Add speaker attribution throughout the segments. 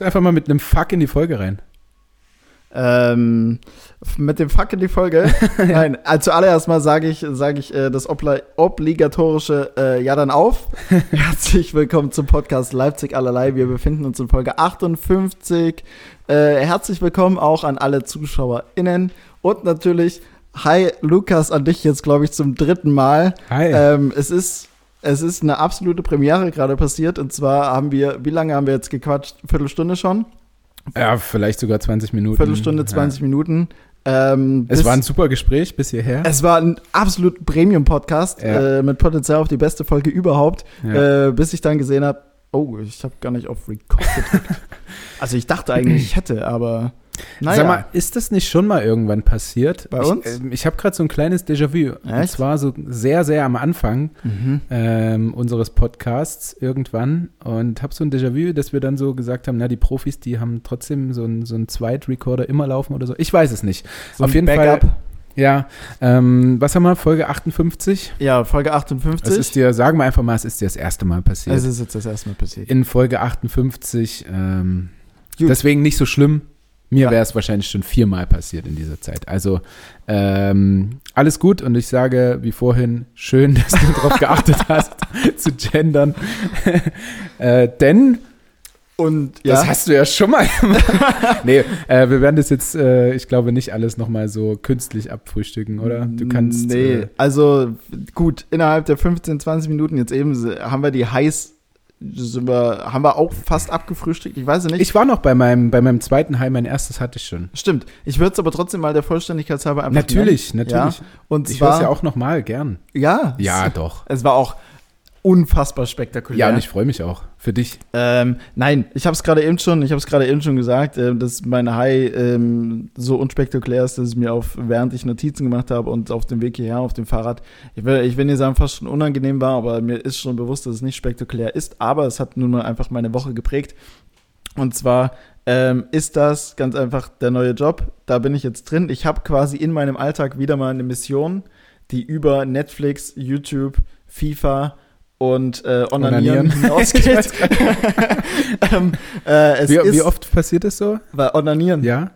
Speaker 1: Einfach mal mit einem Fuck in die Folge rein.
Speaker 2: Ähm, mit dem Fuck in die Folge. Nein, also zuallererst mal sage ich, sage ich äh, das obli obligatorische äh, Ja dann auf. Herzlich willkommen zum Podcast Leipzig allerlei. Wir befinden uns in Folge 58. Äh, herzlich willkommen auch an alle ZuschauerInnen und natürlich Hi Lukas an dich jetzt, glaube ich, zum dritten Mal.
Speaker 1: Hi.
Speaker 2: Ähm, es ist es ist eine absolute Premiere gerade passiert. Und zwar haben wir, wie lange haben wir jetzt gequatscht? Viertelstunde schon?
Speaker 1: Ja, vielleicht sogar 20 Minuten.
Speaker 2: Viertelstunde, 20 Minuten. Ähm,
Speaker 1: Ja. Es
Speaker 2: bis- Äh,
Speaker 1: war ein super Gespräch bis hierher.
Speaker 2: es war ein absolut Premium-Podcast
Speaker 1: Ja.
Speaker 2: äh, mit Potenzial auf die beste Folge überhaupt, äh, bis ich dann gesehen habe, oh, ich habe gar nicht auf Record gedrückt. also ich dachte eigentlich, ich hätte, aber naja.
Speaker 1: Sag mal, ist das nicht schon mal irgendwann passiert?
Speaker 2: Bei uns?
Speaker 1: Ich, ähm, ich habe gerade so ein kleines Déjà-vu. Und
Speaker 2: Echt?
Speaker 1: zwar so sehr, sehr am Anfang
Speaker 2: Mhm.
Speaker 1: ähm, unseres Podcasts irgendwann und habe so ein Déjà-vu, dass wir dann so gesagt haben, na, die Profis, die haben trotzdem so einen so einen Zweit-Recorder immer laufen oder so. Ich weiß es nicht.
Speaker 2: So
Speaker 1: auf
Speaker 2: ein
Speaker 1: jeden Fall. Ja, ähm, was haben wir? Folge 58?
Speaker 2: Ja, Folge
Speaker 1: Es
Speaker 2: 58.
Speaker 1: ist dir, sagen wir einfach mal, es ist dir das erste Mal passiert.
Speaker 2: es ist jetzt das erste Mal passiert.
Speaker 1: in Folge 58. Ähm,
Speaker 2: Gut.
Speaker 1: deswegen nicht so schlimm. Mir
Speaker 2: Ja.
Speaker 1: wäre es wahrscheinlich schon viermal passiert in dieser Zeit. Also ähm, alles gut und ich sage wie vorhin, schön, dass du darauf geachtet hast, zu gendern. äh, denn,
Speaker 2: Und
Speaker 1: das hast du ja schon mal gemacht. nee, äh, wir werden das jetzt, äh, ich glaube, nicht alles nochmal so künstlich abfrühstücken, oder? Du kannst.
Speaker 2: Mm, Nee,
Speaker 1: Äh,
Speaker 2: also gut, innerhalb der 15, 20 Minuten jetzt eben se- haben wir die heiß. Sind wir, haben wir auch fast abgefrühstückt? Ich weiß es nicht.
Speaker 1: ich war noch bei meinem, bei meinem zweiten Heim, mein erstes hatte ich schon.
Speaker 2: Stimmt. Ich würde es aber trotzdem mal der Vollständigkeit halber einfach.
Speaker 1: Natürlich,
Speaker 2: nennen.
Speaker 1: natürlich.
Speaker 2: Ja, und
Speaker 1: Ich höre
Speaker 2: zwar.
Speaker 1: es ja auch nochmal gern.
Speaker 2: Ja. es-
Speaker 1: doch.
Speaker 2: Es war auch unfassbar spektakulär.
Speaker 1: Ja, und ich freue mich auch für dich.
Speaker 2: Ähm, nein, ich habe es gerade eben schon, ich habe es gerade eben schon gesagt, äh, dass mein High ähm, so unspektakulär ist, dass es mir auf, während ich Notizen gemacht habe und auf dem Weg hierher auf dem Fahrrad, ich will, ich will nicht sagen, fast schon unangenehm war, aber mir ist schon bewusst, dass es nicht spektakulär ist, aber es hat nun mal einfach meine Woche geprägt. Und zwar ähm, ist das ganz einfach der neue Job. Da bin ich jetzt drin. Ich habe quasi in meinem Alltag wieder mal eine Mission, die über Netflix, YouTube, FIFA und äh,
Speaker 1: Onanieren.
Speaker 2: Onanieren
Speaker 1: Ich
Speaker 2: hinausgeht.
Speaker 1: weiß gar nicht.
Speaker 2: ähm, äh, es
Speaker 1: wie,
Speaker 2: ist
Speaker 1: wie oft passiert das so?
Speaker 2: bei Onanieren
Speaker 1: Ja?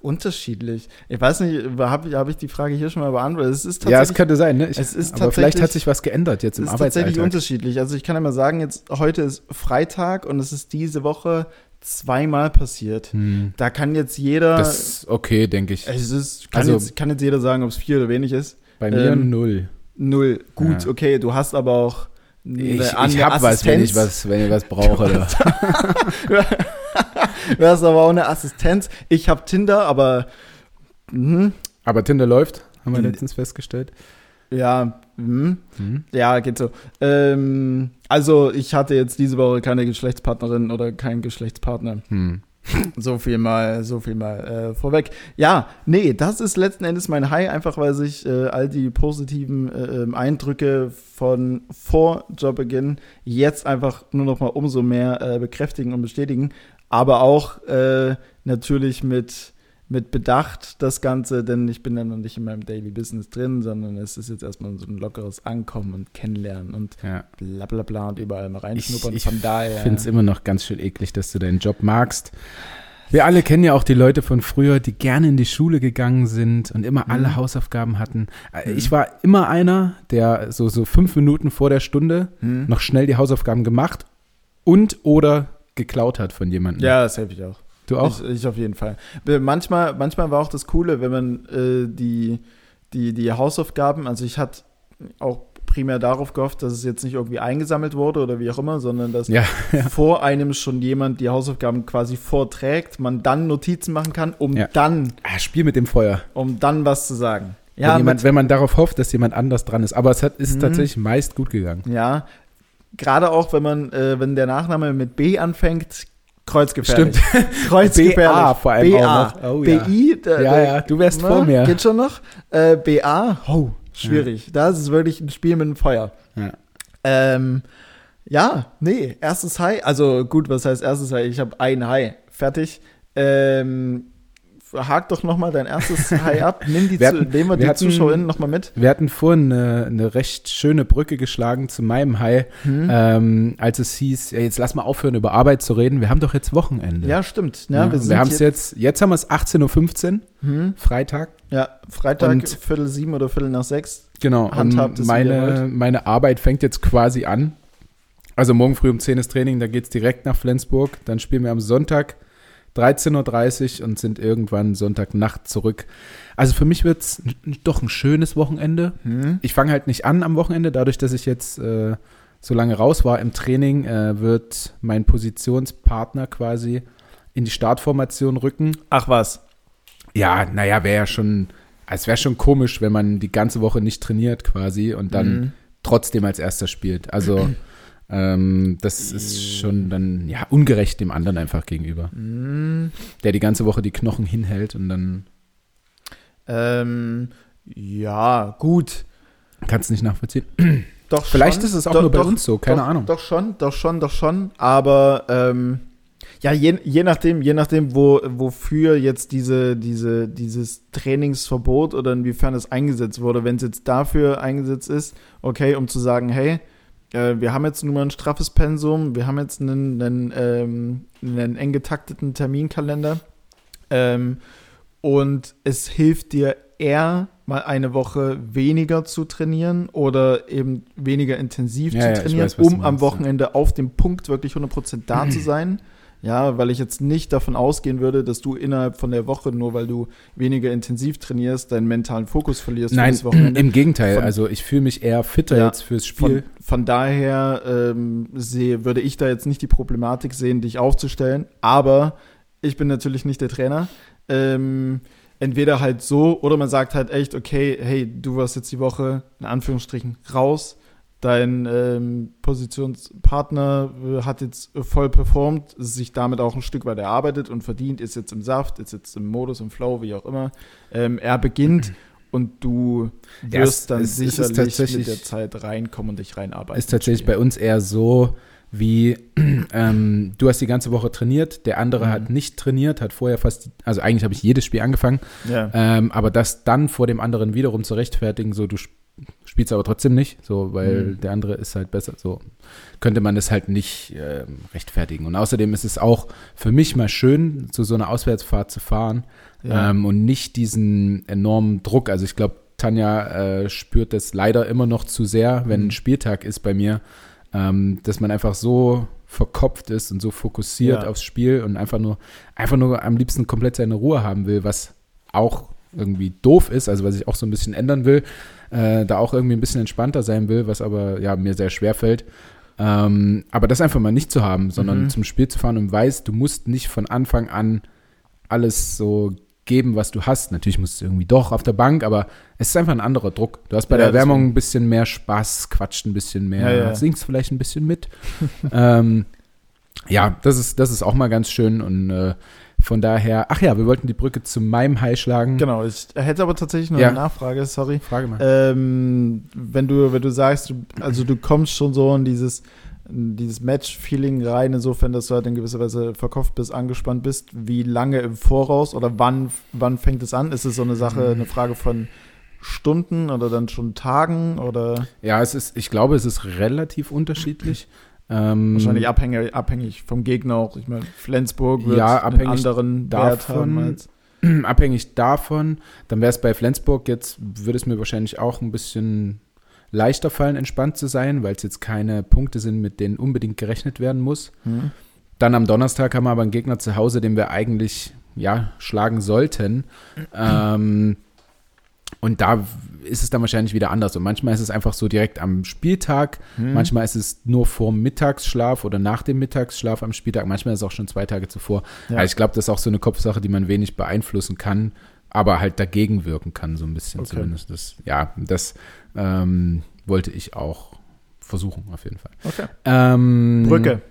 Speaker 2: unterschiedlich. Ich weiß nicht, habe ich, hab ich die Frage hier schon mal beantwortet? Es ist
Speaker 1: Ja, es
Speaker 2: tatsächlich,
Speaker 1: könnte sein, ne? Ich,
Speaker 2: es ist
Speaker 1: aber vielleicht
Speaker 2: tatsächlich-
Speaker 1: hat sich was geändert jetzt
Speaker 2: es
Speaker 1: im
Speaker 2: ist tatsächlich
Speaker 1: Arbeitsalltag.
Speaker 2: unterschiedlich. Also ich kann ja mal sagen, jetzt heute ist Freitag und es ist diese Woche zweimal passiert.
Speaker 1: Hm,
Speaker 2: Da kann jetzt jeder,
Speaker 1: das ist okay, denke ich.
Speaker 2: es ist, kann,
Speaker 1: also-
Speaker 2: jetzt, kann jetzt jeder sagen, ob es viel oder wenig ist.
Speaker 1: Bei mir
Speaker 2: ähm,
Speaker 1: null.
Speaker 2: Null. Gut,
Speaker 1: Ja.
Speaker 2: okay, du hast aber auch eine
Speaker 1: Ich, ich
Speaker 2: andere
Speaker 1: hab was, wenn ich
Speaker 2: Assistenz.
Speaker 1: was, wenn ich was brauche. Oder?
Speaker 2: Du hast aber auch eine Assistenz. Ich habe Tinder, aber mhm,
Speaker 1: Aber Tinder läuft, haben wir
Speaker 2: Nee.
Speaker 1: letztens festgestellt.
Speaker 2: ja, mhm.
Speaker 1: Hm.
Speaker 2: Ja, geht so. Ähm, also, ich hatte jetzt diese Woche keine Geschlechtspartnerin oder keinen Geschlechtspartner.
Speaker 1: Hm.
Speaker 2: So viel mal, so viel mal äh, vorweg. Ja, nee, das ist letzten Endes mein High, einfach weil sich äh, all die positiven äh, ähm, Eindrücke von vor Jobbeginn jetzt einfach nur noch mal umso mehr äh, bekräftigen und bestätigen. Aber auch äh, natürlich mit, mit Bedacht das Ganze, denn ich bin ja noch nicht in meinem Daily Business drin, sondern es ist jetzt erstmal so ein lockeres Ankommen und Kennenlernen und
Speaker 1: Ja.
Speaker 2: bla bla bla und überall mal reinschnuppern.
Speaker 1: ich
Speaker 2: Von daher.
Speaker 1: Ich finde es immer noch ganz schön eklig, dass du deinen Job magst. Wir alle kennen ja auch die Leute von früher, die gerne in die Schule gegangen sind und immer alle
Speaker 2: Mhm.
Speaker 1: Hausaufgaben hatten. Äh,
Speaker 2: Mhm.
Speaker 1: Ich war immer einer, der so, so fünf Minuten vor der Stunde
Speaker 2: Hm?
Speaker 1: noch schnell die Hausaufgaben gemacht und oder geklaut hat von jemandem.
Speaker 2: Ja, das helfe ich auch.
Speaker 1: Du auch?
Speaker 2: Ich, ich auf jeden Fall. Be- Manchmal, manchmal war auch das Coole, wenn man äh, die, die, die Hausaufgaben, also ich hatte auch primär darauf gehofft, dass es jetzt nicht irgendwie eingesammelt wurde oder wie auch immer, sondern dass
Speaker 1: Ja,
Speaker 2: vor einem schon jemand die Hausaufgaben quasi vorträgt, man dann Notizen machen kann, um
Speaker 1: Ja.
Speaker 2: dann,
Speaker 1: Ah, Spiel mit dem Feuer.
Speaker 2: um dann was zu sagen.
Speaker 1: wenn,
Speaker 2: mit-
Speaker 1: jemand, wenn man darauf hofft, dass jemand anders dran ist. Aber es hat, ist
Speaker 2: Mhm.
Speaker 1: tatsächlich meist gut gegangen.
Speaker 2: ja. Gerade auch, wenn man, äh, wenn der Nachname mit B anfängt, kreuzgefährlich. Kreuzgefährlich.
Speaker 1: BA vor allem
Speaker 2: BA.
Speaker 1: auch noch. Oh, ja.
Speaker 2: BI, da,
Speaker 1: ja,
Speaker 2: da-
Speaker 1: ja, du wärst
Speaker 2: Äh, Na,
Speaker 1: vor mir.
Speaker 2: Geht schon noch. Äh, BA, ho, schwierig. Das ist wirklich ein Spiel mit dem Feuer.
Speaker 1: Ja.
Speaker 2: Ähm, ja, nee, erstes High. Also gut, was heißt erstes High? Ich habe ein High. Fertig. Ähm, hak doch nochmal dein erstes High ab, nimm die,
Speaker 1: Wir
Speaker 2: zu,
Speaker 1: hatten-
Speaker 2: nehmen wir
Speaker 1: wir
Speaker 2: die
Speaker 1: hatten-
Speaker 2: ZuschauerInnen nochmal mit.
Speaker 1: Wir hatten vorhin eine, eine recht schöne Brücke geschlagen zu meinem High,
Speaker 2: Mhm.
Speaker 1: ähm, als es hieß, ja, jetzt lass mal aufhören, über Arbeit zu reden. Wir haben doch jetzt Wochenende.
Speaker 2: Ja, stimmt. Ja,
Speaker 1: Ja,
Speaker 2: wir
Speaker 1: wir
Speaker 2: sind
Speaker 1: haben es jetzt, jetzt haben wir es 18.15 Uhr,
Speaker 2: Mhm.
Speaker 1: Freitag.
Speaker 2: Ja, Freitag,
Speaker 1: Und-
Speaker 2: Viertel sieben oder Viertel nach sechs.
Speaker 1: Genau.
Speaker 2: Handhabt es,
Speaker 1: Und
Speaker 2: wie ihr
Speaker 1: meine,
Speaker 2: wollt.
Speaker 1: meine Arbeit fängt jetzt quasi an. Also morgen früh um 10 ist Training, dann geht es direkt nach Flensburg. Dann spielen wir am Sonntag 13.30 Uhr und sind irgendwann Sonntagnacht zurück. Also für mich wird es doch ein schönes Wochenende. Ich fange halt nicht an am Wochenende, dadurch, dass ich jetzt äh, so lange raus war im Training, äh, wird mein Positionspartner quasi in die Startformation rücken.
Speaker 2: Ach was.
Speaker 1: Ja, naja, wäre ja schon, es wäre schon komisch, wenn man die ganze Woche nicht trainiert quasi und dann
Speaker 2: Mhm.
Speaker 1: trotzdem als erster spielt. Also ähm, das ist schon dann ja ungerecht dem anderen einfach gegenüber,
Speaker 2: Mhm.
Speaker 1: der die ganze Woche die Knochen hinhält und dann
Speaker 2: Ähm, ja, gut.
Speaker 1: kannst du nicht nachvollziehen.
Speaker 2: Doch
Speaker 1: Vielleicht
Speaker 2: schon.
Speaker 1: ist es auch
Speaker 2: Doch-
Speaker 1: nur bei
Speaker 2: doch-
Speaker 1: uns so, keine
Speaker 2: doch,
Speaker 1: Ahnung.
Speaker 2: Doch schon, doch schon, doch schon. Aber ähm, ja, je, je nachdem, je nachdem, wo, wofür jetzt diese, diese, dieses Trainingsverbot oder inwiefern es eingesetzt wurde, wenn es jetzt dafür eingesetzt ist, okay, um zu sagen, hey, äh, wir haben jetzt nun mal ein straffes Pensum, wir haben jetzt einen, einen, ähm, einen eng getakteten Terminkalender. Ähm, und es hilft dir eher, mal eine Woche weniger zu trainieren oder eben weniger intensiv
Speaker 1: Ja,
Speaker 2: zu
Speaker 1: ja, ich
Speaker 2: trainieren,
Speaker 1: weiß, was du
Speaker 2: um am
Speaker 1: meinst, ja.
Speaker 2: Wochenende auf dem Punkt wirklich 100% da zu sein. Ja, weil ich jetzt nicht davon ausgehen würde, dass du innerhalb von der Woche, nur weil du weniger intensiv trainierst, deinen mentalen Fokus verlierst
Speaker 1: Nein, im Gegenteil.
Speaker 2: Von-
Speaker 1: also ich fühle mich eher fitter
Speaker 2: Ja,
Speaker 1: jetzt fürs
Speaker 2: Von,
Speaker 1: Spiel.
Speaker 2: von daher ähm, sehe, würde ich da jetzt nicht die Problematik sehen, dich aufzustellen. Aber ich bin natürlich nicht der Trainer. Ähm, entweder halt so oder man sagt halt echt, okay, hey, du warst jetzt die Woche in Anführungsstrichen raus. Dein ähm, Positionspartner äh, hat jetzt voll performt, sich damit auch ein Stück weit erarbeitet und verdient, ist jetzt im Saft, ist jetzt im Modus, im Flow, wie auch immer. Ähm, er beginnt und du wirst
Speaker 1: Mhm. Ja, es-
Speaker 2: dann
Speaker 1: es- es ist
Speaker 2: sicherlich mit
Speaker 1: tatsächlich-
Speaker 2: der Zeit reinkommen und dich reinarbeiten.
Speaker 1: ist tatsächlich bei uns eher so wie ähm, du hast die ganze Woche trainiert, der andere
Speaker 2: Mhm.
Speaker 1: hat nicht trainiert, hat vorher fast, also eigentlich habe ich jedes Spiel angefangen,
Speaker 2: Ja.
Speaker 1: Ähm, aber das dann vor dem anderen wiederum zu rechtfertigen, so du sp- spielst aber trotzdem nicht, so weil
Speaker 2: Mhm.
Speaker 1: der andere ist halt besser, so könnte man das halt nicht ähm, rechtfertigen. Und außerdem ist es auch für mich mal schön, zu so einer Auswärtsfahrt zu fahren
Speaker 2: Ja.
Speaker 1: ähm, und nicht diesen enormen Druck. Also ich glaube, Tanja äh, spürt das leider immer noch zu sehr, wenn
Speaker 2: Mhm.
Speaker 1: ein Spieltag ist bei mir, ähm, dass man einfach so verkopft ist und so fokussiert
Speaker 2: Ja.
Speaker 1: aufs Spiel und einfach nur, einfach nur am liebsten komplett seine Ruhe haben will, was auch irgendwie doof ist, also was ich auch so ein bisschen ändern will, äh, da auch irgendwie ein bisschen entspannter sein will, was aber ja mir sehr schwer fällt. Ähm, aber das einfach mal nicht zu haben, sondern
Speaker 2: Mhm.
Speaker 1: zum Spiel zu fahren und weißt, du musst nicht von Anfang an alles so geben, was du hast. Natürlich musst du irgendwie doch auf der Bank, aber es ist einfach ein anderer Druck. Du hast bei
Speaker 2: Ja,
Speaker 1: der Erwärmung
Speaker 2: deswegen.
Speaker 1: ein bisschen mehr Spaß, quatscht ein bisschen mehr,
Speaker 2: Ja, ja.
Speaker 1: singst vielleicht ein bisschen mit. ähm, ja, das ist, das ist auch mal ganz schön und äh, von daher, ach ja, wir wollten die Brücke zu meinem High schlagen.
Speaker 2: Genau, Äh. ich hätte aber tatsächlich noch
Speaker 1: Ja.
Speaker 2: eine Nachfrage, sorry.
Speaker 1: Frage mal.
Speaker 2: Ähm, wenn du, wenn du sagst, du, also du kommst schon so in dieses, in dieses Match-Feeling rein, insofern, dass du halt in gewisser Weise verkauft bist, angespannt bist, wie lange im Voraus oder wann, wann fängt es an? Ist es so eine
Speaker 1: Mhm.
Speaker 2: Sache, eine Frage von Stunden oder dann schon Tagen oder
Speaker 1: Ja, es ist, ich glaube, es ist relativ unterschiedlich. Ähm,
Speaker 2: wahrscheinlich abhängig, abhängig vom Gegner auch? Ich meine, Flensburg wird
Speaker 1: Ja, abhängig
Speaker 2: einen anderen Wert haben
Speaker 1: davon,
Speaker 2: als
Speaker 1: abhängig davon, dann wäre es bei Flensburg jetzt, würde es mir wahrscheinlich auch ein bisschen leichter fallen, entspannt zu sein, weil es jetzt keine Punkte sind, mit denen unbedingt gerechnet werden muss.
Speaker 2: Hm?
Speaker 1: Dann am Donnerstag haben wir aber einen Gegner zu Hause, den wir eigentlich ja schlagen sollten. Ähm, und da ist es dann wahrscheinlich wieder anders. Und manchmal ist es einfach so direkt am Spieltag, manchmal ist es nur vor dem Mittagsschlaf oder nach dem Mittagsschlaf am Spieltag, manchmal ist es auch schon zwei Tage zuvor.
Speaker 2: Ja.
Speaker 1: Also ich glaube, das ist auch so eine Kopfsache, die man wenig beeinflussen kann, aber halt dagegen wirken kann, so ein bisschen
Speaker 2: Okay.
Speaker 1: zumindest. Das, ja, das ähm, wollte ich auch versuchen, auf jeden Fall.
Speaker 2: Okay.
Speaker 1: Ähm,
Speaker 2: Brücke.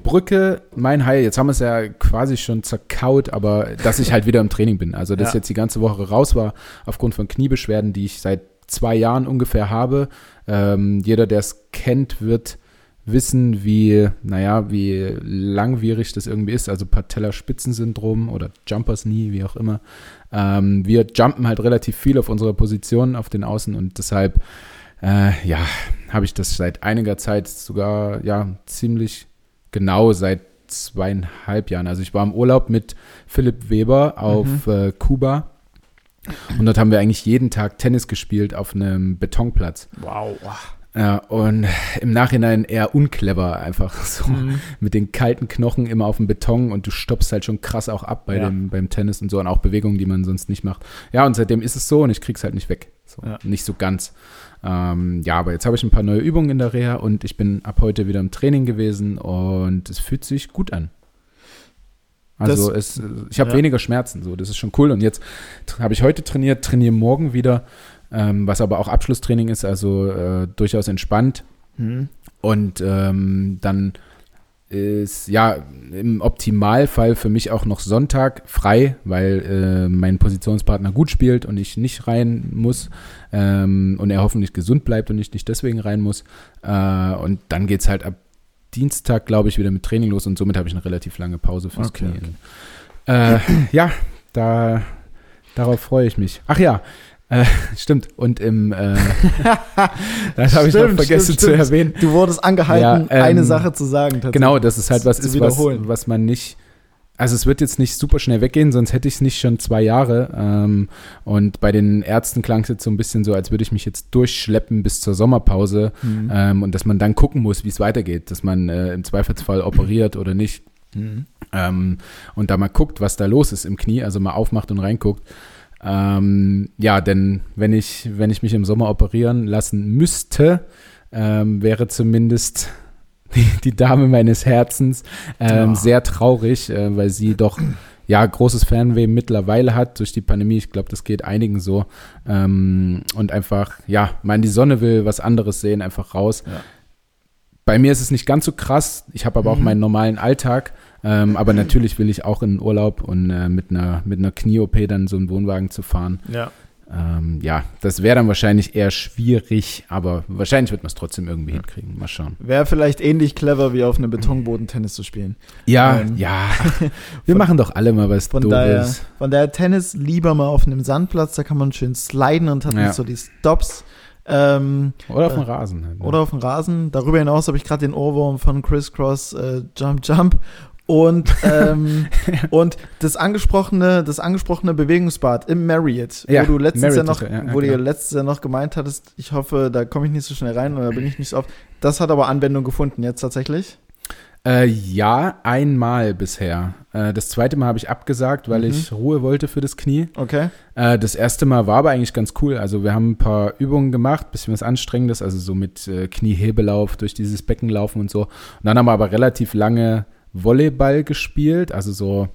Speaker 1: Brücke, mein Heil, jetzt haben wir es ja quasi schon zerkaut, aber dass ich halt wieder im Training bin. Also, dass
Speaker 2: Ja.
Speaker 1: jetzt die ganze Woche raus war, aufgrund von Kniebeschwerden, die ich seit zwei Jahren ungefähr habe. Ähm, jeder, der es kennt, wird wissen, wie, naja, wie langwierig das irgendwie ist. Also Patellaspitzensyndrom oder Jumpers Knee, wie auch immer. Ähm, wir jumpen halt relativ viel auf unserer Position auf den Außen und deshalb, äh, ja, habe ich das seit einiger Zeit sogar, ja, ziemlich genau seit zweieinhalb Jahren. Also ich war im Urlaub mit Philipp Weber auf äh, Kuba. Und dort haben wir eigentlich jeden Tag Tennis gespielt auf einem Betonplatz.
Speaker 2: Wow.
Speaker 1: Ja, und im Nachhinein eher unclever, einfach so mit den kalten Knochen immer auf dem Beton und du stoppst halt schon krass auch ab bei
Speaker 2: Ja.
Speaker 1: dem, beim Tennis und so und auch Bewegungen, die man sonst nicht macht. Ja, und seitdem ist es so und ich krieg's halt nicht weg. So,
Speaker 2: Ja.
Speaker 1: Nicht so ganz. Ähm, ja, aber jetzt habe ich ein paar neue Übungen in der Reha und ich bin ab heute wieder im Training gewesen und es fühlt sich gut an. Also es, ich habe
Speaker 2: ja.
Speaker 1: weniger Schmerzen, so das ist schon cool. Und jetzt tr- habe ich heute trainiert, trainiere morgen wieder, ähm, was aber auch Abschlusstraining ist, also äh, durchaus entspannt.
Speaker 2: Mhm.
Speaker 1: Und ähm, dann ist ja im Optimalfall für mich auch noch Sonntag frei, weil äh, mein Positionspartner gut spielt und ich nicht rein muss ähm, und er hoffentlich gesund bleibt und ich nicht deswegen rein muss. Äh, und dann geht es halt ab Dienstag, glaube ich, wieder mit Training los und somit habe ich eine relativ lange Pause fürs
Speaker 2: Okay,
Speaker 1: Knie. Äh, ja, da, darauf freue ich mich. Ach ja, äh, stimmt. Und im äh, das habe ich noch
Speaker 2: Stimmt,
Speaker 1: vergessen
Speaker 2: stimmt,
Speaker 1: zu
Speaker 2: stimmt.
Speaker 1: erwähnen.
Speaker 2: Du wurdest angehalten,
Speaker 1: Ja, ähm,
Speaker 2: eine Sache zu sagen. tatsächlich.
Speaker 1: Genau, das ist halt was
Speaker 2: Also zu
Speaker 1: ist, was,
Speaker 2: wiederholen.
Speaker 1: was man nicht. Also es wird jetzt nicht super schnell weggehen, sonst hätte ich es nicht schon zwei Jahre. Ähm, und bei den Ärzten klang es jetzt so ein bisschen so, als würde ich mich jetzt durchschleppen bis zur Sommerpause
Speaker 2: Mhm.
Speaker 1: ähm, und dass man dann gucken muss, wie es weitergeht, dass man äh, im Zweifelsfall operiert oder nicht
Speaker 2: Mhm.
Speaker 1: ähm, und da mal guckt, was da los ist im Knie, also mal aufmacht und reinguckt. Ähm, ja, denn wenn ich, wenn ich mich im Sommer operieren lassen müsste, ähm, wäre zumindest die, die Dame meines Herzens ähm,
Speaker 2: Ah.
Speaker 1: sehr traurig, äh, weil sie doch ja großes Fernweh mittlerweile hat durch die Pandemie. Ich glaube, das geht einigen so. Ähm, und einfach, ja, mal in die Sonne will, was anderes sehen, einfach raus.
Speaker 2: Ja.
Speaker 1: Bei mir ist es nicht ganz so krass. Ich habe
Speaker 2: Mhm.
Speaker 1: aber auch meinen normalen Alltag. Ähm, aber natürlich will ich auch in den Urlaub und äh, mit einer, mit einer Knie-OP dann so einen Wohnwagen zu fahren.
Speaker 2: Ja.
Speaker 1: Ähm, ja, das wäre dann wahrscheinlich eher schwierig, aber wahrscheinlich wird man es trotzdem irgendwie hinkriegen. Mal schauen.
Speaker 2: Wäre vielleicht ähnlich clever, wie auf einem Betonboden Tennis zu spielen.
Speaker 1: Ja,
Speaker 2: Ähm,
Speaker 1: ja. Wir machen doch alle mal was
Speaker 2: Von daher,
Speaker 1: Doofes.
Speaker 2: von daher Tennis lieber mal auf einem Sandplatz, da kann man schön sliden und hat
Speaker 1: Ja.
Speaker 2: nicht so die Stops. Ähm,
Speaker 1: Oder auf dem Rasen. Halt, ne?
Speaker 2: Oder auf dem Rasen. Darüber hinaus habe ich gerade den Ohrwurm von Criss Cross äh, Jump Jump. Und, ähm, und das angesprochene, das angesprochene Bewegungsbad im Marriott,
Speaker 1: Ja,
Speaker 2: wo du letztens ja
Speaker 1: Marriott
Speaker 2: noch,
Speaker 1: ist ja- ja,
Speaker 2: wo du ja
Speaker 1: genau.
Speaker 2: letztes Jahr noch gemeint hattest, ich hoffe, da komme ich nicht so schnell rein oder bin ich nicht so oft. Das hat aber Anwendung gefunden jetzt tatsächlich.
Speaker 1: Äh, ja, einmal bisher. Äh, das zweite Mal habe ich abgesagt, weil
Speaker 2: Mhm.
Speaker 1: ich Ruhe wollte für das Knie.
Speaker 2: Okay.
Speaker 1: Äh, das erste Mal war aber eigentlich ganz cool. Also wir haben ein paar Übungen gemacht, bisschen was Anstrengendes, also so mit äh, Kniehebelauf durch dieses Becken laufen und so. Und dann haben wir aber relativ lange Volleyball gespielt, also so,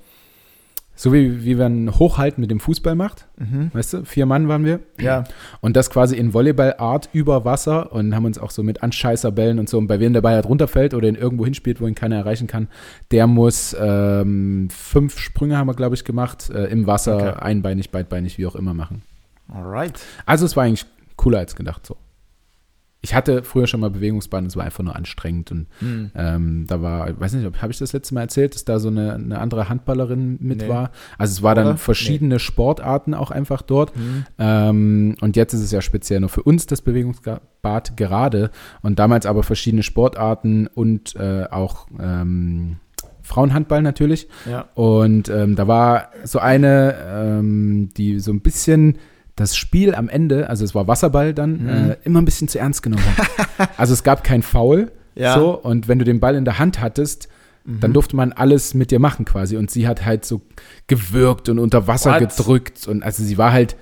Speaker 1: so wie, wie man Hochhalten mit dem Fußball macht.
Speaker 2: Mhm.
Speaker 1: Weißt du, vier Mann waren wir.
Speaker 2: Ja.
Speaker 1: Und das quasi in Volleyballart über Wasser und haben uns auch so mit Anscheißerbällen und so. Und bei wem der Ball halt runterfällt oder ihn irgendwo hinspielt, wo ihn keiner erreichen kann, der muss ähm, fünf Sprünge, haben wir, glaube ich, gemacht, äh, im Wasser,
Speaker 2: Okay.
Speaker 1: einbeinig, beidbeinig, wie auch immer machen.
Speaker 2: Alright.
Speaker 1: Also es war eigentlich cooler als gedacht so. Ich hatte früher schon mal Bewegungsbahn, es war einfach nur anstrengend und
Speaker 2: Mhm.
Speaker 1: ähm, da war, ich weiß nicht, ob habe ich das letzte Mal erzählt, dass da so eine, eine andere Handballerin mit
Speaker 2: Nee.
Speaker 1: war. Also es war
Speaker 2: Oder?
Speaker 1: dann verschiedene Sportarten auch einfach dort.
Speaker 2: Mhm.
Speaker 1: Ähm, und jetzt ist es ja speziell nur für uns das Bewegungsbad gerade und damals aber verschiedene Sportarten und äh, auch ähm, Frauenhandball natürlich.
Speaker 2: Ja.
Speaker 1: Und ähm, da war so eine, ähm, die so ein bisschen das Spiel am Ende, also es war Wasserball dann,
Speaker 2: Mhm.
Speaker 1: äh, immer ein bisschen zu ernst genommen hat. also es gab kein Foul.
Speaker 2: Ja. Mhm.
Speaker 1: So, und wenn du den Ball in der Hand hattest, dann durfte man alles mit dir machen quasi. Und sie hat halt so gewürgt und unter Wasser
Speaker 2: What?
Speaker 1: gedrückt. Und also sie war halt,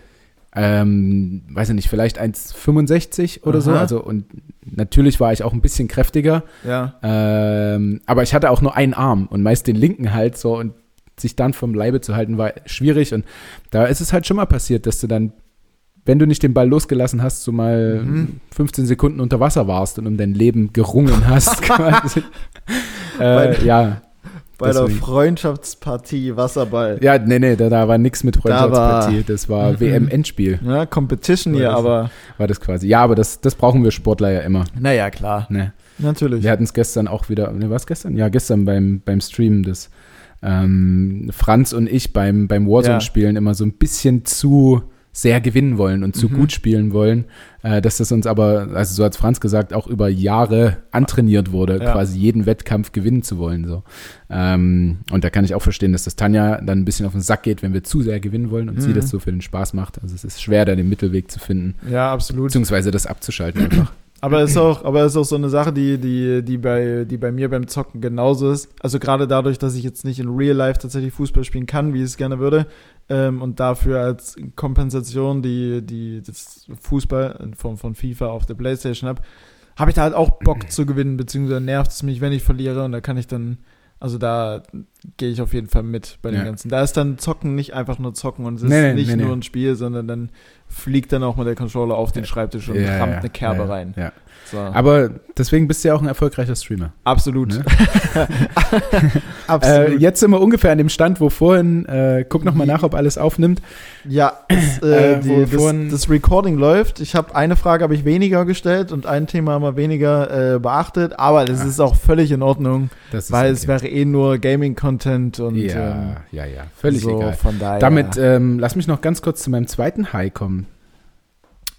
Speaker 1: ähm, weiß ich nicht, vielleicht 1,65 oder so.
Speaker 2: Aha.
Speaker 1: Also, und natürlich war ich auch ein bisschen kräftiger.
Speaker 2: Ja.
Speaker 1: Ähm, aber ich hatte auch nur einen Arm und meist den linken halt so und sich dann vom Leibe zu halten war schwierig und da ist es halt schon mal passiert, dass du dann, wenn du nicht den Ball losgelassen hast, so mal 15 Sekunden unter Wasser warst und um dein Leben gerungen hast. quasi. äh, ja,
Speaker 2: Bei
Speaker 1: deswegen.
Speaker 2: der Freundschaftspartie Wasserball.
Speaker 1: ja, nee, nee, da, da war nichts mit
Speaker 2: war-
Speaker 1: Freundschaftspartie, das war WM-Endspiel,
Speaker 2: Ja, Competition hier,
Speaker 1: Ja, das-
Speaker 2: aber
Speaker 1: war das quasi. Ja, aber das, das brauchen wir Sportler ja immer.
Speaker 2: naja, klar.
Speaker 1: Ne?
Speaker 2: Natürlich.
Speaker 1: Wir hatten es gestern auch wieder, ne, war es gestern? Ja, gestern beim, beim Stream des ähm, Franz und ich beim, beim Warzone-Spielen immer so ein bisschen zu sehr gewinnen wollen und zu
Speaker 2: Mhm.
Speaker 1: gut spielen wollen, äh, dass das uns aber, also so hat Franz gesagt, auch über Jahre antrainiert wurde,
Speaker 2: Ja.
Speaker 1: quasi jeden Wettkampf gewinnen zu wollen. So. Ähm, und da kann ich auch verstehen, dass das Tanja dann ein bisschen auf den Sack geht, wenn wir zu sehr gewinnen wollen und sie
Speaker 2: Mhm.
Speaker 1: das so für den Spaß macht. Also es ist schwer, da den Mittelweg zu finden,
Speaker 2: Ja, absolut.
Speaker 1: beziehungsweise das abzuschalten einfach.
Speaker 2: Aber es ist auch, aber es ist auch so eine Sache, die, die, die bei, die bei mir beim Zocken genauso ist. Also gerade dadurch, dass ich jetzt nicht in Real Life tatsächlich Fußball spielen kann, wie ich es gerne würde, ähm, und dafür als Kompensation die, die, das Fußball in Form von FIFA auf der Playstation habe, habe ich da halt auch Bock zu gewinnen, beziehungsweise nervt es mich, wenn ich verliere und da kann ich dann, also da gehe ich auf jeden Fall mit bei dem
Speaker 1: Ja.
Speaker 2: Ganzen. Da ist dann Zocken nicht einfach nur Zocken und es ist
Speaker 1: Nee, nee,
Speaker 2: nicht
Speaker 1: nee, nee.
Speaker 2: nur ein Spiel, sondern dann fliegt dann auch mal der Controller auf den Schreibtisch und
Speaker 1: Ja,
Speaker 2: rammt
Speaker 1: ja,
Speaker 2: eine Kerbe
Speaker 1: ja,
Speaker 2: rein.
Speaker 1: Ja.
Speaker 2: So.
Speaker 1: Aber deswegen bist du ja auch ein erfolgreicher Streamer.
Speaker 2: Absolut.
Speaker 1: Ne?
Speaker 2: Absolut.
Speaker 1: Äh, jetzt sind wir ungefähr an dem Stand, wo vorhin, äh, guck nochmal nach, ob alles aufnimmt.
Speaker 2: ja, das,
Speaker 1: äh,
Speaker 2: äh,
Speaker 1: wo wir
Speaker 2: die,
Speaker 1: vorhin-
Speaker 2: das, das Recording läuft. Ich habe eine Frage habe ich weniger gestellt und ein Thema haben wir weniger äh, beachtet, aber das
Speaker 1: Ah.
Speaker 2: ist auch völlig in Ordnung,
Speaker 1: Das ist
Speaker 2: weil
Speaker 1: okay.
Speaker 2: es wäre eh nur Gaming-Content und ähm,
Speaker 1: Ja, ja, ja. Völlig
Speaker 2: so
Speaker 1: egal.
Speaker 2: von daher.
Speaker 1: Damit ähm, lass mich noch ganz kurz zu meinem zweiten High kommen.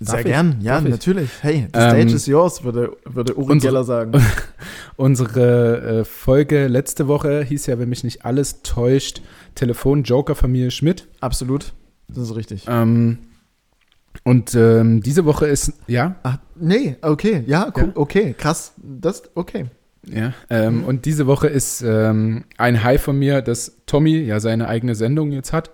Speaker 1: Darf
Speaker 2: sehr
Speaker 1: ich?
Speaker 2: gern, ja,
Speaker 1: Darf ich?
Speaker 2: natürlich. Hey, the
Speaker 1: Ähm,
Speaker 2: stage is yours, würde, würde Uri
Speaker 1: unsere-
Speaker 2: Geller sagen.
Speaker 1: Unsere äh, Folge letzte Woche hieß ja, wenn mich nicht alles täuscht, Telefon Joker Familie Schmidt.
Speaker 2: Absolut. Das ist richtig.
Speaker 1: Ähm, und ähm, diese Woche ist, ja,
Speaker 2: Ach, Ah, nee, okay, ja, gu-
Speaker 1: Ja.
Speaker 2: okay, krass, das, okay.
Speaker 1: ja. Ähm,
Speaker 2: Mhm.
Speaker 1: Und diese Woche ist ähm, ein High von mir, dass Tommy ja seine eigene Sendung jetzt hat.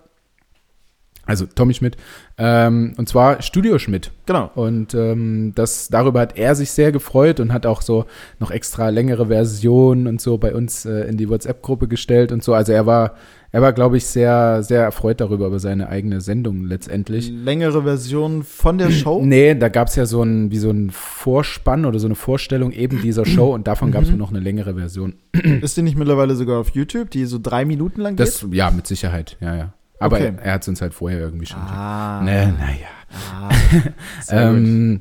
Speaker 1: Also Tommy Schmidt. Ähm, und zwar Studio Schmidt.
Speaker 2: Genau.
Speaker 1: Und ähm, das, darüber hat er sich sehr gefreut und hat auch so noch extra längere Versionen und so bei uns äh, in die WhatsApp-Gruppe gestellt und so. Also er war, er war, glaube ich, sehr, sehr erfreut darüber, über seine eigene Sendung letztendlich.
Speaker 2: Längere Version von der Show.
Speaker 1: Nee, da gab es ja so ein, wie so ein Vorspann oder so eine Vorstellung eben dieser Show und davon gab es
Speaker 2: Mhm.
Speaker 1: nur noch eine längere Version.
Speaker 2: Ist die nicht mittlerweile sogar auf YouTube, die so drei Minuten lang geht?
Speaker 1: Das, ja, mit Sicherheit, ja, ja. Aber
Speaker 2: Okay.
Speaker 1: er, er hat es uns halt vorher irgendwie schon.
Speaker 2: ah.
Speaker 1: Nee, naja.
Speaker 2: ah. Sehr gut.
Speaker 1: Ähm,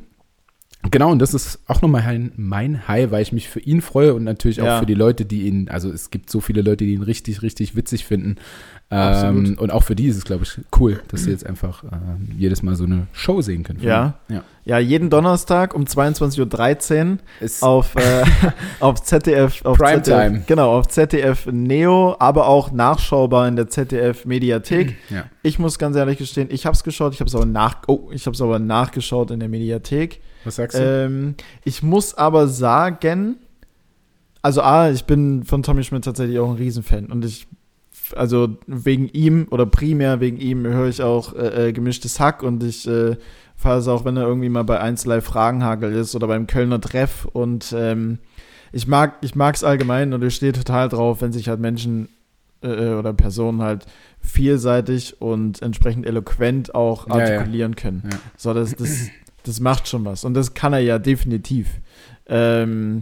Speaker 1: genau, und das ist auch nochmal ein, mein High, weil ich mich für ihn freue und natürlich auch
Speaker 2: Ja.
Speaker 1: für die Leute, die ihn, also es gibt so viele Leute, die ihn richtig, richtig witzig finden. Ähm,
Speaker 2: Absolut.
Speaker 1: und auch für die ist es, glaube ich, cool, dass sie jetzt einfach ähm, jedes Mal so eine Show sehen können.
Speaker 2: Ja.
Speaker 1: Ja.
Speaker 2: ja. Ja, jeden Donnerstag um 22.13 Uhr
Speaker 1: Ist,
Speaker 2: auf, äh, auf ZDF. Auf
Speaker 1: Primetime.
Speaker 2: ZDF, genau, auf ZDF Neo, aber auch nachschaubar in der ZDF Mediathek.
Speaker 1: ja.
Speaker 2: Ich muss ganz ehrlich gestehen, ich habe es geschaut, ich habe es aber, nach, oh, ich hab's aber nachgeschaut in der Mediathek.
Speaker 1: Was sagst du?
Speaker 2: Ähm, ich muss aber sagen, also A, ich bin von Tommy Schmidt tatsächlich auch ein Riesenfan und ich, also wegen ihm oder primär wegen ihm höre ich auch äh, äh, gemischtes Hack und ich äh, fahre es auch, wenn er irgendwie mal bei 1 live Fragenhagel ist oder beim Kölner Treff und ähm, ich mag ich mag's allgemein und ich stehe total drauf, wenn sich halt Menschen äh, oder Personen halt vielseitig und entsprechend eloquent auch
Speaker 1: Ja, ja.
Speaker 2: artikulieren können.
Speaker 1: Ja.
Speaker 2: So, das, das, das macht schon was. Und das kann er ja definitiv. Ähm,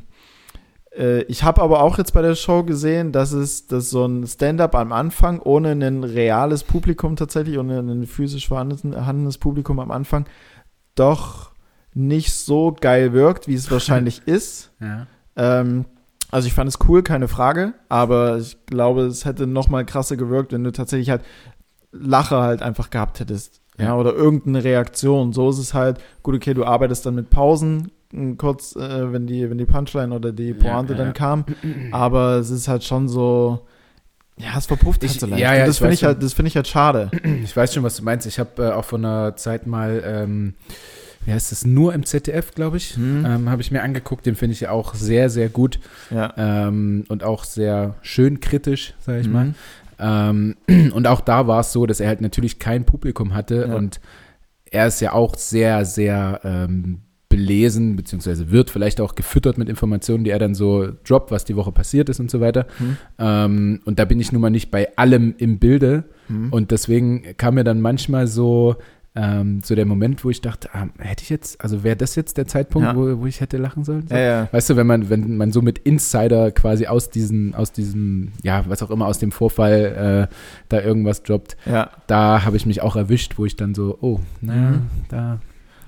Speaker 2: äh, ich habe aber auch jetzt bei der Show gesehen, dass es dass so ein Stand-up am Anfang ohne ein reales Publikum tatsächlich, ohne ein physisch vorhandenes vorhandenes Publikum am Anfang, doch nicht so geil wirkt, wie es wahrscheinlich ist.
Speaker 1: ja.
Speaker 2: Ähm, also ich fand es cool, keine Frage, aber ich glaube, es hätte noch mal krasser gewirkt, wenn du tatsächlich halt Lache halt einfach gehabt hättest. Ja,
Speaker 1: Ja.
Speaker 2: oder irgendeine Reaktion. So ist es halt, gut, okay, du arbeitest dann mit Pausen, m, kurz, äh, wenn die, wenn die Punchline oder die
Speaker 1: Ja,
Speaker 2: Pointe
Speaker 1: ja,
Speaker 2: dann
Speaker 1: ja.
Speaker 2: kam. Aber es ist halt schon so, ja, es verpufft halt
Speaker 1: Ich-
Speaker 2: so leicht.
Speaker 1: ja, ja,
Speaker 2: Und das
Speaker 1: ich
Speaker 2: finde
Speaker 1: weiß
Speaker 2: ich halt, das finde ich halt schade.
Speaker 1: Ich weiß schon, was du meinst. Ich habe äh, auch vor einer Zeit mal, ähm, wie heißt das, nur im ZDF, glaube ich,
Speaker 2: Hm.
Speaker 1: ähm, habe ich mir angeguckt. Den finde ich ja auch sehr, sehr gut
Speaker 2: ja.
Speaker 1: ähm, und auch sehr schön kritisch, sage ich mal.
Speaker 2: Mhm.
Speaker 1: Ähm, und auch da war es so, dass er halt natürlich kein Publikum hatte
Speaker 2: Ja.
Speaker 1: und er ist ja auch sehr, sehr ähm, belesen, beziehungsweise wird vielleicht auch gefüttert mit Informationen, die er dann so droppt, was die Woche passiert ist und so weiter.
Speaker 2: Mhm.
Speaker 1: Ähm, und da bin ich nun mal nicht bei allem im Bilde.
Speaker 2: Mhm.
Speaker 1: Und deswegen kam mir dann manchmal so, ähm, so der Moment, wo ich dachte, ah, hätte ich jetzt, also wäre das jetzt der Zeitpunkt,
Speaker 2: Ja.
Speaker 1: wo, wo ich hätte lachen sollen? So.
Speaker 2: Ja, ja.
Speaker 1: Weißt du, wenn man, wenn man so mit Insider quasi aus diesem, aus diesem, ja, was auch immer, aus dem Vorfall äh, da irgendwas droppt,
Speaker 2: ja.
Speaker 1: da habe ich mich auch erwischt, wo ich dann so, oh, naja,
Speaker 2: Mhm.
Speaker 1: da,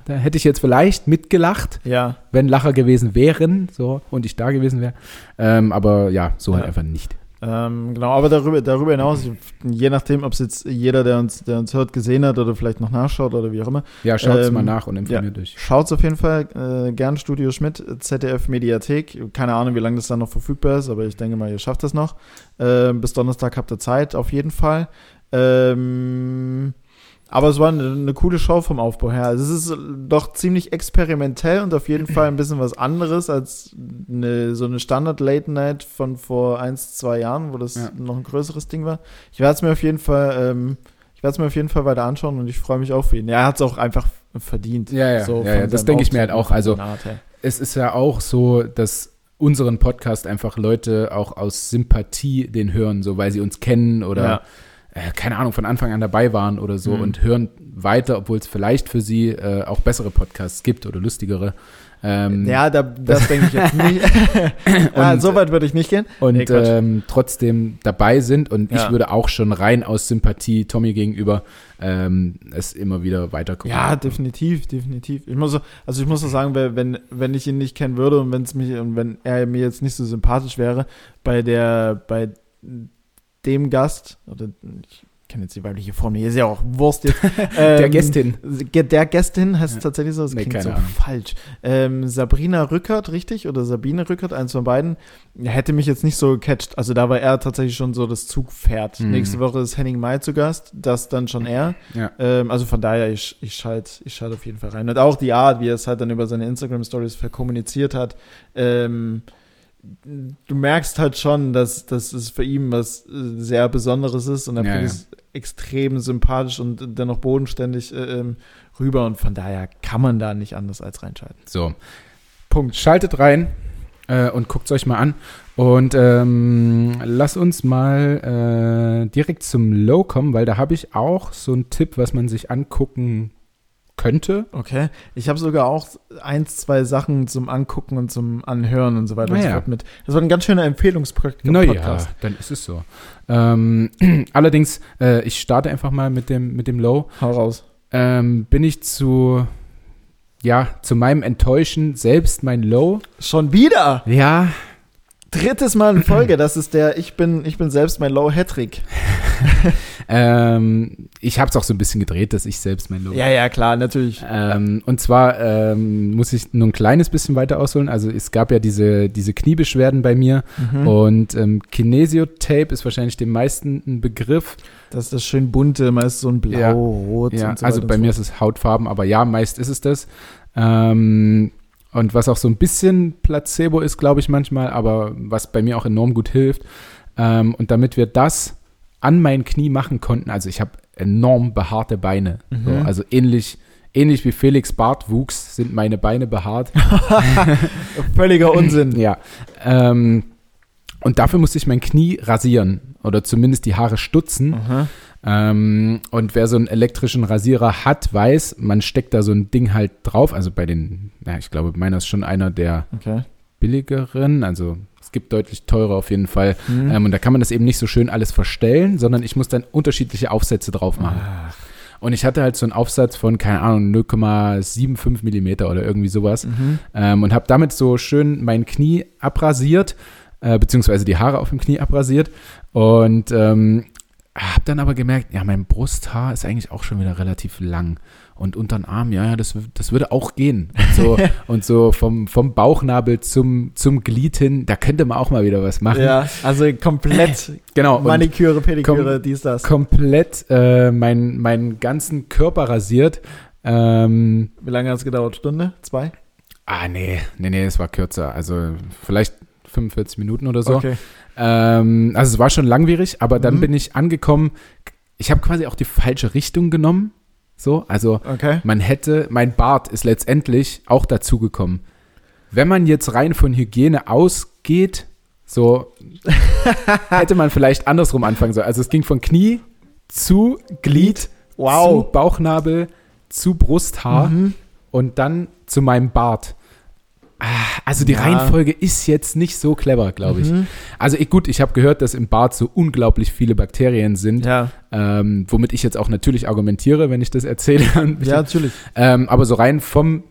Speaker 1: Da hätte ich jetzt vielleicht mitgelacht,
Speaker 2: Ja.
Speaker 1: wenn Lacher gewesen wären, so, und ich da gewesen wäre. Ähm, aber ja, so halt
Speaker 2: Ja.
Speaker 1: einfach nicht.
Speaker 2: Ähm, genau, aber darüber, darüber hinaus, je nachdem, ob es jetzt jeder, der uns, der uns hört, gesehen hat oder vielleicht noch nachschaut oder wie auch immer,
Speaker 1: Ja, schaut es
Speaker 2: Ähm,
Speaker 1: mal nach und informiert euch.
Speaker 2: Schaut's auf jeden Fall äh, gern Studio Schmidt, ZDF Mediathek. Keine Ahnung, wie lange das dann noch verfügbar ist, aber ich denke mal, ihr schafft das noch. Ähm, bis Donnerstag habt ihr Zeit, auf jeden Fall. Ähm, aber es war eine, eine coole Show vom Aufbau her. Also es ist doch ziemlich experimentell und auf jeden Fall ein bisschen was anderes als eine, so eine Standard-Late-Night von vor eins, zwei Jahren, wo das
Speaker 1: Ja.
Speaker 2: noch ein größeres Ding war. Ich werde es mir auf jeden Fall, ähm, ich werde es mir auf jeden Fall weiter anschauen und ich freue mich auch für ihn. Er hat es auch einfach verdient.
Speaker 1: Ah Ja, ja, ja, ja,
Speaker 2: von
Speaker 1: das
Speaker 2: seinem
Speaker 1: denke ich mir halt
Speaker 2: Auftritt
Speaker 1: auch. Also,
Speaker 2: und Art her.
Speaker 1: es ist ja auch so, dass unseren Podcast einfach Leute auch aus Sympathie den hören, so weil sie uns kennen oder
Speaker 2: Ja.
Speaker 1: äh, keine Ahnung, von Anfang an dabei waren oder so
Speaker 2: Mhm.
Speaker 1: und hören weiter, obwohl es vielleicht für sie äh, auch bessere Podcasts gibt oder lustigere. Ähm,
Speaker 2: ja, da, das denke ich jetzt nicht. ah,
Speaker 1: Und-
Speaker 2: so weit würde ich nicht gehen.
Speaker 1: Und
Speaker 2: Nee, Quatsch.
Speaker 1: ähm, trotzdem dabei sind und ich
Speaker 2: Ja.
Speaker 1: würde auch schon rein aus Sympathie Tommy gegenüber ähm, es immer wieder weiter gucken.
Speaker 2: Ja, definitiv, definitiv. Ich muss, so- also ich muss so sagen, weil wenn, wenn ich ihn nicht kennen würde und wenn es mich und wenn er mir jetzt nicht so sympathisch wäre, bei der, bei dem Gast, oder ich kenne jetzt die weibliche Form, hier ist ja auch Wurst jetzt.
Speaker 1: der
Speaker 2: ähm,
Speaker 1: Gästin.
Speaker 2: Ge- Der Gästin heißt es
Speaker 1: Ja.
Speaker 2: tatsächlich so, das
Speaker 1: Nee,
Speaker 2: klingt
Speaker 1: keine
Speaker 2: so
Speaker 1: Ahnung.
Speaker 2: falsch. Ähm, Sabrina Rückert, richtig? Oder Sabine Rückert, eins von beiden, hätte mich jetzt nicht so gecatcht. Also da war er tatsächlich schon so das Zugpferd.
Speaker 1: Mhm.
Speaker 2: Nächste Woche ist Henning May zu Gast, das dann schon er.
Speaker 1: Ja.
Speaker 2: Ähm, also von daher, ich, ich schalte ich schalt auf jeden Fall rein. Und auch die Art, wie er es halt dann über seine Instagram-Stories verkommuniziert hat. Ähm, du merkst halt schon, dass, dass es für ihn was äh, sehr Besonderes ist und er
Speaker 1: Ja,
Speaker 2: bringt
Speaker 1: ja.
Speaker 2: es extrem sympathisch und dennoch bodenständig äh, ähm, rüber und von daher kann man da nicht anders als reinschalten.
Speaker 1: So.
Speaker 2: Punkt.
Speaker 1: Schaltet rein äh, und guckt es euch mal an. Und ähm, lass uns mal äh, direkt zum Low kommen, weil da habe ich auch so einen Tipp, was man sich angucken könnte.
Speaker 2: Okay. Ich habe sogar auch eins, zwei Sachen zum Angucken und zum Anhören und so weiter und so
Speaker 1: Naja.
Speaker 2: fort mit. Das war ein ganz schöner Empfehlungspodcast.
Speaker 1: Naja, dann ist es so. Ähm, allerdings, äh, ich starte einfach mal mit dem, mit dem Low.
Speaker 2: Hau raus.
Speaker 1: Ähm, bin ich zu, ja, zu meinem Enttäuschen selbst mein Low?
Speaker 2: Schon wieder!
Speaker 1: Ja,
Speaker 2: Drittes Mal in Folge, das ist der Ich bin, ich bin selbst mein Low Hattrick.
Speaker 1: ähm, ich habe es auch so ein bisschen gedreht, dass ich selbst mein Low
Speaker 2: Ja, ja, klar, natürlich.
Speaker 1: Ähm, und zwar ähm, muss ich nur ein kleines bisschen weiter ausholen. Also es gab ja diese, diese Kniebeschwerden bei mir
Speaker 2: Mhm.
Speaker 1: und ähm, Kinesiotape ist wahrscheinlich dem meisten ein Begriff.
Speaker 2: Das ist das schön bunte, meist so ein Blau,
Speaker 1: Ja.
Speaker 2: Rot
Speaker 1: Ja,
Speaker 2: und so
Speaker 1: also
Speaker 2: weiter
Speaker 1: bei
Speaker 2: und
Speaker 1: mir ist es Hautfarben, aber ja, meist ist es das. Ähm, und was auch so ein bisschen Placebo ist, glaube ich manchmal, aber was bei mir auch enorm gut hilft. Ähm, und damit wir das an mein Knie machen konnten, also ich habe enorm behaarte Beine. So,
Speaker 2: Mhm.
Speaker 1: also ähnlich, ähnlich wie Felix Bartwuchs sind meine Beine behaart.
Speaker 2: so. Völliger Unsinn.
Speaker 1: Ja. Ähm, und dafür musste ich mein Knie rasieren oder zumindest die Haare stutzen.
Speaker 2: Mhm.
Speaker 1: Ähm, und wer so einen elektrischen Rasierer hat, weiß, man steckt da so ein Ding halt drauf. Also bei den, ja, ich glaube, meiner ist schon einer der
Speaker 2: Okay.
Speaker 1: billigeren. Also es gibt deutlich teurer auf jeden Fall.
Speaker 2: Mhm.
Speaker 1: Ähm, und da kann man das eben nicht so schön alles verstellen, sondern ich muss dann unterschiedliche Aufsätze drauf machen. Und ich hatte halt so einen Aufsatz von, keine Ahnung, 0,75 Millimeter oder irgendwie sowas
Speaker 2: Mhm.
Speaker 1: ähm, und habe damit so schön mein Knie abrasiert, äh, beziehungsweise die Haare auf dem Knie abrasiert und ähm, habe dann aber gemerkt, ja, mein Brusthaar ist eigentlich auch schon wieder relativ lang und unter den Arm, ja, ja, das, w- das würde auch gehen. Und so, und so vom, vom Bauchnabel zum, zum Glied hin, da könnte man auch mal wieder was machen.
Speaker 2: Ja, also komplett
Speaker 1: Genau, und
Speaker 2: Maniküre, Pediküre, dies, das.
Speaker 1: komplett äh, mein, meinen ganzen Körper rasiert. Ähm,
Speaker 2: Wie lange hat es gedauert? Stunde? Zwei?
Speaker 1: ah, nee, nee, nee, es war kürzer. Also vielleicht 45 Minuten oder so.
Speaker 2: Okay.
Speaker 1: Ähm, also es war schon langwierig, aber dann
Speaker 2: Mhm.
Speaker 1: bin ich angekommen. Ich habe quasi auch die falsche Richtung genommen. So, also
Speaker 2: Okay.
Speaker 1: man hätte, mein Bart ist letztendlich auch dazugekommen. Wenn man jetzt rein von Hygiene ausgeht, so hätte man vielleicht andersrum anfangen sollen. Also es ging von Knie zu Glied, zu
Speaker 2: Wow.
Speaker 1: Bauchnabel, zu Brusthaar
Speaker 2: Mhm.
Speaker 1: und dann zu meinem Bart. Also die
Speaker 2: Ja.
Speaker 1: Reihenfolge ist jetzt nicht so clever, glaube ich.
Speaker 2: Mhm.
Speaker 1: Also ich, gut, ich habe gehört, dass im Bart so unglaublich viele Bakterien sind,
Speaker 2: Ja,
Speaker 1: ähm, womit ich jetzt auch natürlich argumentiere, wenn ich das erzähle. Und mich-
Speaker 2: ja, natürlich.
Speaker 1: Ähm, aber so rein vom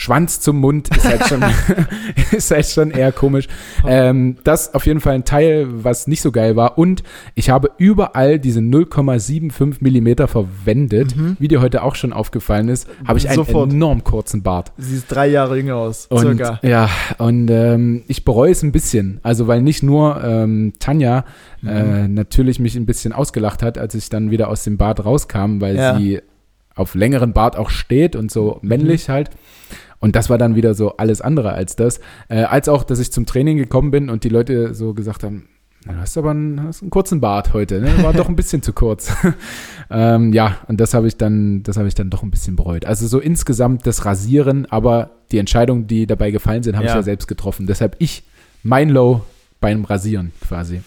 Speaker 1: Schwanz zum Mund ist halt schon, ist halt schon eher komisch. Ähm, das auf jeden Fall ein Teil, was nicht so geil war. Und ich habe überall diese 0,75 Millimeter verwendet. Wie dir heute auch schon aufgefallen ist, habe ich einen
Speaker 2: Sofort.
Speaker 1: enorm kurzen Bart.
Speaker 2: Sie ist drei Jahre jünger aus,
Speaker 1: Und,
Speaker 2: circa.
Speaker 1: Ja, und ähm, ich bereue es ein bisschen. Also, weil nicht nur ähm, Tanja
Speaker 2: Mhm.
Speaker 1: äh, natürlich mich ein bisschen ausgelacht hat, als ich dann wieder aus dem Bad rauskam, weil
Speaker 2: Ja. Mhm.
Speaker 1: sie auf längeren Bart auch steht und so männlich halt. Und das war dann wieder so alles andere als das. Äh, als auch, dass ich zum Training gekommen bin und die Leute so gesagt haben, "Na, du hast aber einen, hast einen kurzen Bart heute, ne? War doch ein bisschen zu kurz. ähm, ja, und das habe ich dann, das habe ich dann doch ein bisschen bereut. Also so insgesamt das Rasieren, aber die Entscheidungen, die dabei gefallen sind, habe ich
Speaker 2: Ja.
Speaker 1: ja selbst getroffen. Deshalb ich mein Low beim Rasieren quasi.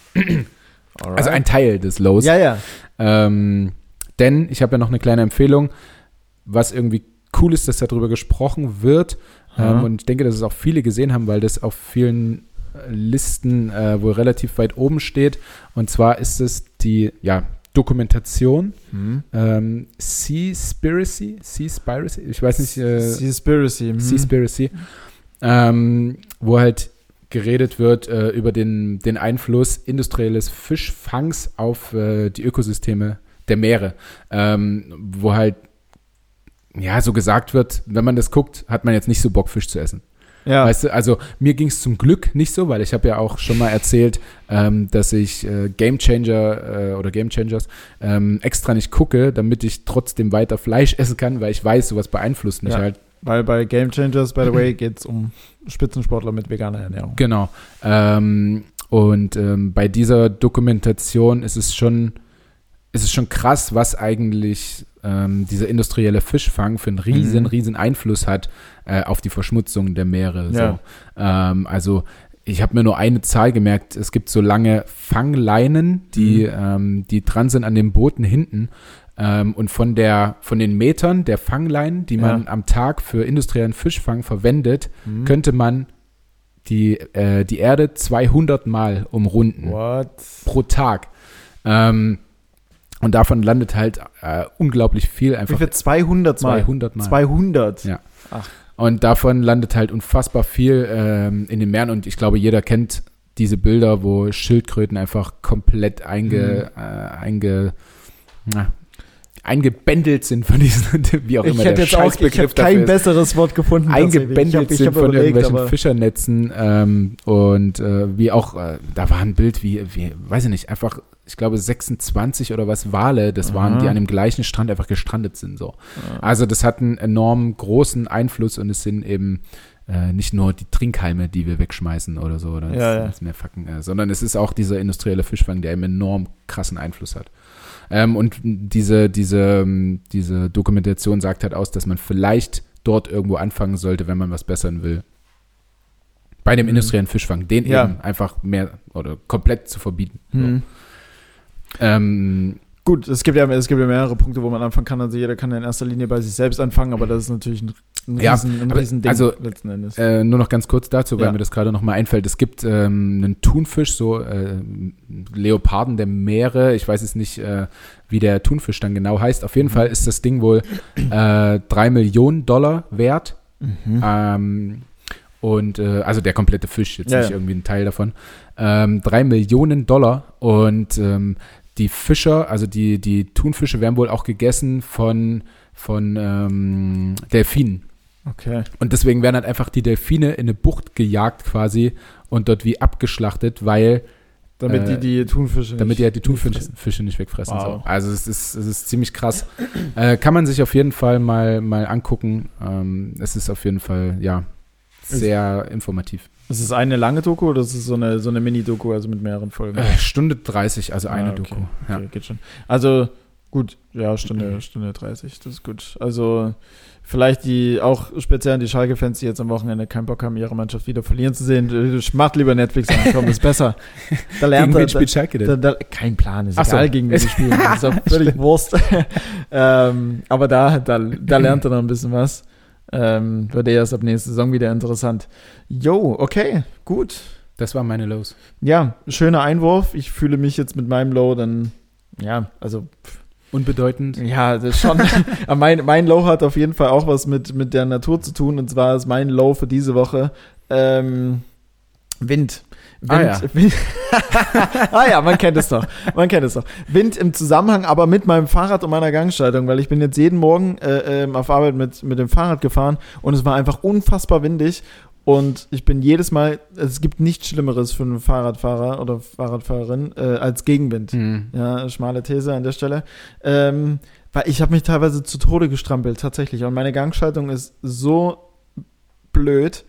Speaker 1: Also ein Teil des Lows.
Speaker 2: ja, ja.
Speaker 1: Ähm, denn ich habe ja noch eine kleine Empfehlung, was irgendwie cool ist, dass darüber gesprochen wird. Ähm,
Speaker 2: Mhm.
Speaker 1: und ich denke, dass es auch viele gesehen haben, weil das auf vielen äh, Listen äh, wohl relativ weit oben steht. Und zwar ist es die ja, Dokumentation ähm, Seaspiracy. Seaspiracy? Ich weiß nicht. Äh,
Speaker 2: Seaspiracy. mhm.
Speaker 1: Seaspiracy, ähm, wo halt geredet wird äh, über den, den Einfluss industrielles Fischfangs auf äh, die Ökosysteme der Meere, ähm, wo halt ja so gesagt wird, wenn man das guckt, hat man jetzt nicht so Bock Fisch zu essen.
Speaker 2: Ja.
Speaker 1: Weißt du, also mir ging es zum Glück nicht so, weil ich habe ja auch schon mal erzählt, ähm, dass ich äh, Game Changer äh, oder Game Changers ähm, extra nicht gucke, damit ich trotzdem weiter Fleisch essen kann, weil ich weiß, sowas beeinflusst mich
Speaker 2: Ja.
Speaker 1: halt
Speaker 2: Weil bei Game Changers, by the way, geht es um Spitzensportler mit veganer Ernährung.
Speaker 1: Genau. Ähm, und ähm, bei dieser Dokumentation ist es schon, ist es schon krass, was eigentlich ähm, dieser industrielle Fischfang für einen riesen,
Speaker 2: Mhm.
Speaker 1: riesen Einfluss hat äh, auf die Verschmutzung der Meere.
Speaker 2: Ja.
Speaker 1: So. Ähm, also ich habe mir nur eine Zahl gemerkt. Es gibt so lange Fangleinen, die,
Speaker 2: Mhm.
Speaker 1: ähm, die dran sind an den Booten hinten. Ähm, und von, der, von den Metern der Fangleinen, die man am Tag für industriellen Fischfang verwendet, Hm. könnte man die, äh, die Erde 200 Mal umrunden
Speaker 2: What?
Speaker 1: pro Tag. Ähm, und davon landet halt äh, unglaublich viel
Speaker 2: Wie
Speaker 1: einfach.
Speaker 2: viel? 200 Mal?
Speaker 1: 200 Mal.
Speaker 2: 200?
Speaker 1: Ja. Und davon landet halt unfassbar viel ähm, in den Meeren. Und ich glaube, jeder kennt diese Bilder, wo Schildkröten einfach komplett einge,
Speaker 2: Mhm.
Speaker 1: äh, einge, na, eingebändelt sind von diesen, wie auch
Speaker 2: Ich
Speaker 1: immer
Speaker 2: hätte jetzt auch ich
Speaker 1: Scheißbegriff
Speaker 2: hab kein
Speaker 1: dafür ist.
Speaker 2: besseres Wort gefunden. tatsächlich.
Speaker 1: eingebändelt
Speaker 2: ich
Speaker 1: sind
Speaker 2: hab, ich hab
Speaker 1: von
Speaker 2: überlegt,
Speaker 1: irgendwelchen
Speaker 2: aber-
Speaker 1: Fischernetzen ähm, und äh, wie auch, äh, da war ein Bild wie, wie, weiß ich nicht, einfach, ich glaube 26 oder was Wale, das waren,
Speaker 2: Aha.
Speaker 1: die an dem gleichen Strand einfach gestrandet sind so. Also das hat einen enorm großen Einfluss und es sind eben äh, nicht nur die Trinkhalme, die wir wegschmeißen oder so, oder
Speaker 2: Ja, ja.
Speaker 1: mehr fucken, äh, sondern es ist auch dieser industrielle Fischfang, der eben enorm krassen Einfluss hat. Ähm, und diese, diese, ähm, diese Dokumentation sagt halt aus, dass man vielleicht dort irgendwo anfangen sollte, wenn man was bessern will. Bei dem
Speaker 2: Mhm.
Speaker 1: industriellen Fischfang, den
Speaker 2: Ja.
Speaker 1: eben einfach mehr oder komplett zu verbieten.
Speaker 2: Hm.
Speaker 1: So. Ähm,
Speaker 2: Gut, es gibt, ja, es gibt ja mehrere Punkte, wo man anfangen kann. Also jeder kann ja in erster Linie bei sich selbst anfangen, aber das ist natürlich ein, ein,
Speaker 1: Ja,
Speaker 2: riesen, ein
Speaker 1: aber
Speaker 2: Riesending
Speaker 1: also,
Speaker 2: letzten Endes.
Speaker 1: Äh, nur noch ganz kurz dazu, weil
Speaker 2: Ja.
Speaker 1: mir das gerade nochmal einfällt. Es gibt ähm, einen Thunfisch, so äh, Leoparden der Meere. Ich weiß jetzt nicht, äh, wie der Thunfisch dann genau heißt. Auf jeden
Speaker 2: Mhm.
Speaker 1: Fall ist das Ding wohl äh, 3 Millionen Dollar wert.
Speaker 2: Mhm.
Speaker 1: Ähm, und äh, also der komplette Fisch, jetzt
Speaker 2: Ja,
Speaker 1: nicht
Speaker 2: ja.
Speaker 1: irgendwie ein Teil davon. Ähm, 3 Millionen Dollar. Und ähm, die Fischer, also die, die Thunfische werden wohl auch gegessen von, von ähm, Delfinen.
Speaker 2: okay.
Speaker 1: Und deswegen werden halt einfach die Delfine in eine Bucht gejagt quasi und dort wie abgeschlachtet, weil,
Speaker 2: Damit
Speaker 1: äh,
Speaker 2: die die Thunfische
Speaker 1: damit die
Speaker 2: nicht
Speaker 1: halt die Thunfische
Speaker 2: fressen.
Speaker 1: Fische nicht wegfressen.
Speaker 2: Wow.
Speaker 1: So. Also es ist, es ist ziemlich krass. Äh, kann man sich auf jeden Fall mal, mal angucken. Ähm, es ist auf jeden Fall, ja, sehr informativ.
Speaker 2: Ist es eine lange Doku oder ist es so eine, so eine Mini-Doku, also mit mehreren Folgen?
Speaker 1: Äh, Stunde 30, also eine
Speaker 2: Ah, okay.
Speaker 1: Doku. Ja. Mhm.
Speaker 2: Okay, geht schon. Also gut, ja, Stunde, Stunde 30, das ist gut. Also vielleicht die, auch speziell an die Schalke-Fans, die jetzt am Wochenende keinen Bock haben, ihre Mannschaft wieder verlieren zu sehen, äh, macht lieber Netflix an, komm, ist besser. Da
Speaker 1: Gegen
Speaker 2: lernt
Speaker 1: wen
Speaker 2: er, da,
Speaker 1: spielt Schalke denn?
Speaker 2: da, da, kein Plan, ist
Speaker 1: Ach so.
Speaker 2: egal, gegen wen die spielen, ist auch völlig Wurst. ähm, aber da, da, da lernt er noch ein bisschen was. Ähm, wird erst ab nächster Saison wieder interessant. Jo, okay, gut.
Speaker 1: Das waren meine Lows.
Speaker 2: Ja, schöner Einwurf. Ich fühle mich jetzt mit meinem Low dann, ja, also
Speaker 1: Unbedeutend.
Speaker 2: ja, das ist schon. Aber mein, mein Low hat auf jeden Fall auch was mit, mit der Natur zu tun. Und zwar ist mein Low für diese Woche ähm, Wind. Wind,
Speaker 1: Ah ja.
Speaker 2: Wind. ah ja, man kennt es doch. Man kennt es doch. Wind im Zusammenhang aber mit meinem Fahrrad und meiner Gangschaltung, weil ich bin jetzt jeden Morgen äh, ähm, auf Arbeit mit, mit dem Fahrrad gefahren und es war einfach unfassbar windig. Und ich bin jedes Mal, also es gibt nichts Schlimmeres für einen Fahrradfahrer oder Fahrradfahrerin äh, als Gegenwind.
Speaker 1: Hm.
Speaker 2: Ja, schmale These an der Stelle. Ähm, weil ich habe mich teilweise zu Tode gestrampelt, tatsächlich. Und meine Gangschaltung ist so blöd,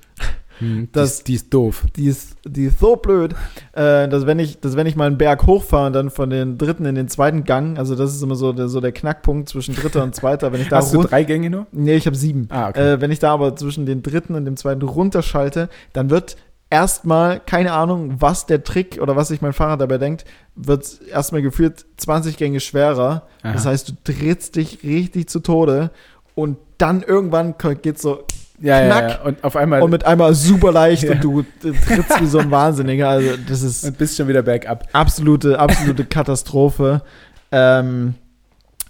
Speaker 1: Hm.
Speaker 2: Das-
Speaker 1: die, ist- die ist doof.
Speaker 2: die ist, die ist so blöd, äh, dass wenn ich, dass wenn ich mal einen Berg hochfahre und dann von den dritten in den zweiten Gang, also das ist immer so der, so der Knackpunkt zwischen dritter und zweiter, wenn ich da
Speaker 1: Hast du
Speaker 2: run-
Speaker 1: drei Gänge nur?
Speaker 2: Nee, ich habe sieben.
Speaker 1: Ah,
Speaker 2: Äh, wenn ich da aber zwischen den dritten und dem zweiten runterschalte, dann wird erstmal, keine Ahnung, was der Trick oder was sich mein Fahrrad dabei denkt, wird erstmal gefühlt 20 Gänge schwerer.
Speaker 1: Aha.
Speaker 2: Das heißt, du trittst dich richtig zu Tode und dann irgendwann geht's so
Speaker 1: ja, ja,
Speaker 2: knack.
Speaker 1: ja. Und auf einmal
Speaker 2: und mit einmal super leicht
Speaker 1: Ja.
Speaker 2: und du trittst wie so ein Wahnsinniger. Also das ist
Speaker 1: und bist schon wieder bergab.
Speaker 2: absolute, absolute Katastrophe. Ähm,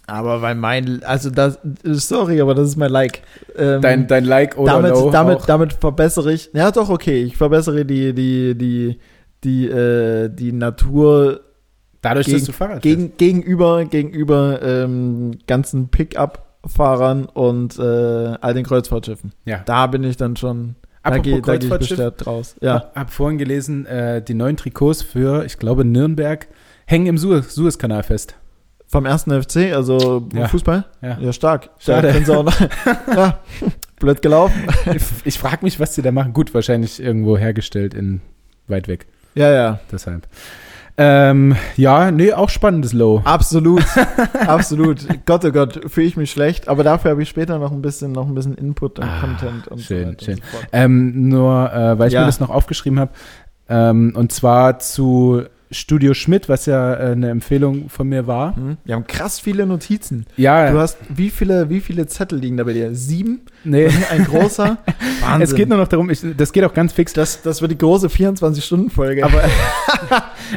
Speaker 2: aber weil mein, also das, sorry, aber das ist mein Like. Ähm,
Speaker 1: Dein, dein Like oder
Speaker 2: damit,
Speaker 1: Low
Speaker 2: damit,
Speaker 1: auch.
Speaker 2: damit verbessere ich. Ja, doch, okay. Ich verbessere die, die, die, die, äh, die Natur
Speaker 1: Dadurch,
Speaker 2: gegen-
Speaker 1: dass du Fahrrad fährst.
Speaker 2: gegen, gegenüber, gegenüber ähm, ganzen Pickup-Fahrern und äh, all den Kreuzfahrtschiffen.
Speaker 1: Ja.
Speaker 2: Da bin ich dann schon. Da
Speaker 1: Apropos
Speaker 2: gehe da geh ich
Speaker 1: Kreuzfahrtschiff. Ah.
Speaker 2: bestärkt raus. Ja.
Speaker 1: Hab vorhin gelesen, äh, die neuen Trikots für, ich glaube, Nürnberg hängen im Su Suezkanal fest.
Speaker 2: Vom ersten FC, also
Speaker 1: Ja.
Speaker 2: Fußball?
Speaker 1: Ja.
Speaker 2: Ja, stark.
Speaker 1: Schade.
Speaker 2: Da können sie auch noch, ja, blöd gelaufen.
Speaker 1: ich frage mich, was die da machen. Gut, wahrscheinlich irgendwo hergestellt in weit weg,
Speaker 2: Ja, ja.
Speaker 1: deshalb. Ähm, ja, nee, auch spannendes Low.
Speaker 2: Absolut. Absolut. Gott, oh Gott, fühle ich mich schlecht. Aber dafür habe ich später noch ein bisschen, noch ein bisschen Input und
Speaker 1: Ah,
Speaker 2: Content und
Speaker 1: schön,
Speaker 2: so weiter
Speaker 1: schön.
Speaker 2: und so fort.
Speaker 1: Ähm, nur, äh, weil ich
Speaker 2: Ja.
Speaker 1: mir das noch aufgeschrieben habe, ähm, und zwar zu Studio Schmidt, was ja äh, eine Empfehlung von mir war.
Speaker 2: Hm? Wir haben krass viele Notizen.
Speaker 1: Ja,
Speaker 2: Du hast, wie viele, wie viele Zettel liegen da bei dir? Sieben?
Speaker 1: nee.
Speaker 2: Ein großer? Wahnsinn.
Speaker 1: Es geht nur noch darum, ich, das geht auch ganz fix.
Speaker 2: das, das wird die große 24-Stunden-Folge.
Speaker 1: Aber,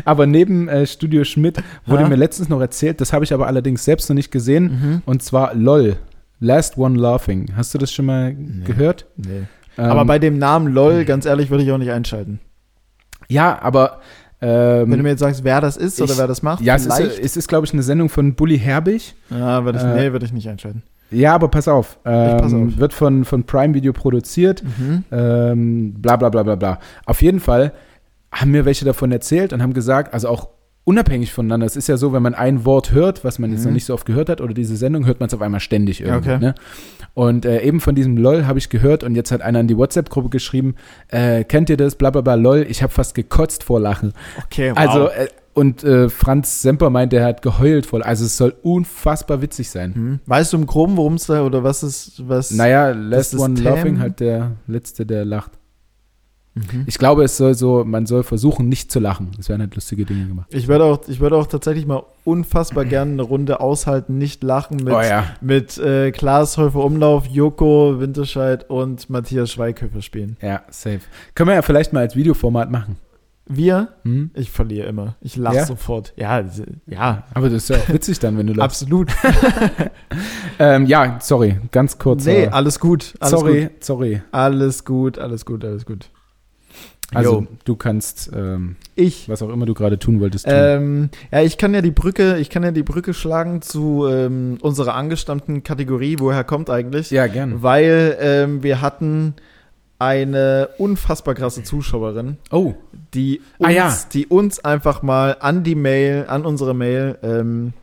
Speaker 1: aber neben äh, Studio Schmidt wurde
Speaker 2: Ha?
Speaker 1: mir letztens noch erzählt, das habe ich aber allerdings selbst noch nicht gesehen,
Speaker 2: Mhm.
Speaker 1: und zwar LOL, Last One Laughing. Hast du das schon mal gehört? Ähm,
Speaker 2: Aber bei dem Namen LOL, ganz ehrlich, würde ich auch nicht einschalten.
Speaker 1: ja, aber
Speaker 2: Wenn du
Speaker 1: ähm,
Speaker 2: mir jetzt sagst, wer das ist oder
Speaker 1: ich-
Speaker 2: wer das macht,
Speaker 1: ja, es ist,
Speaker 2: vielleicht.
Speaker 1: es ist glaube ich, eine Sendung von Bully Herbig.
Speaker 2: ja, würde ich,
Speaker 1: äh,
Speaker 2: nee, würde ich nicht einschalten.
Speaker 1: Ja, aber pass auf, ähm,
Speaker 2: pass auf.
Speaker 1: wird von, von Prime Video produziert, ähm, bla bla bla bla bla. Auf jeden Fall haben mir welche davon erzählt und haben gesagt, also auch unabhängig voneinander, es ist ja so, wenn man ein Wort hört, was man jetzt
Speaker 2: Mhm.
Speaker 1: noch nicht so oft gehört hat, oder diese Sendung, hört man es auf einmal ständig irgendwie.
Speaker 2: Okay.
Speaker 1: Ne? Und äh, eben von diesem LOL habe ich gehört und jetzt hat einer in die WhatsApp-Gruppe geschrieben, äh, kennt ihr das, bla bla bla, LOL, ich habe fast gekotzt vor Lachen.
Speaker 2: Okay, wow.
Speaker 1: Also, äh, und äh, Franz Semper meinte, er hat geheult voll, also es soll unfassbar witzig sein.
Speaker 2: Hm. Weißt du im Groben, worum es da oder was ist, was.
Speaker 1: Naja, Last
Speaker 2: das
Speaker 1: One
Speaker 2: System-
Speaker 1: Laughing, halt der Letzte, der lacht.
Speaker 2: Mhm.
Speaker 1: Ich glaube, es soll so, man soll versuchen, nicht zu lachen. Es werden halt lustige Dinge gemacht.
Speaker 2: Ich würde auch, ich würde auch tatsächlich mal unfassbar gerne eine Runde aushalten, nicht lachen mit,
Speaker 1: Oh ja.
Speaker 2: mit äh, Klaas Häufer Umlauf, Joko Winterscheid und Matthias Schweighöfer spielen.
Speaker 1: Ja, safe. Können wir ja vielleicht mal als Videoformat machen.
Speaker 2: Wir,
Speaker 1: Hm?
Speaker 2: ich verliere immer. Ich lache
Speaker 1: Ja?
Speaker 2: sofort. Ja, d- ja,
Speaker 1: Aber das ist ja auch witzig dann, wenn du lachst.
Speaker 2: absolut.
Speaker 1: Ähm, ja, sorry, ganz kurz. äh,
Speaker 2: Nee, alles gut. Alles
Speaker 1: sorry,
Speaker 2: Gut.
Speaker 1: sorry.
Speaker 2: Alles gut, alles gut, alles gut.
Speaker 1: Also
Speaker 2: Jo.
Speaker 1: du kannst, ähm,
Speaker 2: Ich.
Speaker 1: was auch immer du gerade tun wolltest, tun.
Speaker 2: Ähm, ja, ich kann ja die Brücke, ich kann ja die Brücke schlagen zu ähm, unserer angestammten Kategorie. Woher kommt eigentlich?
Speaker 1: ja, gern.
Speaker 2: weil ähm, wir hatten eine unfassbar krasse Zuschauerin,
Speaker 1: Oh,
Speaker 2: die uns,
Speaker 1: Ah, ja.
Speaker 2: die uns einfach mal an die Mail, an unsere Mail, ähm,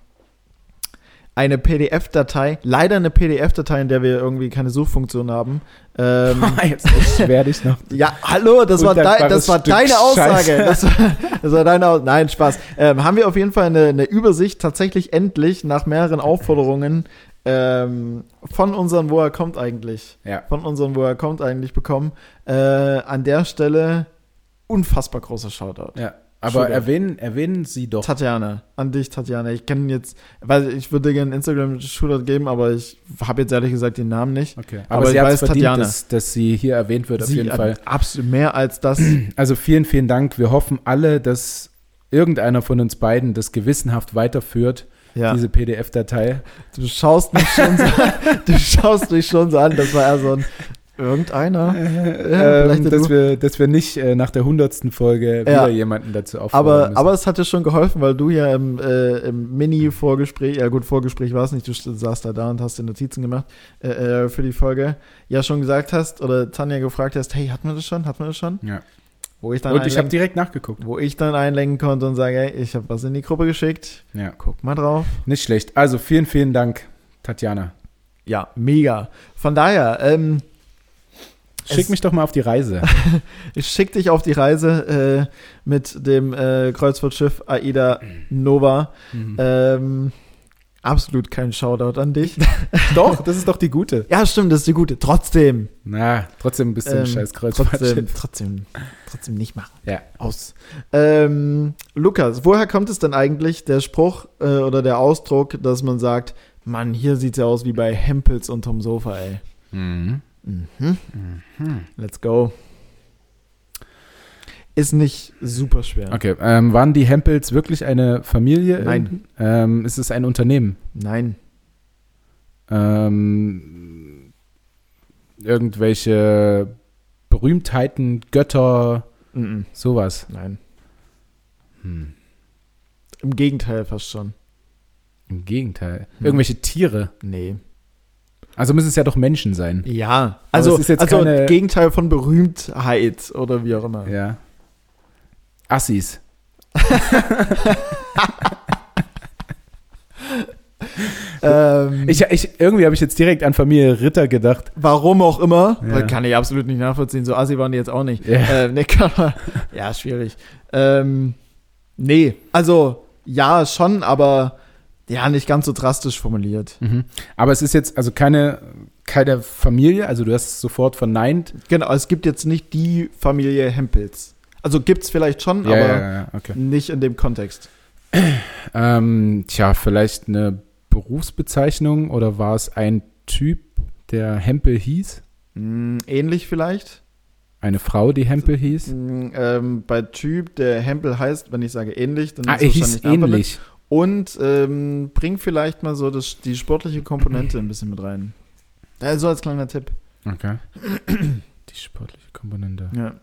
Speaker 2: eine PDF-Datei, leider eine PDF-Datei, in der wir irgendwie keine Suchfunktion haben. Ähm,
Speaker 1: Hm. jetzt beschwer dich noch.
Speaker 2: ja, hallo, das war,
Speaker 1: Undankbares
Speaker 2: dein, das war
Speaker 1: Stück
Speaker 2: deine Aussage.
Speaker 1: Scheiße.
Speaker 2: Das war, das war deine Aussage. Nein, Spaß. Ähm, haben wir auf jeden Fall eine, eine Übersicht tatsächlich endlich nach mehreren Aufforderungen ähm, von unseren Woher kommt eigentlich?
Speaker 1: Ja.
Speaker 2: Von unseren Woher kommt eigentlich bekommen. Äh, an der Stelle unfassbar großer Shoutout.
Speaker 1: Ja. Aber
Speaker 2: Sugar.
Speaker 1: erwähnen, erwähnen Sie doch.
Speaker 2: Tatjana, an dich, Tatjana. Ich kann jetzt, weil ich würde dir gerne Instagram-Shootout geben, aber ich habe jetzt ehrlich gesagt den Namen nicht.
Speaker 1: Okay. Aber,
Speaker 2: Aber
Speaker 1: sie
Speaker 2: ich
Speaker 1: hat
Speaker 2: weiß,
Speaker 1: verdient,
Speaker 2: Tatjana.
Speaker 1: dass, dass sie hier erwähnt wird, auf jeden
Speaker 2: hat
Speaker 1: Fall.
Speaker 2: Absolut mehr als das.
Speaker 1: Also vielen, vielen Dank. Wir hoffen alle, dass irgendeiner von uns beiden das gewissenhaft weiterführt,
Speaker 2: ja.
Speaker 1: diese PDF-Datei.
Speaker 2: Du schaust mich schon so, du schaust mich schon so an. Das war eher so ein irgendeiner. Ja,
Speaker 1: ähm,
Speaker 2: vielleicht
Speaker 1: dass,
Speaker 2: du.
Speaker 1: wir, dass wir nicht äh, nach der hundertsten Folge wieder jemanden dazu
Speaker 2: Aber,
Speaker 1: aufrufen.
Speaker 2: aber es hat dir schon geholfen, weil du ja im, äh, im Mini-Vorgespräch, ja gut, Vorgespräch war es nicht, du st- saßt da da und hast dir Notizen gemacht äh, äh, für die Folge, ja schon gesagt hast oder Tanja gefragt hast, hey, hat man das schon, hat man das schon?
Speaker 1: Ja.
Speaker 2: Wo ich dann,
Speaker 1: Und ich habe
Speaker 2: einlenken,
Speaker 1: direkt nachgeguckt.
Speaker 2: wo ich dann einlenken konnte und sage, hey, ich habe was in die Gruppe geschickt,
Speaker 1: Ja.
Speaker 2: guck mal drauf.
Speaker 1: Nicht schlecht. Also vielen, vielen Dank, Tatjana.
Speaker 2: Ja, mega. Von daher, ähm,
Speaker 1: Schick
Speaker 2: Es-
Speaker 1: mich doch mal auf die Reise.
Speaker 2: Ich schick dich auf die Reise äh, mit dem äh, Kreuzfahrtschiff Aida Nova.
Speaker 1: Mhm.
Speaker 2: Ähm, absolut kein Shoutout an dich.
Speaker 1: doch, das ist doch die gute.
Speaker 2: ja, stimmt, das ist die gute. Trotzdem.
Speaker 1: Na, trotzdem bist du ein
Speaker 2: ähm,
Speaker 1: scheiß
Speaker 2: trotzdem,
Speaker 1: Kreuzfahrtschiff.
Speaker 2: trotzdem, trotzdem nicht machen.
Speaker 1: Ja.
Speaker 2: Aus. Ähm, Lukas, woher kommt es denn eigentlich der Spruch äh, oder der Ausdruck, dass man sagt, Mann, hier sieht's ja aus wie bei Hempels unterm Sofa, ey.
Speaker 1: Mhm.
Speaker 2: Mhm. Let's go. Ist nicht super schwer.
Speaker 1: Okay, ähm, waren die Hempels wirklich eine Familie?
Speaker 2: Nein.
Speaker 1: Ähm, ist es ein Unternehmen?
Speaker 2: Nein.
Speaker 1: Ähm, irgendwelche Berühmtheiten, Götter,
Speaker 2: Mhm.
Speaker 1: sowas.
Speaker 2: Nein.
Speaker 1: Hm.
Speaker 2: Im Gegenteil fast schon.
Speaker 1: Im Gegenteil. Irgendwelche Tiere.
Speaker 2: Nee.
Speaker 1: Also müssen es ja doch Menschen sein.
Speaker 2: Ja.
Speaker 1: Aber
Speaker 2: Also,
Speaker 1: es ist jetzt
Speaker 2: also
Speaker 1: keine-
Speaker 2: Gegenteil von Berühmtheit oder wie auch immer.
Speaker 1: Ja. Assis.
Speaker 2: Ähm,
Speaker 1: Ich, ich, irgendwie habe ich jetzt direkt an Familie Ritter gedacht.
Speaker 2: warum auch immer,
Speaker 1: Ja.
Speaker 2: kann ich absolut nicht nachvollziehen. So assi waren die jetzt auch nicht.
Speaker 1: Ja.
Speaker 2: Ähm, nee, kann man, ja, schwierig. Ähm, nee, also ja, schon, aber ja, nicht ganz so drastisch formuliert.
Speaker 1: Mhm. Aber es ist jetzt also keine, keine Familie, also du hast es sofort verneint.
Speaker 2: Genau, es gibt jetzt nicht die Familie Hempels. Also gibt's vielleicht schon,
Speaker 1: ja,
Speaker 2: aber
Speaker 1: ja, ja, okay.
Speaker 2: nicht in dem Kontext.
Speaker 1: Ähm, tja, vielleicht eine Berufsbezeichnung oder war es ein Typ, der Hempel hieß?
Speaker 2: Hm, Ähnlich vielleicht.
Speaker 1: Eine Frau, die Hempel hieß? Ah,
Speaker 2: Mm, Ähm, bei Typ, der Hempel heißt, wenn ich sage ähnlich, dann
Speaker 1: Ah, er
Speaker 2: es
Speaker 1: hieß
Speaker 2: wahrscheinlich Napoli.
Speaker 1: ähnlich.
Speaker 2: Und ähm, bring vielleicht mal so das, die sportliche Komponente ein bisschen mit rein. Also als kleiner Tipp.
Speaker 1: Okay. Die sportliche Komponente.
Speaker 2: Ja.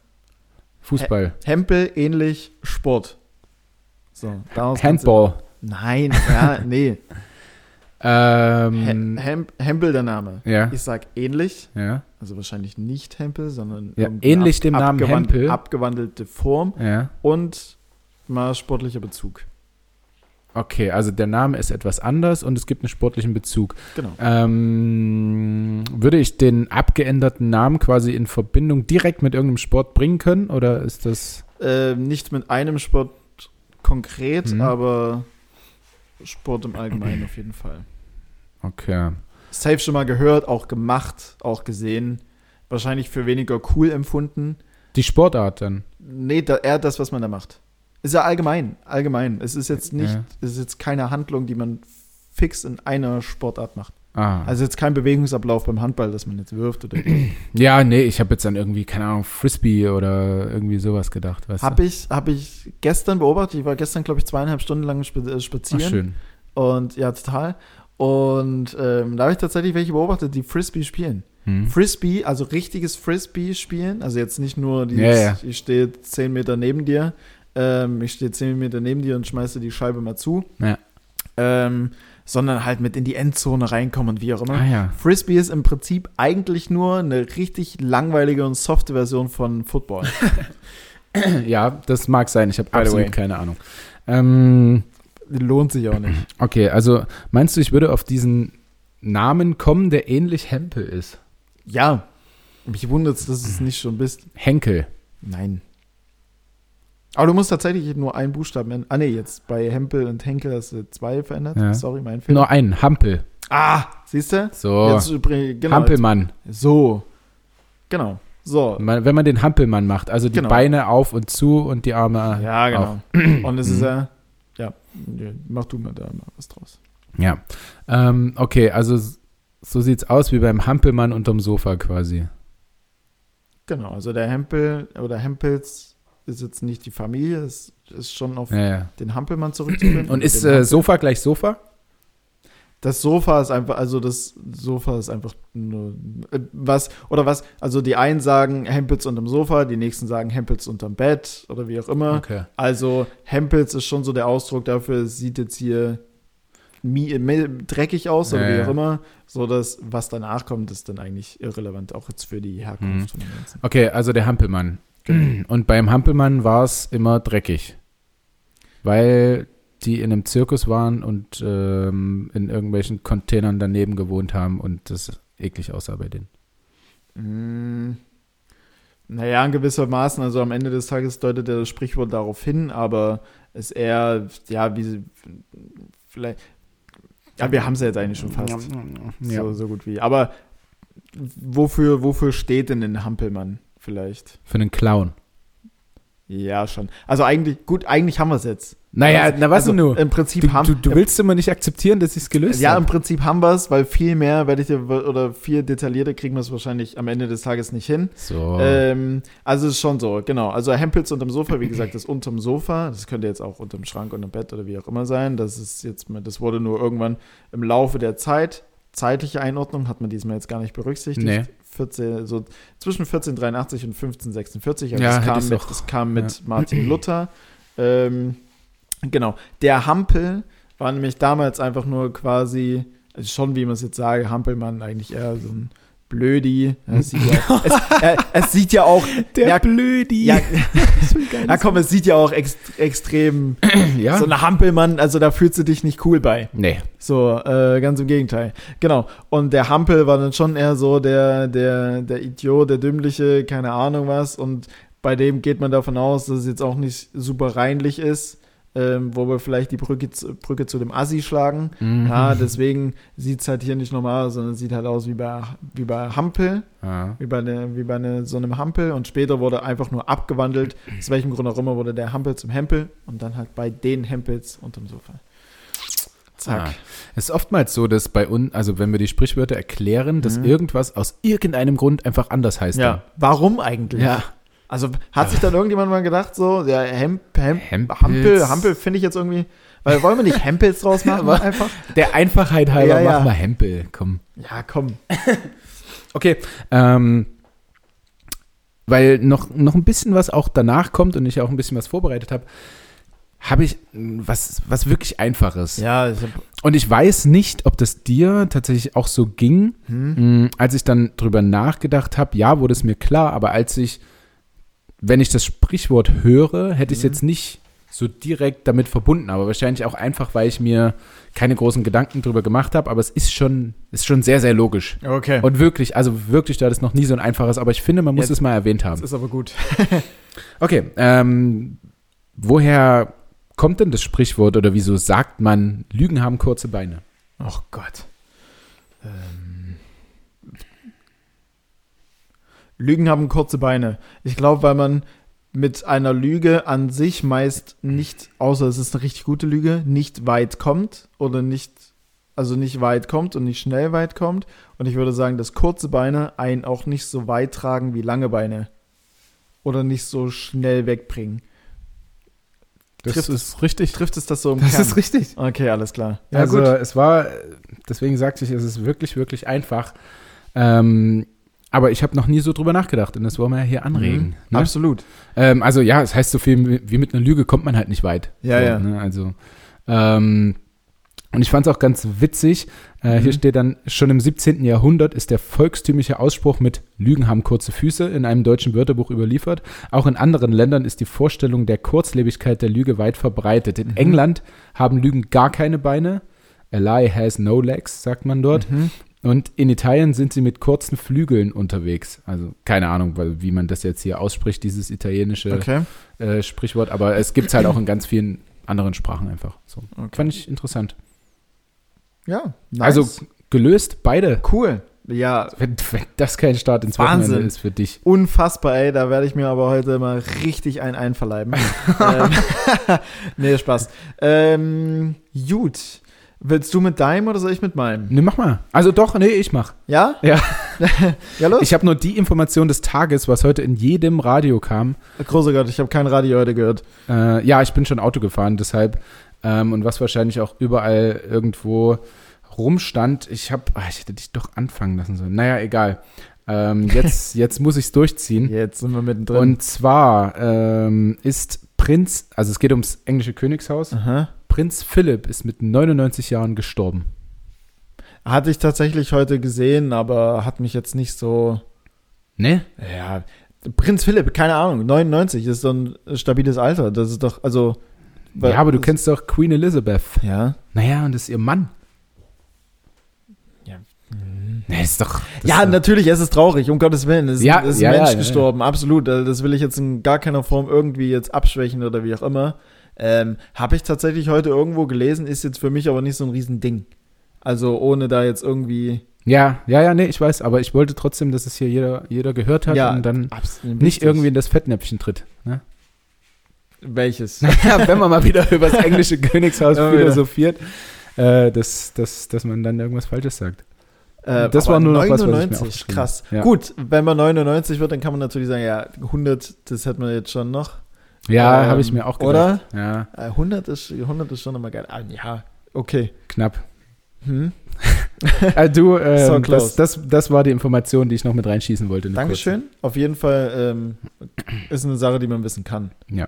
Speaker 1: Fußball.
Speaker 2: Hempel ähnlich Sport. So, daraus kannst du-
Speaker 1: Handball.
Speaker 2: Nein, ja, nee. He-
Speaker 1: Ähm,
Speaker 2: Hemp, Hempel der Name.
Speaker 1: ja,
Speaker 2: Ich sag ähnlich,
Speaker 1: ja,
Speaker 2: also wahrscheinlich nicht Hempel, sondern
Speaker 1: Ja,
Speaker 2: irgendeine
Speaker 1: ähnlich dem Namen
Speaker 2: abgewandel-
Speaker 1: Hempel.
Speaker 2: Abgewandelte Form
Speaker 1: ja.
Speaker 2: und mal sportlicher Bezug.
Speaker 1: Okay, also der Name ist etwas anders und es gibt einen sportlichen Bezug.
Speaker 2: Genau.
Speaker 1: Ähm, würde ich den abgeänderten Namen quasi in Verbindung direkt mit irgendeinem Sport bringen können? Oder ist das.
Speaker 2: Ähm, nicht mit einem Sport konkret,
Speaker 1: Mhm.
Speaker 2: aber Sport im Allgemeinen auf jeden Fall.
Speaker 1: Okay.
Speaker 2: Safe schon mal gehört, auch gemacht, auch gesehen. Wahrscheinlich für weniger cool empfunden.
Speaker 1: Die Sportart dann.
Speaker 2: Nee, da, eher das, was man da macht. Ist ja allgemein, allgemein. Es ist jetzt nicht,
Speaker 1: Ja.
Speaker 2: es ist jetzt keine Handlung, die man fix in einer Sportart macht.
Speaker 1: Ah.
Speaker 2: Also jetzt kein Bewegungsablauf beim Handball, dass man jetzt wirft oder.
Speaker 1: ja, nee, ich habe jetzt an irgendwie, keine Ahnung, Frisbee oder irgendwie sowas gedacht. Weißt
Speaker 2: Habe ich, hab ich gestern beobachtet. Ich war gestern, glaube ich, zweieinhalb Stunden lang spa- äh,
Speaker 1: du? Ach,
Speaker 2: spazieren.
Speaker 1: Ah, schön.
Speaker 2: Und ja, total. Und ähm, da habe ich tatsächlich welche beobachtet, die Frisbee spielen.
Speaker 1: Hm.
Speaker 2: Frisbee, also richtiges Frisbee spielen, also jetzt nicht nur dieses,
Speaker 1: Ja, ja.
Speaker 2: ich stehe 10 Meter neben dir, ähm, ich stehe 10 Meter neben dir und schmeiße die Scheibe mal zu,
Speaker 1: Ja.
Speaker 2: ähm, sondern halt mit in die Endzone reinkommen und wie auch immer.
Speaker 1: Ah ja.
Speaker 2: Frisbee ist im Prinzip eigentlich nur eine richtig langweilige und softe Version von Football.
Speaker 1: Ja, das mag sein. Ich habe
Speaker 2: Ah, the
Speaker 1: absolut
Speaker 2: way.
Speaker 1: keine Ahnung. Ähm,
Speaker 2: Lohnt sich auch nicht.
Speaker 1: okay, also meinst du, ich würde auf diesen Namen kommen, der ähnlich Hempel ist?
Speaker 2: Ja, mich wundert es, dass du es nicht schon bist.
Speaker 1: Henkel.
Speaker 2: Nein. Aber du musst tatsächlich nur einen Buchstaben ändern. Ah, nee, jetzt bei Hempel und Henkel hast du zwei verändert.
Speaker 1: Ja.
Speaker 2: Sorry, mein Fehler.
Speaker 1: Nur einen, Hampel.
Speaker 2: Ah, siehst du?
Speaker 1: So,
Speaker 2: Jetzt, bring- genau,
Speaker 1: Hampelmann.
Speaker 2: jetzt- So. Genau. So.
Speaker 1: Man, wenn man den Hampelmann macht, also die
Speaker 2: Genau.
Speaker 1: Beine auf und zu und die Arme.
Speaker 2: Ja, genau. Und es ist
Speaker 1: Mhm.
Speaker 2: ja, ja, mach du mal da mal was draus.
Speaker 1: Ja. Ähm, okay, also s- so sieht's aus wie beim Hampelmann unterm Sofa quasi.
Speaker 2: Genau, also der Hempel oder Hempels ist jetzt nicht die Familie, es ist schon auf
Speaker 1: Ja, ja.
Speaker 2: den Hampelmann zurückzuführen.
Speaker 1: Und ist
Speaker 2: Hm. Den
Speaker 1: äh,
Speaker 2: Hampel-
Speaker 1: Sofa gleich Sofa?
Speaker 2: das Sofa ist einfach, also das Sofa ist einfach nur äh, was oder was, also die einen sagen Hempels unterm Sofa, die nächsten sagen Hempels unterm Bett oder wie auch immer.
Speaker 1: Okay.
Speaker 2: Also Hempels ist schon so der Ausdruck dafür, es sieht jetzt hier mi- mi- dreckig aus oder
Speaker 1: Ja,
Speaker 2: wie
Speaker 1: ja.
Speaker 2: auch immer, so dass was danach kommt, ist dann eigentlich irrelevant, auch jetzt für die
Speaker 1: Mhm.
Speaker 2: Herkunft von dem Ganzen.
Speaker 1: Okay, also der Hampelmann.
Speaker 2: Mhm.
Speaker 1: Und beim Hampelmann war es immer dreckig. Weil die in einem Zirkus waren und ähm, in irgendwelchen Containern daneben gewohnt haben und das eklig aussah bei denen.
Speaker 2: Mm. Naja, in gewisser Maßen, also am Ende des Tages deutet ja das Sprichwort darauf hin, aber es eher, ja, wie vielleicht. Ja, wir haben es ja jetzt eigentlich schon fast.
Speaker 1: Ja.
Speaker 2: So, so gut wie. Aber wofür, wofür steht denn ein Hampelmann vielleicht?
Speaker 1: Für einen Clown.
Speaker 2: Ja, schon. Also eigentlich, gut, eigentlich haben wir es jetzt.
Speaker 1: Naja,
Speaker 2: Also-
Speaker 1: na was
Speaker 2: also
Speaker 1: denn nur?
Speaker 2: Im Prinzip
Speaker 1: Du,
Speaker 2: haben
Speaker 1: du, du willst immer nicht akzeptieren, dass ich es gelöst
Speaker 2: Ja, im
Speaker 1: habe.
Speaker 2: Prinzip haben wir es, weil viel mehr werde ich dir oder viel detaillierter kriegen wir es wahrscheinlich am Ende des Tages nicht hin.
Speaker 1: So.
Speaker 2: Ähm, also es ist schon so, genau. Also Hempels unterm Sofa, wie gesagt, ist unterm Sofa. Das könnte jetzt auch unterm Schrank, unterm Bett oder wie auch immer sein. Das ist jetzt, mal- das wurde nur irgendwann im Laufe der Zeit, zeitliche Einordnung hat man diesmal jetzt gar nicht berücksichtigt.
Speaker 1: Nee.
Speaker 2: 14, so zwischen 1483 und 1546.
Speaker 1: Ja,
Speaker 2: das
Speaker 1: hätte
Speaker 2: kam
Speaker 1: ich's
Speaker 2: mit,
Speaker 1: doch.
Speaker 2: das kam mit Martin Luther. Ähm, genau. Der Hampel war nämlich damals einfach nur quasi, also schon wie man es jetzt sage, Hampelmann eigentlich eher so ein Blödi. Es sieht ja auch, es, äh, es sieht ja auch ja,
Speaker 1: Blödi.
Speaker 2: ja, ja, komm, es sieht ja auch ex, extrem
Speaker 1: ja.
Speaker 2: so eine Hampelmann, also da fühlst du dich nicht cool bei.
Speaker 1: nee.
Speaker 2: So, äh, ganz im Gegenteil. Genau. Und der Hampel war dann schon eher so der, der, der Idiot, der Dümmliche, keine Ahnung was. Und bei dem geht man davon aus, dass es jetzt auch nicht super reinlich ist, ähm, wo wir vielleicht die Brücke, zu- Brücke zu dem Assi schlagen.
Speaker 1: Mhm.
Speaker 2: Ja, deswegen sieht es halt hier nicht normal aus, sondern sieht halt aus wie bei, wie bei Hampel
Speaker 1: Ja.
Speaker 2: wie bei, ne, wie bei ne, so einem Hampel und später wurde einfach nur abgewandelt. Aus welchem Grund auch immer wurde der Hampel zum Hempel und dann halt bei den Hempels unterm Sofa. Zack.
Speaker 1: Ah. Es ist oftmals so, dass bei uns, also wenn wir die Sprichwörter erklären, dass irgendwas aus irgendeinem Grund einfach anders heißt.
Speaker 2: Mhm. Ja. Warum eigentlich?
Speaker 1: Ja.
Speaker 2: Also hat sich dann irgendjemand mal gedacht, so, ja, Hemp, Hemp,
Speaker 1: Hempels.
Speaker 2: Hampel, Hampel finde ich jetzt irgendwie, weil wollen wir nicht Hempels draus machen
Speaker 1: Aber-
Speaker 2: einfach?
Speaker 1: Der Einfachheit halber,
Speaker 2: Ja, ja.
Speaker 1: mach mal Hempel, komm.
Speaker 2: Ja, komm.
Speaker 1: Okay, ähm, weil noch, noch ein bisschen was auch danach kommt und ich auch ein bisschen was vorbereitet habe, habe ich mh, was, was wirklich Einfaches.
Speaker 2: Ja, ich hab,
Speaker 1: Und ich weiß nicht, ob das dir tatsächlich auch so ging.
Speaker 2: Hm.
Speaker 1: Mh, Als ich dann drüber nachgedacht habe, ja, wurde es mir klar, aber als ich, wenn ich das Sprichwort höre, hätte
Speaker 2: Hm.
Speaker 1: ich es jetzt nicht so direkt damit verbunden, aber wahrscheinlich auch einfach, weil ich mir keine großen Gedanken drüber gemacht habe, aber es ist schon, ist schon sehr, sehr logisch.
Speaker 2: okay.
Speaker 1: Und wirklich, also wirklich, da das noch nie so ein einfaches, aber ich finde, man muss
Speaker 2: Ja,
Speaker 1: es mal erwähnt
Speaker 2: das
Speaker 1: haben.
Speaker 2: ist aber gut.
Speaker 1: Okay, ähm, woher kommt denn das Sprichwort oder wieso sagt man, Lügen haben kurze Beine?
Speaker 2: Oh Gott. Ähm. Lügen haben kurze Beine. Ich glaube, weil man mit einer Lüge an sich meist nicht, außer es ist eine richtig gute Lüge, nicht weit kommt oder nicht, also nicht weit kommt und nicht schnell weit kommt. Und ich würde sagen, dass kurze Beine einen auch nicht so weit tragen wie lange Beine. Oder nicht so schnell wegbringen. Trifft
Speaker 1: ist richtig.
Speaker 2: Trifft es das so im
Speaker 1: Das
Speaker 2: Kern?
Speaker 1: ist richtig.
Speaker 2: okay, alles klar. Ja,
Speaker 1: also
Speaker 2: gut.
Speaker 1: es war, deswegen sagte ich, es ist wirklich, wirklich einfach. Ähm, aber ich habe noch nie so drüber nachgedacht und das wollen wir ja hier anregen.
Speaker 2: Mhm.
Speaker 1: Ne?
Speaker 2: Absolut.
Speaker 1: Ähm, also ja, es heißt so viel wie mit einer Lüge kommt man halt nicht weit.
Speaker 2: Ja,
Speaker 1: so,
Speaker 2: ja.
Speaker 1: Ne? Also ähm, und ich fand es auch ganz witzig. Äh,
Speaker 2: Mhm.
Speaker 1: Hier steht dann schon im 17. Jahrhundert ist der volkstümliche Ausspruch mit Lügen haben kurze Füße in einem deutschen Wörterbuch überliefert. Auch in anderen Ländern ist die Vorstellung der Kurzlebigkeit der Lüge weit verbreitet.
Speaker 2: Mhm.
Speaker 1: In England haben Lügen gar keine Beine. A lie has no legs, sagt man dort.
Speaker 2: Mhm.
Speaker 1: Und in Italien sind sie mit kurzen Flügeln unterwegs. Also keine Ahnung, weil, wie man das jetzt hier ausspricht, dieses italienische
Speaker 2: Okay.
Speaker 1: äh, Sprichwort. Aber es gibt es halt auch in ganz vielen anderen Sprachen einfach. So.
Speaker 2: Okay.
Speaker 1: Fand ich interessant.
Speaker 2: Ja.
Speaker 1: Also gelöst beide.
Speaker 2: Cool. Ja,
Speaker 1: Wenn, wenn das kein Start ins
Speaker 2: Wahnsinn.
Speaker 1: Wochenende ist für dich.
Speaker 2: unfassbar, ey. Da werde ich mir aber heute mal richtig einen einverleiben. ähm, nee, Spaß. Ähm, gut. Willst du mit deinem oder soll ich mit meinem?
Speaker 1: Ne, mach mal. Also doch, nee, ich mach.
Speaker 2: Ja?
Speaker 1: Ja.
Speaker 2: ja, los.
Speaker 1: Ich habe nur die Information des Tages, was heute in jedem Radio kam.
Speaker 2: Großer Gott, ich habe kein Radio heute gehört.
Speaker 1: Äh, ja, ich bin schon Auto gefahren, deshalb. Ähm, und was wahrscheinlich auch überall irgendwo rumstand. Ich habe, ah, ich hätte dich doch anfangen lassen sollen. Naja, egal. Ähm, jetzt, jetzt muss ich es durchziehen.
Speaker 2: Jetzt sind wir mittendrin.
Speaker 1: Hm. Und zwar ähm, ist Prinz, also es geht ums englische Königshaus.
Speaker 2: Aha.
Speaker 1: Prinz Philipp ist mit 99 Jahren gestorben.
Speaker 2: Hatte ich tatsächlich heute gesehen, aber hat mich jetzt nicht so.
Speaker 1: Ne?
Speaker 2: Ja. Prinz Philipp, keine Ahnung, 99 ist so ein stabiles Alter. Das ist doch, also.
Speaker 1: Ja, aber du kennst doch Queen Elizabeth.
Speaker 2: Ja.
Speaker 1: Naja, und das ist ihr Mann.
Speaker 2: Ja.
Speaker 1: Ne, ist doch. das
Speaker 2: ja,
Speaker 1: ist doch-
Speaker 2: natürlich, es ist traurig, um Gottes Willen. Es,
Speaker 1: Ja,
Speaker 2: es ist
Speaker 1: ja,
Speaker 2: ein Mensch
Speaker 1: ja, ja,
Speaker 2: gestorben, absolut. Also Das will ich jetzt in gar keiner Form irgendwie jetzt abschwächen oder wie auch immer. Ähm, Habe ich tatsächlich heute irgendwo gelesen, ist jetzt für mich aber nicht so ein Riesending. Also ohne da jetzt irgendwie.
Speaker 1: Ja, ja, ja, nee, ich weiß, aber ich wollte trotzdem, dass es hier jeder, jeder gehört hat und dann
Speaker 2: absolut
Speaker 1: nicht
Speaker 2: wichtig.
Speaker 1: irgendwie in das Fettnäpfchen tritt. Ne?
Speaker 2: Welches?
Speaker 1: Naja, wenn man mal wieder über das englische Königshaus
Speaker 2: Ja,
Speaker 1: philosophiert, äh, dass, dass, dass man dann irgendwas Falsches sagt.
Speaker 2: Äh,
Speaker 1: Das
Speaker 2: aber
Speaker 1: war nur noch was, was ich mir
Speaker 2: 99,
Speaker 1: aufgeschrieben
Speaker 2: krass.
Speaker 1: habe. Ja.
Speaker 2: Gut, wenn man 99 wird, dann kann man natürlich sagen, ja, 100, das hätten wir jetzt schon noch.
Speaker 1: Ja,
Speaker 2: Ähm,
Speaker 1: habe ich mir auch gedacht.
Speaker 2: Oder?
Speaker 1: Ja,
Speaker 2: Äh, 100 ist, 100 ist schon immer geil. Ah, ja, okay.
Speaker 1: knapp.
Speaker 2: Hm.
Speaker 1: Äh, du, ähm,
Speaker 2: So
Speaker 1: das,
Speaker 2: close.
Speaker 1: das, das war die Information, die ich noch mit reinschießen wollte. eine
Speaker 2: Dankeschön. Auf jeden Fall ähm, ist eine Sache, die man wissen kann.
Speaker 1: Ja.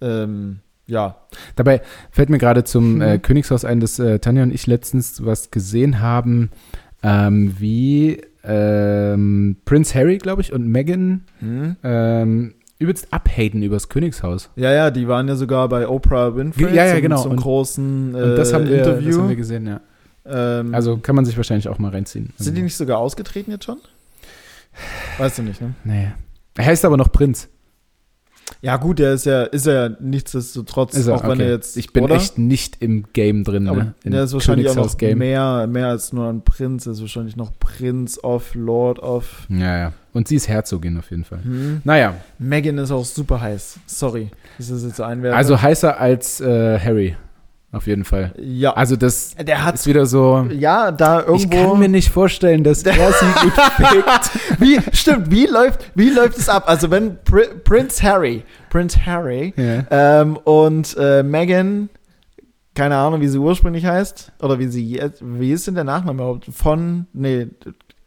Speaker 2: Ähm, ja.
Speaker 1: Dabei fällt mir gerade zum
Speaker 2: Mhm.
Speaker 1: äh, Königshaus ein, dass äh, Tanja und ich letztens was gesehen haben, ähm, wie ähm, Prince Harry, glaube ich, und Meghan
Speaker 2: Hm.
Speaker 1: ähm, übelst abhaten übers Königshaus.
Speaker 2: Ja, ja, die waren ja sogar bei Oprah Winfrey
Speaker 1: Ja, ja,
Speaker 2: zum,
Speaker 1: genau.
Speaker 2: zum
Speaker 1: Und-
Speaker 2: großen äh,
Speaker 1: Und das haben wir,
Speaker 2: Interview.
Speaker 1: das haben wir gesehen, ja.
Speaker 2: ähm,
Speaker 1: Also kann man sich wahrscheinlich auch mal reinziehen.
Speaker 2: sind die nicht sogar ausgetreten jetzt schon? Weißt du nicht, ne?
Speaker 1: Nee. Also, Er heißt aber noch Prinz.
Speaker 2: Ja, gut, der ist ja, ist er ja nichtsdestotrotz,
Speaker 1: Ist er,
Speaker 2: auch wenn
Speaker 1: okay.
Speaker 2: er jetzt.
Speaker 1: ich bin
Speaker 2: oder?
Speaker 1: echt nicht im Game drin,
Speaker 2: Aber
Speaker 1: ne? Im
Speaker 2: der ist wahrscheinlich auch noch
Speaker 1: Königshaus-Game.
Speaker 2: mehr, mehr als nur ein Prinz. Er ist wahrscheinlich noch Prinz of, Lord of.
Speaker 1: Ja, ja. Und sie ist Herzogin auf jeden Fall.
Speaker 2: Hm.
Speaker 1: Naja,
Speaker 2: Megan ist auch super heiß. Sorry, ist das jetzt so einwerfend?
Speaker 1: also heißer als äh, Harry. Auf jeden Fall.
Speaker 2: ja,
Speaker 1: Also das
Speaker 2: der hat
Speaker 1: ist wieder so.
Speaker 2: ja da
Speaker 1: Ich kann
Speaker 2: irgendwo.
Speaker 1: mir nicht vorstellen, dass er sie gut fickt.
Speaker 2: wie stimmt? Wie läuft wie läuft es ab? Also wenn Pri Prinz Harry, Prinz Harry
Speaker 1: Ja.
Speaker 2: ähm, und äh, Megan, keine Ahnung, wie sie ursprünglich heißt oder wie sie jetzt, wie ist denn der Nachname überhaupt? Von nee,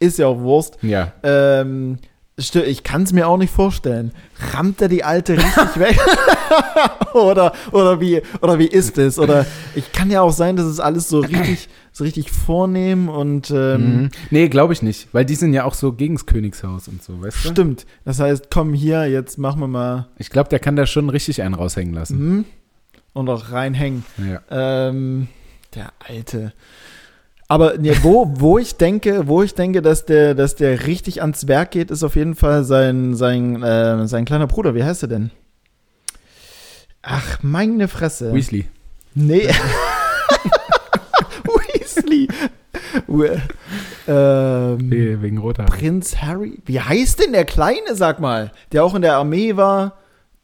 Speaker 2: ist ja auch Wurst.
Speaker 1: ja.
Speaker 2: Ähm, stö- ich kann es mir auch nicht vorstellen. Rammt er die alte richtig weg? oder, oder, wie, oder wie ist es? Oder ich kann ja auch sein, dass es alles so richtig, so richtig vornehm und ähm,
Speaker 1: Mhm. Nee, glaube ich nicht. Weil die sind ja auch so gegen das Königshaus und so, weißt du?
Speaker 2: stimmt. Das heißt, komm hier, jetzt machen wir mal
Speaker 1: Ich glaube, der kann da schon richtig einen raushängen lassen.
Speaker 2: hm, und auch reinhängen.
Speaker 1: Ja.
Speaker 2: Ähm, der alte. Aber nee, wo, wo ich denke, wo ich denke, dass der, dass der richtig ans Werk geht, ist auf jeden Fall sein, sein, äh, sein kleiner Bruder. Wie heißt er denn? Ach, meine Fresse.
Speaker 1: Weasley.
Speaker 2: nee. Weasley. We ähm,
Speaker 1: Nee, wegen roter. Haare.
Speaker 2: Prinz Harry. Wie heißt denn der Kleine, sag mal? Der auch in der Armee war,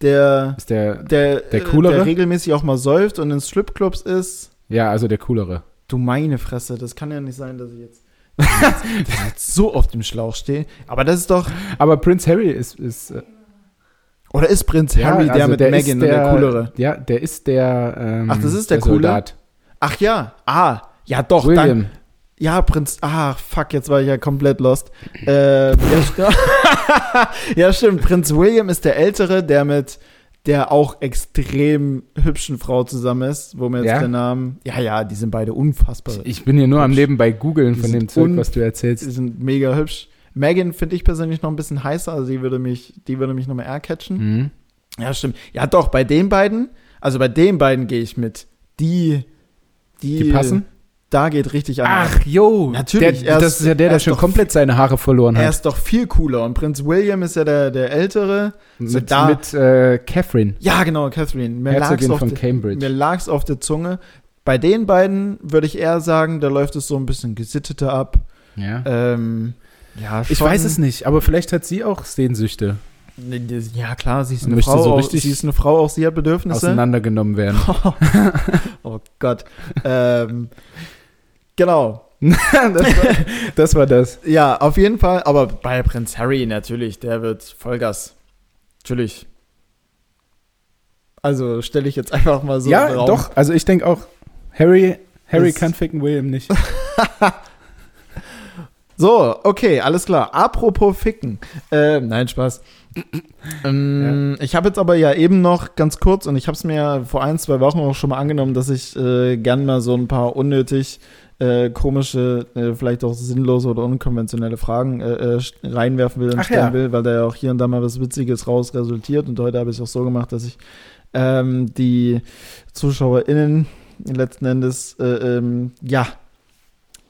Speaker 2: der,
Speaker 1: Ist der.
Speaker 2: der,
Speaker 1: Der
Speaker 2: äh,
Speaker 1: Coolere?
Speaker 2: der regelmäßig auch mal säuft und in Stripclubs ist.
Speaker 1: Ja, also der coolere.
Speaker 2: Du meine Fresse, das kann ja nicht sein, dass ich jetzt, dass ich jetzt- dass ich jetzt so auf dem Schlauch stehe. Aber das ist doch.
Speaker 1: Aber Prince Harry ist. ist äh,
Speaker 2: Oder ist Prinz
Speaker 1: ja,
Speaker 2: Harry der
Speaker 1: also
Speaker 2: mit
Speaker 1: ist
Speaker 2: Megan der, der coolere?
Speaker 1: Ja, der ist der. Ähm,
Speaker 2: Ach, das ist der Coole?
Speaker 1: Soldat.
Speaker 2: Ach ja, ah, ja doch, dann.
Speaker 1: William.
Speaker 2: Ja, Prinz. Ah, fuck, jetzt war ich ja komplett lost. Ähm, ja, st- ja, stimmt. Prinz William ist der Ältere, der mit der auch extrem hübschen Frau zusammen ist, wo mir jetzt
Speaker 1: Ja?
Speaker 2: der Name. Ja, ja, die sind beide unfassbar.
Speaker 1: Ich bin hier nur am Leben bei googeln
Speaker 2: Die
Speaker 1: von dem
Speaker 2: sind
Speaker 1: Zeug,
Speaker 2: un-
Speaker 1: was du erzählst.
Speaker 2: Sie sind mega hübsch. Megan finde ich persönlich noch ein bisschen heißer, also die würde mich, die würde mich noch mehr catchen.
Speaker 1: Mhm.
Speaker 2: Ja, stimmt. Ja, doch, bei den beiden, also bei den beiden gehe ich mit. Die, die,
Speaker 1: Die passen?
Speaker 2: Da geht richtig an.
Speaker 1: Ach, jo.
Speaker 2: Natürlich,
Speaker 1: Der,
Speaker 2: er
Speaker 1: das
Speaker 2: ist-
Speaker 1: ist ja der,
Speaker 2: er
Speaker 1: der
Speaker 2: ist
Speaker 1: schon
Speaker 2: doch-
Speaker 1: komplett seine Haare verloren
Speaker 2: er
Speaker 1: hat.
Speaker 2: ist doch viel cooler. Und Prinz William ist ja der, der Ältere. so
Speaker 1: Mit,
Speaker 2: da-
Speaker 1: mit äh, Catherine,
Speaker 2: Ja, genau, Catherine. Mir lag's
Speaker 1: Herzogin
Speaker 2: auf
Speaker 1: von
Speaker 2: der-
Speaker 1: Cambridge.
Speaker 2: Mir lag's auf der Zunge. Bei den beiden würde ich eher sagen, da läuft es so ein bisschen gesitteter ab.
Speaker 1: Ja.
Speaker 2: Ähm, ja,
Speaker 1: ich
Speaker 2: schon-
Speaker 1: weiß es nicht, aber vielleicht hat sie auch Sehnsüchte
Speaker 2: Ja, klar, sie ist
Speaker 1: Man
Speaker 2: eine
Speaker 1: möchte
Speaker 2: Frau.
Speaker 1: so
Speaker 2: auch,
Speaker 1: richtig
Speaker 2: sie ist eine Frau, auch sie hat Bedürfnisse.
Speaker 1: auseinandergenommen werden.
Speaker 2: oh Gott. ähm, genau.
Speaker 1: das, war, das war das.
Speaker 2: Ja, auf jeden Fall. Aber bei Prinz Harry natürlich, der wird Vollgas. Natürlich. Also stelle ich jetzt einfach mal so
Speaker 1: ja,
Speaker 2: in den Raum.
Speaker 1: doch. Also ich denke auch, Harry, Harry
Speaker 2: Das-
Speaker 1: kann ficken William nicht.
Speaker 2: So, okay, alles klar. Apropos Ficken. Äh, nein, Spaß. ähm, Ich habe jetzt aber ja eben noch ganz kurz und ich habe es mir vor ein, zwei Wochen auch schon mal angenommen, dass ich äh, gern mal so ein paar unnötig äh, komische, äh, vielleicht auch sinnlose oder unkonventionelle Fragen äh, äh, st- reinwerfen will und
Speaker 1: Ach
Speaker 2: stellen
Speaker 1: ja.
Speaker 2: will, weil da ja auch hier und da mal was Witziges raus resultiert. Und heute habe ich es auch so gemacht, dass ich ähm, die ZuschauerInnen letzten Endes, äh, ähm, ja,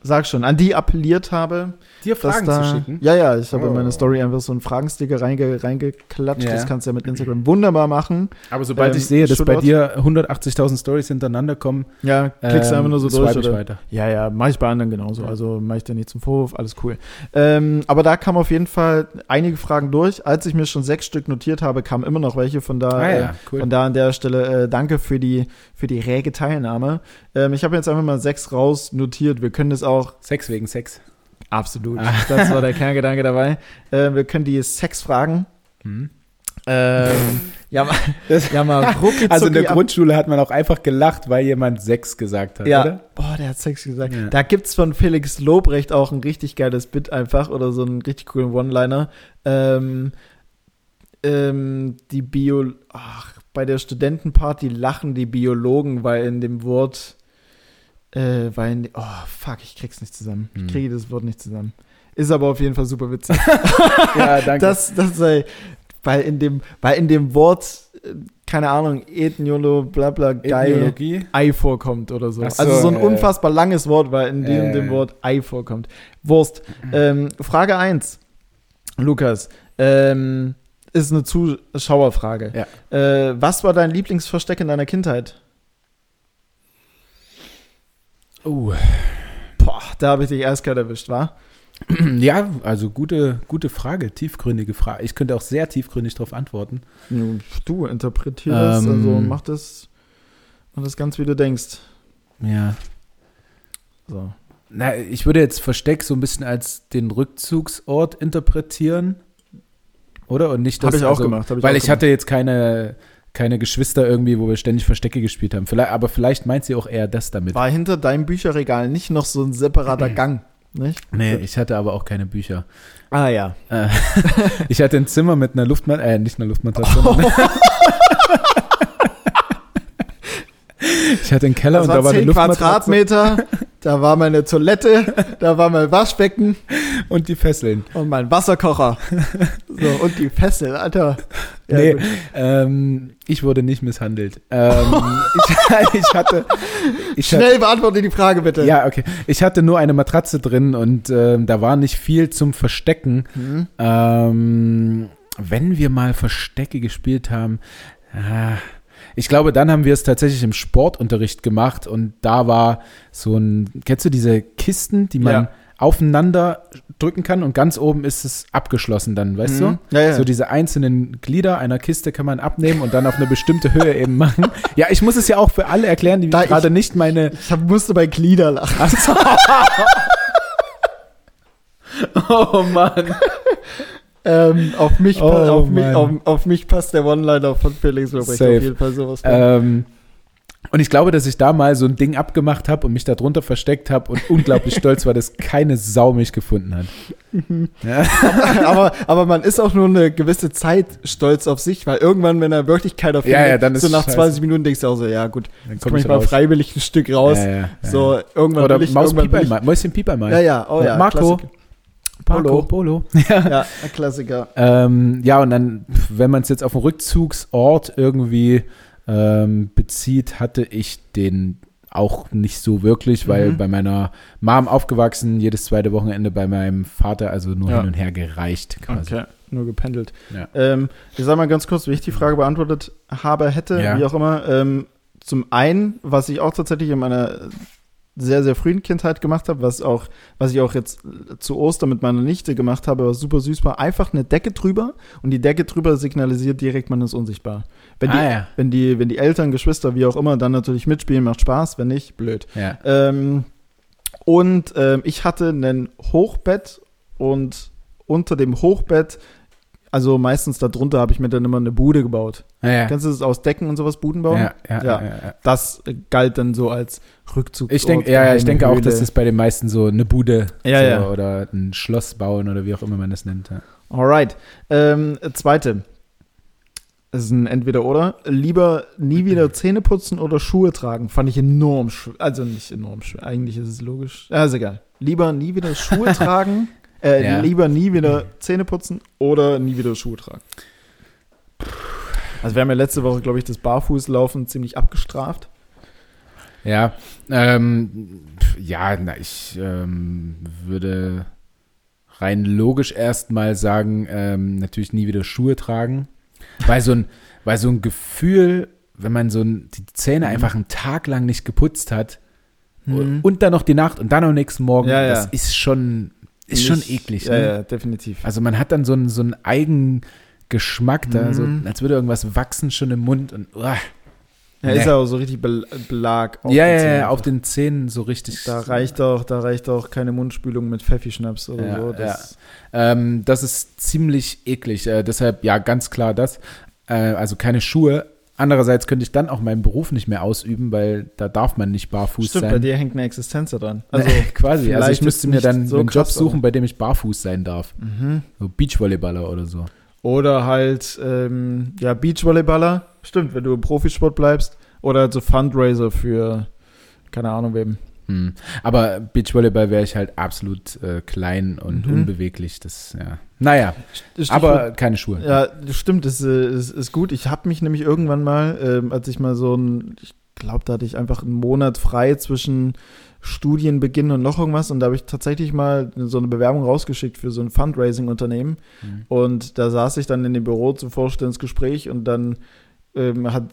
Speaker 2: sag schon, an die appelliert habe,
Speaker 1: Dir
Speaker 2: dass da, Ja, ja, ich habe in
Speaker 1: Oh.
Speaker 2: meine Story einfach so einen Fragensticker reinge, reingeklatscht.
Speaker 1: Ja.
Speaker 2: Das kannst du ja mit Instagram wunderbar machen.
Speaker 1: Aber sobald
Speaker 2: Ähm,
Speaker 1: ich sehe, dass bei
Speaker 2: Shoutout.
Speaker 1: dir 180.000 Stories hintereinander kommen,
Speaker 2: Ja, klickst du einfach nur so
Speaker 1: Ähm, swipe
Speaker 2: durch.
Speaker 1: ich
Speaker 2: Oder?
Speaker 1: weiter.
Speaker 2: Ja, ja, mache ich bei anderen genauso. Also mache ich dir nicht zum Vorwurf, alles cool. Ähm, aber da kamen auf jeden Fall einige Fragen durch. Als ich mir schon sechs Stück notiert habe, kamen immer noch welche. Von da
Speaker 1: Ah
Speaker 2: äh,
Speaker 1: ja, cool.
Speaker 2: Von da an der Stelle äh, danke für die, für die rege Teilnahme. Ähm, ich habe jetzt einfach mal sechs raus notiert. Wir können das auch
Speaker 1: Sex wegen Sex.
Speaker 2: absolut.
Speaker 1: Ah.
Speaker 2: Das war der Kerngedanke dabei. Äh, wir können die Sexfragen. Mhm.
Speaker 1: Hm.
Speaker 2: Ähm, ja, mal,
Speaker 1: Das-
Speaker 2: ja, mal rucki
Speaker 1: Also in der
Speaker 2: zucki ab-
Speaker 1: Grundschule hat man auch einfach gelacht, weil jemand Sex gesagt hat,
Speaker 2: Ja.
Speaker 1: oder?
Speaker 2: Boah, der hat Sex gesagt.
Speaker 1: Ja.
Speaker 2: Da gibt's von Felix Lobrecht auch ein richtig geiles Bit einfach oder so einen richtig coolen One-Liner. Ähm, ähm, die Bio. Ach, bei der Studentenparty lachen die Biologen, weil in dem Wort. Äh, weil in, oh, fuck, ich krieg's nicht zusammen.
Speaker 1: Hm.
Speaker 2: Ich kriege das Wort nicht zusammen. Ist aber auf jeden Fall super witzig.
Speaker 1: Ja, danke.
Speaker 2: das, das sei. Weil in dem, weil in dem Wort, äh, keine Ahnung, Ethniolo, bla bla, geil.
Speaker 1: Ideologie.
Speaker 2: Ei vorkommt oder so.
Speaker 1: Ach so,
Speaker 2: also so ein
Speaker 1: ja, ja.
Speaker 2: unfassbar langes Wort, weil in dem,
Speaker 1: Ja, ja,
Speaker 2: dem
Speaker 1: ja.
Speaker 2: Wort Ei vorkommt. Wurst. Ähm, Frage 1, Lukas, ähm, ist eine Zuschauerfrage. Äh, was war dein Lieblingsversteck in deiner Kindheit?
Speaker 1: Oh.
Speaker 2: Boah, da habe ich dich erst gerade erwischt, wa?
Speaker 1: Ja, also gute, gute Frage, tiefgründige Frage. Ich könnte auch sehr tiefgründig darauf antworten.
Speaker 2: Du interpretierst,
Speaker 1: Ähm.
Speaker 2: also mach das, mach das ganz, wie du denkst.
Speaker 1: Ja.
Speaker 2: So.
Speaker 1: Na, ich würde jetzt Versteck so ein bisschen als den Rückzugsort interpretieren. Oder? Und nicht das. also,
Speaker 2: Habe ich auch gemacht, hab ich
Speaker 1: weil
Speaker 2: auch
Speaker 1: ich hatte jetzt keine, keine Geschwister irgendwie, wo wir ständig Verstecke gespielt haben. Vielleicht, aber vielleicht meint sie auch eher das damit.
Speaker 2: War hinter deinem Bücherregal nicht noch so ein
Speaker 1: Mhm.
Speaker 2: separater Gang, nicht?
Speaker 1: Nee, ich hatte aber auch keine Bücher.
Speaker 2: Ah ja.
Speaker 1: Äh, ich hatte ein Zimmer mit einer Luftmat äh, nicht einer Luftmatratze. sondern- ich hatte einen Keller
Speaker 2: Das
Speaker 1: und da
Speaker 2: waren
Speaker 1: war eine
Speaker 2: 10
Speaker 1: Luftmatratze
Speaker 2: Quadratmeter, da war meine Toilette, da war mein Waschbecken
Speaker 1: und die Fesseln.
Speaker 2: und mein Wasserkocher. So, und die Fessel, Alter. Ja,
Speaker 1: nee,
Speaker 2: gut.
Speaker 1: ähm, ich wurde nicht misshandelt. Ähm, ich, ich hatte, ich hatte
Speaker 2: Schnell beantworte die Frage bitte.
Speaker 1: ja okay, ich hatte nur eine Matratze drin und ähm, da war nicht viel zum Verstecken.
Speaker 2: Hm?
Speaker 1: Ähm, wenn wir mal Verstecke gespielt haben, ah, ich glaube, dann haben wir es tatsächlich im Sportunterricht gemacht und da war so ein, kennst du diese Kisten, die man
Speaker 2: Ja.
Speaker 1: aufeinander drücken kann und ganz oben ist es abgeschlossen dann, weißt
Speaker 2: Mhm.
Speaker 1: du?
Speaker 2: Ja, ja.
Speaker 1: So diese einzelnen Glieder einer Kiste kann man abnehmen und dann auf eine bestimmte Höhe eben machen. Ja, ich muss es ja auch für alle erklären, die
Speaker 2: Da ich-
Speaker 1: gerade nicht meine
Speaker 2: Ich hab, musste bei Glieder lachen.
Speaker 1: Oh Mann.
Speaker 2: Ähm, auf, mich,
Speaker 1: Oh,
Speaker 2: pa- auf, mich,
Speaker 1: Mann.
Speaker 2: auf, auf mich passt der One-Liner von Felix Lobrecht auf
Speaker 1: Safe.
Speaker 2: jeden Fall sowas. von.
Speaker 1: Ähm, und ich glaube, dass ich da mal so ein Ding abgemacht habe und mich darunter versteckt habe und unglaublich stolz war, dass keine Sau mich gefunden hat.
Speaker 2: aber, aber man ist auch nur eine gewisse Zeit stolz auf sich, weil irgendwann, wenn er wirklich keiner findet,
Speaker 1: ja, dann ist
Speaker 2: so nach
Speaker 1: scheiße.
Speaker 2: 20 Minuten denkst du auch so, ja gut,
Speaker 1: Dann
Speaker 2: jetzt
Speaker 1: komm
Speaker 2: komme ich,
Speaker 1: ich
Speaker 2: mal
Speaker 1: raus.
Speaker 2: freiwillig ein Stück raus.
Speaker 1: Ja, ja, ja.
Speaker 2: So, irgendwann
Speaker 1: Oder
Speaker 2: will ich,
Speaker 1: Maus
Speaker 2: irgendwann will ich
Speaker 1: Pieper, Mäuschen Pieper mal.
Speaker 2: Ja, ja, oh ja.
Speaker 1: Marco,
Speaker 2: Klassiker.
Speaker 1: Polo,
Speaker 2: Marco.
Speaker 1: Polo.
Speaker 2: Ja, ein Klassiker.
Speaker 1: Ähm, ja, und dann, pf, wenn man es jetzt auf den Rückzugsort irgendwie ähm, bezieht, hatte ich den auch nicht so wirklich, weil
Speaker 2: Mhm.
Speaker 1: bei meiner Mom aufgewachsen, jedes zweite Wochenende bei meinem Vater, also nur
Speaker 2: Ja.
Speaker 1: hin und her gereicht quasi.
Speaker 2: Okay. Nur gependelt.
Speaker 1: Ja. Mhm.
Speaker 2: Ähm, ich sag mal ganz kurz, wie ich die Frage beantwortet habe, hätte,
Speaker 1: Ja.
Speaker 2: wie auch immer. Ähm, zum einen, was ich auch tatsächlich in meiner sehr, sehr frühen Kindheit gemacht habe, was auch, was ich auch jetzt zu Ostern mit meiner Nichte gemacht habe, was super süß war, einfach eine Decke drüber und die Decke drüber signalisiert direkt, man ist unsichtbar. Wenn die,
Speaker 1: Ah, ja.
Speaker 2: wenn die, wenn die Eltern, Geschwister, wie auch immer, dann natürlich mitspielen, macht Spaß, wenn nicht, blöd.
Speaker 1: Ja.
Speaker 2: Ähm, und ähm, ich hatte ein Hochbett und unter dem Hochbett, also meistens darunter, habe ich mir dann immer eine Bude gebaut.
Speaker 1: Ja, ja.
Speaker 2: Kennst du das aus Decken und sowas, Buden bauen?
Speaker 1: ja, ja, ja.
Speaker 2: genau? Ja.
Speaker 1: ja, ja.
Speaker 2: Das äh, galt dann so als Rückzug.
Speaker 1: Ich denke, ja, ja, ich denke auch, dass das bei den meisten so eine Bude
Speaker 2: Oh, Ja,
Speaker 1: so,
Speaker 2: ja.
Speaker 1: oder ein Schloss bauen oder wie auch immer man das nennt. Ja.
Speaker 2: Alright. Ähm, zweite. Das ist ein Entweder-Oder. Lieber nie wieder Zähne putzen oder Schuhe tragen. Fand ich enorm schwer. Also nicht enorm schwer. Eigentlich ist es logisch. Ja, ist egal. Lieber nie wieder Schuhe tragen. Äh,
Speaker 1: Ja.
Speaker 2: Lieber nie wieder Zähne putzen oder nie wieder Schuhe tragen. Also wir haben ja letzte Woche, glaube ich, das Barfußlaufen ziemlich abgestraft.
Speaker 1: Ja, ähm, pf, ja, na, ich ähm, würde rein logisch erstmal sagen, ähm, natürlich nie wieder Schuhe tragen. Weil so ein, weil so ein Gefühl, wenn man so ein, die Zähne einfach einen Tag lang nicht geputzt hat
Speaker 2: Mhm.
Speaker 1: und dann noch die Nacht und dann am nächsten Morgen,
Speaker 2: Ja, ja.
Speaker 1: das ist schon, ist schon
Speaker 2: Nicht-
Speaker 1: eklig.
Speaker 2: Ja,
Speaker 1: ne?
Speaker 2: ja, definitiv.
Speaker 1: Also man hat dann so einen, so einen eigenen Geschmack da, so,
Speaker 2: Mhm.
Speaker 1: als würde irgendwas wachsen schon im Mund und uah.
Speaker 2: Ja,
Speaker 1: Nee.
Speaker 2: ist ja auch so richtig Bel- Belag. auf
Speaker 1: ja,
Speaker 2: den
Speaker 1: ja,
Speaker 2: Zähnen
Speaker 1: ja, auf
Speaker 2: einfach.
Speaker 1: den Zähnen so richtig.
Speaker 2: Da reicht auch, da reicht auch keine Mundspülung mit Pfeffi-Schnaps oder
Speaker 1: Ja,
Speaker 2: so.
Speaker 1: Ähm, das ist ziemlich eklig. Äh, deshalb, ja, ganz klar das. Äh, also keine Schuhe. Andererseits könnte ich dann auch meinen Beruf nicht mehr ausüben, weil da darf man nicht barfuß
Speaker 2: Stimmt, bei
Speaker 1: sein.
Speaker 2: dir hängt eine Existenz daran. Also,
Speaker 1: Quasi. Also
Speaker 2: vielleicht
Speaker 1: ich müsste
Speaker 2: jetzt
Speaker 1: mir
Speaker 2: nicht
Speaker 1: dann
Speaker 2: so
Speaker 1: einen Job
Speaker 2: krass,
Speaker 1: suchen, bei dem ich barfuß sein darf.
Speaker 2: mhm.
Speaker 1: So Beachvolleyballer oder so.
Speaker 2: Oder halt, ähm, ja, Beachvolleyballer. Stimmt, wenn du im Profisport bleibst. Oder halt so Fundraiser für, keine Ahnung wem.
Speaker 1: Hm. Aber Beachvolleyball wäre ich halt absolut äh, klein und
Speaker 2: Mhm.
Speaker 1: unbeweglich. Das, ja. Naja,
Speaker 2: Ist-
Speaker 1: aber keine Schuhe.
Speaker 2: Ja, das stimmt, das äh, ist, ist gut. Ich habe mich nämlich irgendwann mal, ähm, als ich mal so ein, ich glaube, da hatte ich einfach einen Monat frei zwischen Studienbeginn und noch irgendwas und da habe ich tatsächlich mal so eine Bewerbung rausgeschickt für so ein Fundraising-Unternehmen
Speaker 1: Mhm.
Speaker 2: und da saß ich dann in dem Büro zum Vorstellungsgespräch und dann ähm, hat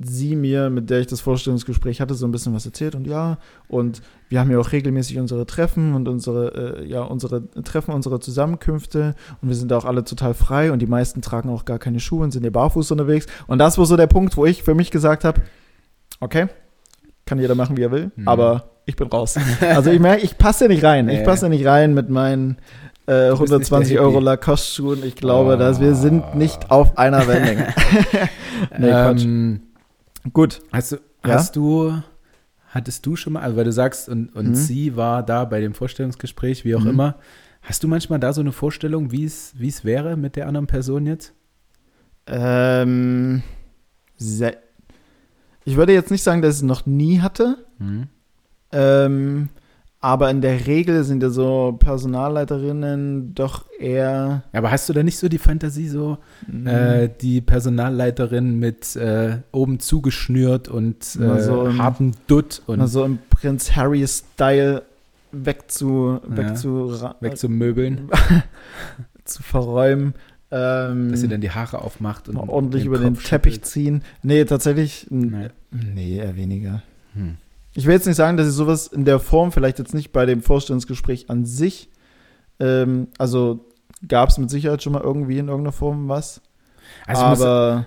Speaker 2: sie mir, mit der ich das Vorstellungsgespräch hatte, so ein bisschen was erzählt und ja, und wir haben ja auch regelmäßig unsere Treffen und unsere, äh, ja, unsere Treffen, unsere Zusammenkünfte und wir sind da auch alle total frei und die meisten tragen auch gar keine Schuhe und sind ja barfuß unterwegs. Und das war so der Punkt, wo ich für mich gesagt habe, okay, kann jeder machen, wie er will,
Speaker 1: Mhm.
Speaker 2: aber ich bin raus. Also ich merke, ich passe ja nicht rein. Ich
Speaker 1: Nee.
Speaker 2: passe ja nicht rein mit meinen
Speaker 1: Du bist nicht
Speaker 2: äh,
Speaker 1: der
Speaker 2: 120 Euro
Speaker 1: Hippie.
Speaker 2: Lacoste-Schuhen. Ich glaube, dass wir sind
Speaker 1: Ah.
Speaker 2: nicht auf einer Wellenlänge. Nee, Quatsch.
Speaker 1: ähm,
Speaker 2: Gut.
Speaker 1: Hast du,
Speaker 2: Ja?
Speaker 1: hast du, hattest du schon mal, also weil du sagst, und, und
Speaker 2: Mhm.
Speaker 1: sie war da bei dem Vorstellungsgespräch, wie auch
Speaker 2: Mhm.
Speaker 1: immer, hast du manchmal da so eine Vorstellung, wie es wie es wäre mit der anderen Person jetzt?
Speaker 2: Ähm, se- ich würde jetzt nicht sagen, dass ich es noch nie hatte, ähm, aber in der Regel sind ja so Personalleiterinnen doch eher.
Speaker 1: Aber hast du da nicht so die Fantasie, so
Speaker 2: Mhm.
Speaker 1: äh, die Personalleiterin mit äh, oben zugeschnürt und
Speaker 2: Na,
Speaker 1: äh,
Speaker 2: so im-
Speaker 1: harten Dutt und
Speaker 2: also im Prinz Harry-Style weg zu, weg
Speaker 1: Ja.
Speaker 2: zu, ra-
Speaker 1: weg zum Möbeln,
Speaker 2: zu verräumen. Ähm,
Speaker 1: dass sie dann die Haare aufmacht und
Speaker 2: mal ordentlich über den
Speaker 1: Kopf
Speaker 2: Teppich
Speaker 1: schüttelt?
Speaker 2: ziehen. Nee, tatsächlich.
Speaker 1: Nee.
Speaker 2: n- Nee, eher weniger.
Speaker 1: Hm.
Speaker 2: Ich will jetzt nicht sagen, dass ich sowas in der Form, vielleicht jetzt nicht bei dem Vorstellungsgespräch an sich, ähm, also gab es mit Sicherheit schon mal irgendwie in irgendeiner Form was.
Speaker 1: Also ich muss
Speaker 2: aber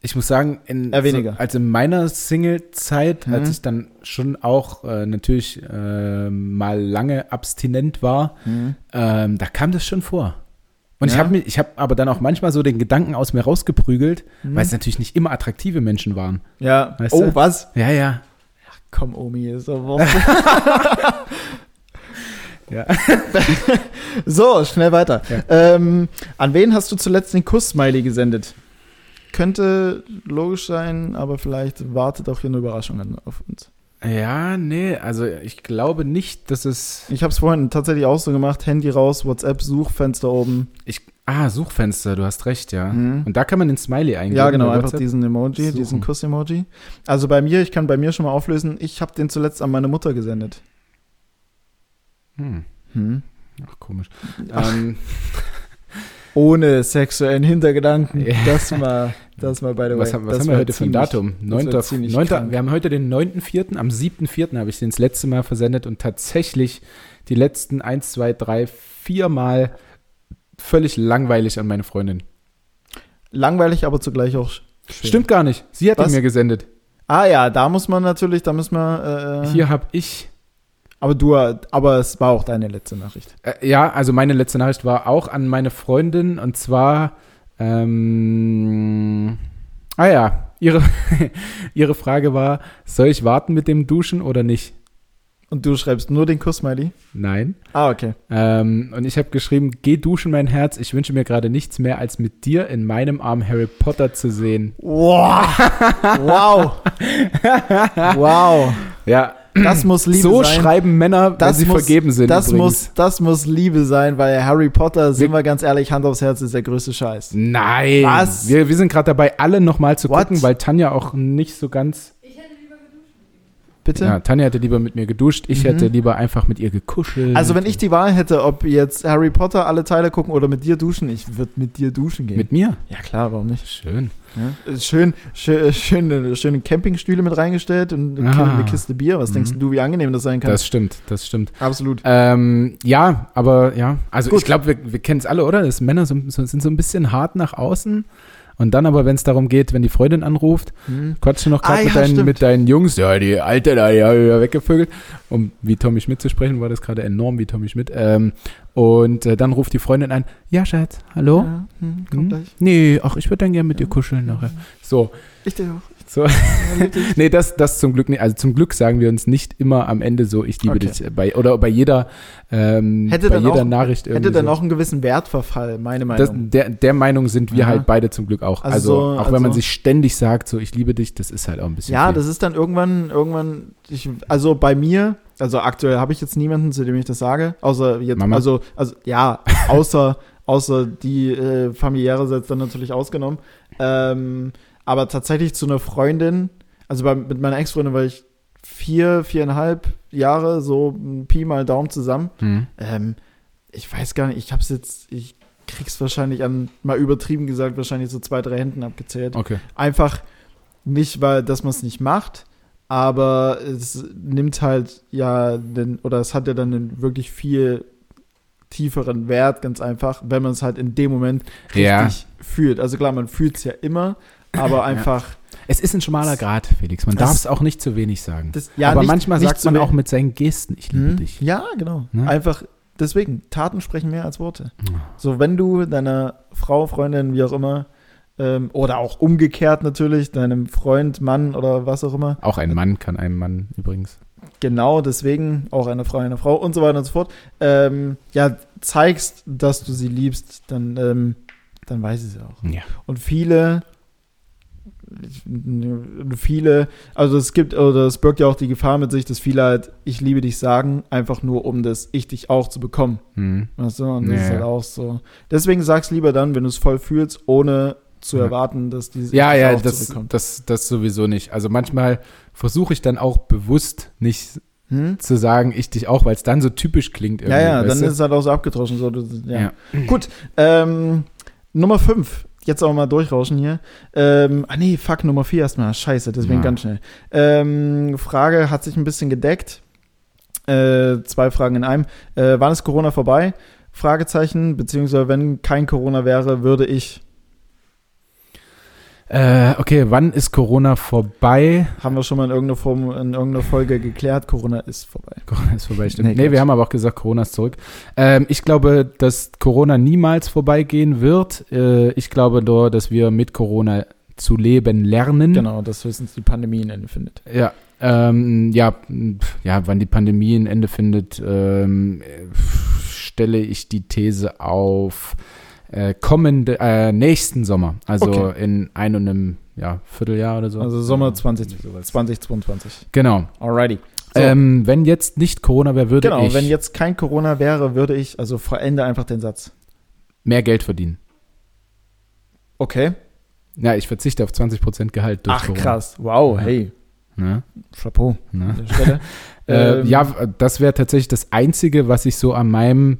Speaker 1: Ich muss sagen, in,
Speaker 2: Eher weniger.
Speaker 1: So, als in meiner Single-Zeit,
Speaker 2: Mhm.
Speaker 1: als ich dann schon auch äh, natürlich äh, mal lange abstinent war,
Speaker 2: hm,
Speaker 1: ähm, da kam das schon vor. Und ich
Speaker 2: Ja.
Speaker 1: habe mir, ich habe aber dann auch manchmal so den Gedanken aus mir rausgeprügelt,
Speaker 2: Mhm.
Speaker 1: weil es natürlich nicht immer attraktive Menschen waren.
Speaker 2: ja.
Speaker 1: Weißt
Speaker 2: Oh,
Speaker 1: du?
Speaker 2: was?
Speaker 1: Ja, ja.
Speaker 2: Komm, Omi, ist doch Wurst.
Speaker 1: Ja.
Speaker 2: so, schnell weiter.
Speaker 1: Ja.
Speaker 2: Ähm, an wen hast du zuletzt den Kuss-Smiley gesendet? Könnte logisch sein, aber vielleicht wartet auch hier eine Überraschung an- auf uns.
Speaker 1: Ja, nee, also ich glaube nicht, dass es.
Speaker 2: Ich habe es vorhin tatsächlich auch so gemacht: Handy raus, WhatsApp, Suchfenster oben.
Speaker 1: Ich, ah, Suchfenster, du hast recht, ja.
Speaker 2: Mhm.
Speaker 1: Und da kann man den Smiley eingeben.
Speaker 2: Ja, genau,
Speaker 1: bei
Speaker 2: einfach
Speaker 1: WhatsApp.
Speaker 2: diesen Emoji,
Speaker 1: Suchen.
Speaker 2: diesen Kuss-Emoji. Also bei mir, ich kann bei mir schon mal auflösen, ich habe den zuletzt an meine Mutter gesendet.
Speaker 1: Hm,
Speaker 2: Hm.
Speaker 1: ach, komisch.
Speaker 2: Ach.
Speaker 1: Ähm,
Speaker 2: ohne sexuellen Hintergedanken. Das mal, das mal by the way.
Speaker 1: Was, haben- was
Speaker 2: das
Speaker 1: haben wir
Speaker 2: war
Speaker 1: heute für ein
Speaker 2: ziemlich-
Speaker 1: Datum?
Speaker 2: das war
Speaker 1: 9.
Speaker 2: ziemlich
Speaker 1: 9.
Speaker 2: krank.
Speaker 1: Wir haben heute den 9.4., am 7.4. habe ich den das letzte Mal versendet und tatsächlich die letzten 1, 2, 3, 4 Mal völlig langweilig an meine Freundin.
Speaker 2: Langweilig, aber zugleich auch sch- schön.
Speaker 1: Stimmt gar nicht. Sie hat ihn
Speaker 2: Was?
Speaker 1: mir gesendet.
Speaker 2: Ah ja, da muss man natürlich, da müssen wir. Äh,
Speaker 1: Hier habe ich.
Speaker 2: Aber du, aber es war auch deine letzte Nachricht.
Speaker 1: Äh, ja, also meine letzte Nachricht war auch an meine Freundin und zwar. Ähm, ah ja, ihre, ihre Frage war: Soll ich warten mit dem Duschen oder nicht?
Speaker 2: Und du schreibst nur den Kuss-Smiley?
Speaker 1: Nein.
Speaker 2: Ah, okay.
Speaker 1: Ähm, und ich habe geschrieben, geh duschen, mein Herz. Ich wünsche mir gerade nichts mehr, als mit dir in meinem Arm Harry Potter zu sehen.
Speaker 2: Wow. Wow. wow.
Speaker 1: Ja,
Speaker 2: Das muss Liebe
Speaker 1: so
Speaker 2: sein.
Speaker 1: schreiben Männer, wenn sie vergeben sind.
Speaker 2: Das
Speaker 1: übrigens.
Speaker 2: muss, das muss Liebe sein, weil Harry Potter, sind wir ganz ehrlich, Hand aufs Herz ist der größte Scheiß.
Speaker 1: Nein.
Speaker 2: Was?
Speaker 1: Wir, wir sind gerade dabei, alle nochmal zu
Speaker 2: What?
Speaker 1: gucken, weil Tanja auch nicht so ganz.
Speaker 2: Bitte?
Speaker 1: Ja, Tanja hätte lieber mit mir geduscht. Ich hätte lieber einfach mit ihr gekuschelt.
Speaker 2: Also, wenn ich die Wahl hätte, ob jetzt Harry Potter alle Teile gucken oder mit dir duschen, ich würde mit dir duschen gehen.
Speaker 1: Mit mir?
Speaker 2: ja, klar, warum nicht?
Speaker 1: Schön.
Speaker 2: Ja. Schön, schön, schön, schöne Campingstühle mit reingestellt und eine
Speaker 1: Ah.
Speaker 2: Kiste Bier. Was denkst du, wie angenehm das sein kann?
Speaker 1: Das stimmt, das stimmt.
Speaker 2: Absolut.
Speaker 1: Ähm, ja, aber ja, also
Speaker 2: Gut.
Speaker 1: ich glaube, wir, wir kennen es alle, oder? Dass Männer so, so, sind so ein bisschen hart nach außen. Und dann aber, wenn es darum geht, wenn die Freundin anruft, quatschst du noch
Speaker 2: Ah,
Speaker 1: gerade
Speaker 2: ja,
Speaker 1: mit, deinen-
Speaker 2: stimmt.
Speaker 1: mit deinen Jungs, ja, die Alte da, die habe ich ja weggevögelt. Um wie Tommy Schmidt zu sprechen, war das gerade enorm wie Tommy Schmidt. Ähm, und äh, dann ruft die Freundin an, ja, Schatz, hallo?
Speaker 2: Ja, hm,
Speaker 1: Hm?
Speaker 2: kommt gleich.
Speaker 1: Nee, ach, ich würde dann gerne mit dir kuscheln nachher. So,
Speaker 2: Ich denke auch.
Speaker 1: so. nee, das, das zum Glück nicht. Also zum Glück sagen wir uns nicht immer am Ende so, ich liebe
Speaker 2: Okay.
Speaker 1: dich. äh, Bei, oder bei jeder, ähm,
Speaker 2: Hätte
Speaker 1: bei
Speaker 2: dann
Speaker 1: jeder
Speaker 2: auch-
Speaker 1: Nachricht
Speaker 2: Hätte dann
Speaker 1: so.
Speaker 2: auch einen gewissen Wertverfall, meine
Speaker 1: Das,
Speaker 2: Meinung.
Speaker 1: der, der Meinung sind wir
Speaker 2: Aha.
Speaker 1: halt beide zum Glück auch. Also,
Speaker 2: Also,
Speaker 1: auch wenn man
Speaker 2: also-
Speaker 1: sich ständig sagt, so ich liebe dich, das ist halt auch ein bisschen.
Speaker 2: ja,
Speaker 1: viel.
Speaker 2: das ist dann irgendwann, irgendwann, ich, also bei mir, also aktuell habe ich jetzt niemanden, zu dem ich das sage, außer jetzt,
Speaker 1: Mama?
Speaker 2: also, also ja, außer, außer die äh, familiäre setzt dann natürlich ausgenommen. Ähm, aber tatsächlich zu einer Freundin, also bei, mit meiner Ex-Freundin war ich vier, viereinhalb Jahre, so m, Pi mal Daumen zusammen.
Speaker 1: Hm.
Speaker 2: Ähm, ich weiß gar nicht, ich hab's jetzt, ich krieg's wahrscheinlich an, mal übertrieben gesagt, wahrscheinlich so zwei, drei Händen abgezählt.
Speaker 1: Okay.
Speaker 2: Einfach nicht, weil, dass man es nicht macht, aber es nimmt halt ja, den, oder es hat ja dann einen wirklich viel tieferen Wert, ganz einfach, wenn man es halt in dem Moment richtig
Speaker 1: Ja.
Speaker 2: fühlt. Also klar, man fühlt's ja immer, aber einfach,
Speaker 1: Es ist ein schmaler Grad, Felix. Man
Speaker 2: Das-
Speaker 1: darf es auch nicht zu wenig sagen.
Speaker 2: das, ja,
Speaker 1: Aber
Speaker 2: nicht-
Speaker 1: manchmal
Speaker 2: nicht
Speaker 1: sagt
Speaker 2: zu
Speaker 1: man
Speaker 2: we-
Speaker 1: auch mit seinen Gesten, ich liebe
Speaker 2: Hm?
Speaker 1: dich.
Speaker 2: Ja, genau.
Speaker 1: Ne?
Speaker 2: Einfach deswegen, Taten sprechen mehr als Worte.
Speaker 1: Ja.
Speaker 2: So, wenn du deiner Frau, Freundin, wie auch immer, ähm, oder auch umgekehrt natürlich, deinem Freund, Mann oder was auch immer,
Speaker 1: Auch ein Mann kann einem Mann übrigens.
Speaker 2: genau deswegen, auch eine Frau, eine Frau und so weiter und so fort, ähm, ja, zeigst, dass du sie liebst, dann, ähm, dann weiß sie es auch.
Speaker 1: Ja.
Speaker 2: Und viele, viele, also es gibt, oder es birgt ja auch die Gefahr mit sich, dass viele halt, ich liebe dich sagen, einfach nur um das Ich dich auch zu bekommen.
Speaker 1: Hm.
Speaker 2: Weißt du, und das ist
Speaker 1: Ja.
Speaker 2: halt auch so. Deswegen sag's lieber dann, wenn du es voll fühlst, ohne zu
Speaker 1: Ja.
Speaker 2: erwarten, dass dieses
Speaker 1: Ja,
Speaker 2: Ich dich
Speaker 1: ja,
Speaker 2: auch
Speaker 1: das,
Speaker 2: zurückkommt.
Speaker 1: das, das sowieso nicht. Also manchmal versuche ich dann auch bewusst nicht
Speaker 2: Hm?
Speaker 1: zu sagen, ich dich auch, weil es dann so typisch klingt.
Speaker 2: Ja,
Speaker 1: irgendwie,
Speaker 2: ja,
Speaker 1: weißt
Speaker 2: dann
Speaker 1: du?
Speaker 2: ist es halt auch so abgedroschen. So, du, ja.
Speaker 1: Ja.
Speaker 2: Gut, ähm, Nummer 5. Jetzt auch mal durchrauschen hier. Ähm, ah nee, fuck, Nummer 4 erstmal. Scheiße, deswegen
Speaker 1: Ja.
Speaker 2: ganz schnell. Ähm, Frage hat sich ein bisschen gedeckt. Äh, zwei Fragen in einem. Äh, wann ist Corona vorbei? Fragezeichen, beziehungsweise wenn kein Corona wäre, würde ich.
Speaker 1: Äh, okay, wann ist Corona vorbei?
Speaker 2: Haben wir schon mal in irgendeiner Form, in irgendeiner Folge geklärt, Corona ist vorbei.
Speaker 1: Corona ist vorbei, stimmt.
Speaker 2: Nee,
Speaker 1: Nee,
Speaker 2: Quatsch.
Speaker 1: wir haben aber auch gesagt, Corona ist zurück. Ähm, ich glaube, dass Corona niemals vorbeigehen wird. Äh, ich glaube nur, dass wir mit Corona zu leben lernen.
Speaker 2: Genau, dass höchstens die Pandemie ein Ende findet.
Speaker 1: Ja, ähm, ja, pf, ja, wann die Pandemie ein Ende findet, ähm, äh, pf, stelle ich die These auf äh, kommende, äh, nächsten Sommer. Also
Speaker 2: Okay.
Speaker 1: in einem ja, Vierteljahr oder so.
Speaker 2: Also Sommer 20,
Speaker 1: Irgendwie sowas.
Speaker 2: 2022.
Speaker 1: Genau.
Speaker 2: Alrighty. So.
Speaker 1: Ähm, wenn jetzt nicht Corona wäre, würde
Speaker 2: Genau,
Speaker 1: ich
Speaker 2: wenn jetzt kein Corona wäre, würde ich, also verändere einfach den Satz.
Speaker 1: mehr Geld verdienen.
Speaker 2: Okay.
Speaker 1: Ja, ich verzichte auf 20% Gehalt durch
Speaker 2: Ach
Speaker 1: Corona.
Speaker 2: krass. Wow,
Speaker 1: Ja.
Speaker 2: hey.
Speaker 1: Ne?
Speaker 2: Chapeau an
Speaker 1: Ne?
Speaker 2: der Stelle.
Speaker 1: Äh,
Speaker 2: Ähm,
Speaker 1: ja, das wäre tatsächlich das Einzige, was ich so an meinem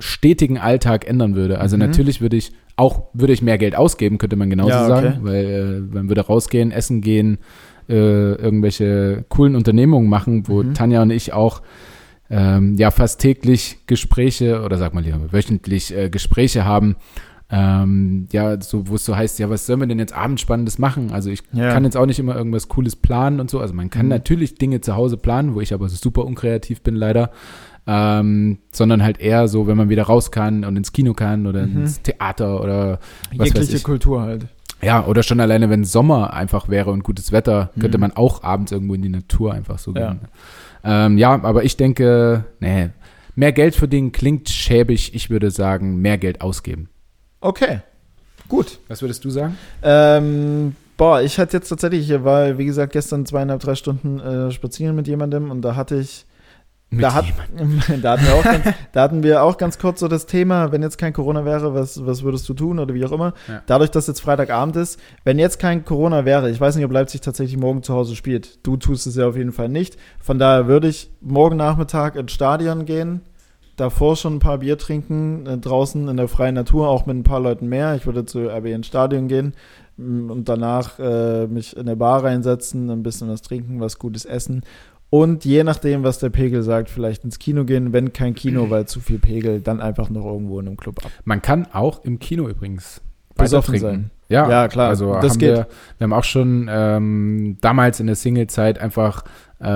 Speaker 1: stetigen Alltag ändern würde.
Speaker 2: Mhm.
Speaker 1: Also natürlich würde ich auch würde ich mehr Geld ausgeben, könnte man genauso
Speaker 2: Ja, okay.
Speaker 1: sagen, weil äh, man würde rausgehen, essen gehen, äh, irgendwelche coolen Unternehmungen machen, wo
Speaker 2: Mhm.
Speaker 1: Tanja und ich auch ähm, ja fast täglich Gespräche oder sag mal lieber wöchentlich äh, Gespräche haben. Ähm, ja, so, wo es so heißt, ja, was sollen wir denn jetzt abends Spannendes machen? Also ich
Speaker 2: Ja.
Speaker 1: kann jetzt auch nicht immer irgendwas Cooles planen und so. Also man kann
Speaker 2: Mhm.
Speaker 1: natürlich Dinge zu Hause planen, wo ich aber super unkreativ bin leider. Ähm, sondern halt eher so, wenn man wieder raus kann und ins Kino kann oder
Speaker 2: Mhm.
Speaker 1: ins Theater oder was weiß
Speaker 2: Jegliche
Speaker 1: ich.
Speaker 2: Kultur halt.
Speaker 1: Ja, oder schon alleine, wenn Sommer einfach wäre und gutes Wetter, könnte man auch abends irgendwo in die Natur einfach so
Speaker 2: Mhm. Ja.
Speaker 1: gehen. Ähm, ja, aber ich denke, nee, mehr Geld verdienen klingt schäbig. Ich würde sagen, mehr Geld ausgeben.
Speaker 2: Okay, gut.
Speaker 1: Was würdest du sagen?
Speaker 2: Ähm, boah, ich hatte jetzt tatsächlich, ich war, wie gesagt, gestern zweieinhalb, drei Stunden äh, spazieren mit jemandem und da hatte ich da, hat, da, hatten wir auch ganz, da hatten wir auch ganz kurz so das Thema, wenn jetzt kein Corona wäre, was, was würdest du tun oder wie auch immer.
Speaker 1: Ja.
Speaker 2: Dadurch, dass jetzt Freitagabend ist, wenn jetzt kein Corona wäre, ich weiß nicht, ob Leipzig tatsächlich morgen zu Hause spielt. Du tust es ja auf jeden Fall nicht. Von daher würde ich morgen Nachmittag ins Stadion gehen, davor schon ein paar Bier trinken, äh, draußen in der freien Natur, auch mit ein paar Leuten mehr. Ich würde zu RB ins Stadion gehen m, und danach äh, mich in der Bar reinsetzen, ein bisschen was trinken, was Gutes essen. Und je nachdem, was der Pegel sagt, vielleicht ins Kino gehen. Wenn kein Kino, weil zu viel Pegel, dann einfach noch irgendwo in einem Club ab.
Speaker 1: Man kann auch im Kino übrigens
Speaker 2: Besoffen
Speaker 1: weiter trinken.
Speaker 2: sein.
Speaker 1: Ja,
Speaker 2: Ja, klar,
Speaker 1: Also
Speaker 2: das
Speaker 1: haben
Speaker 2: geht.
Speaker 1: Wir, wir haben auch schon ähm, damals in der Single-Zeit einfach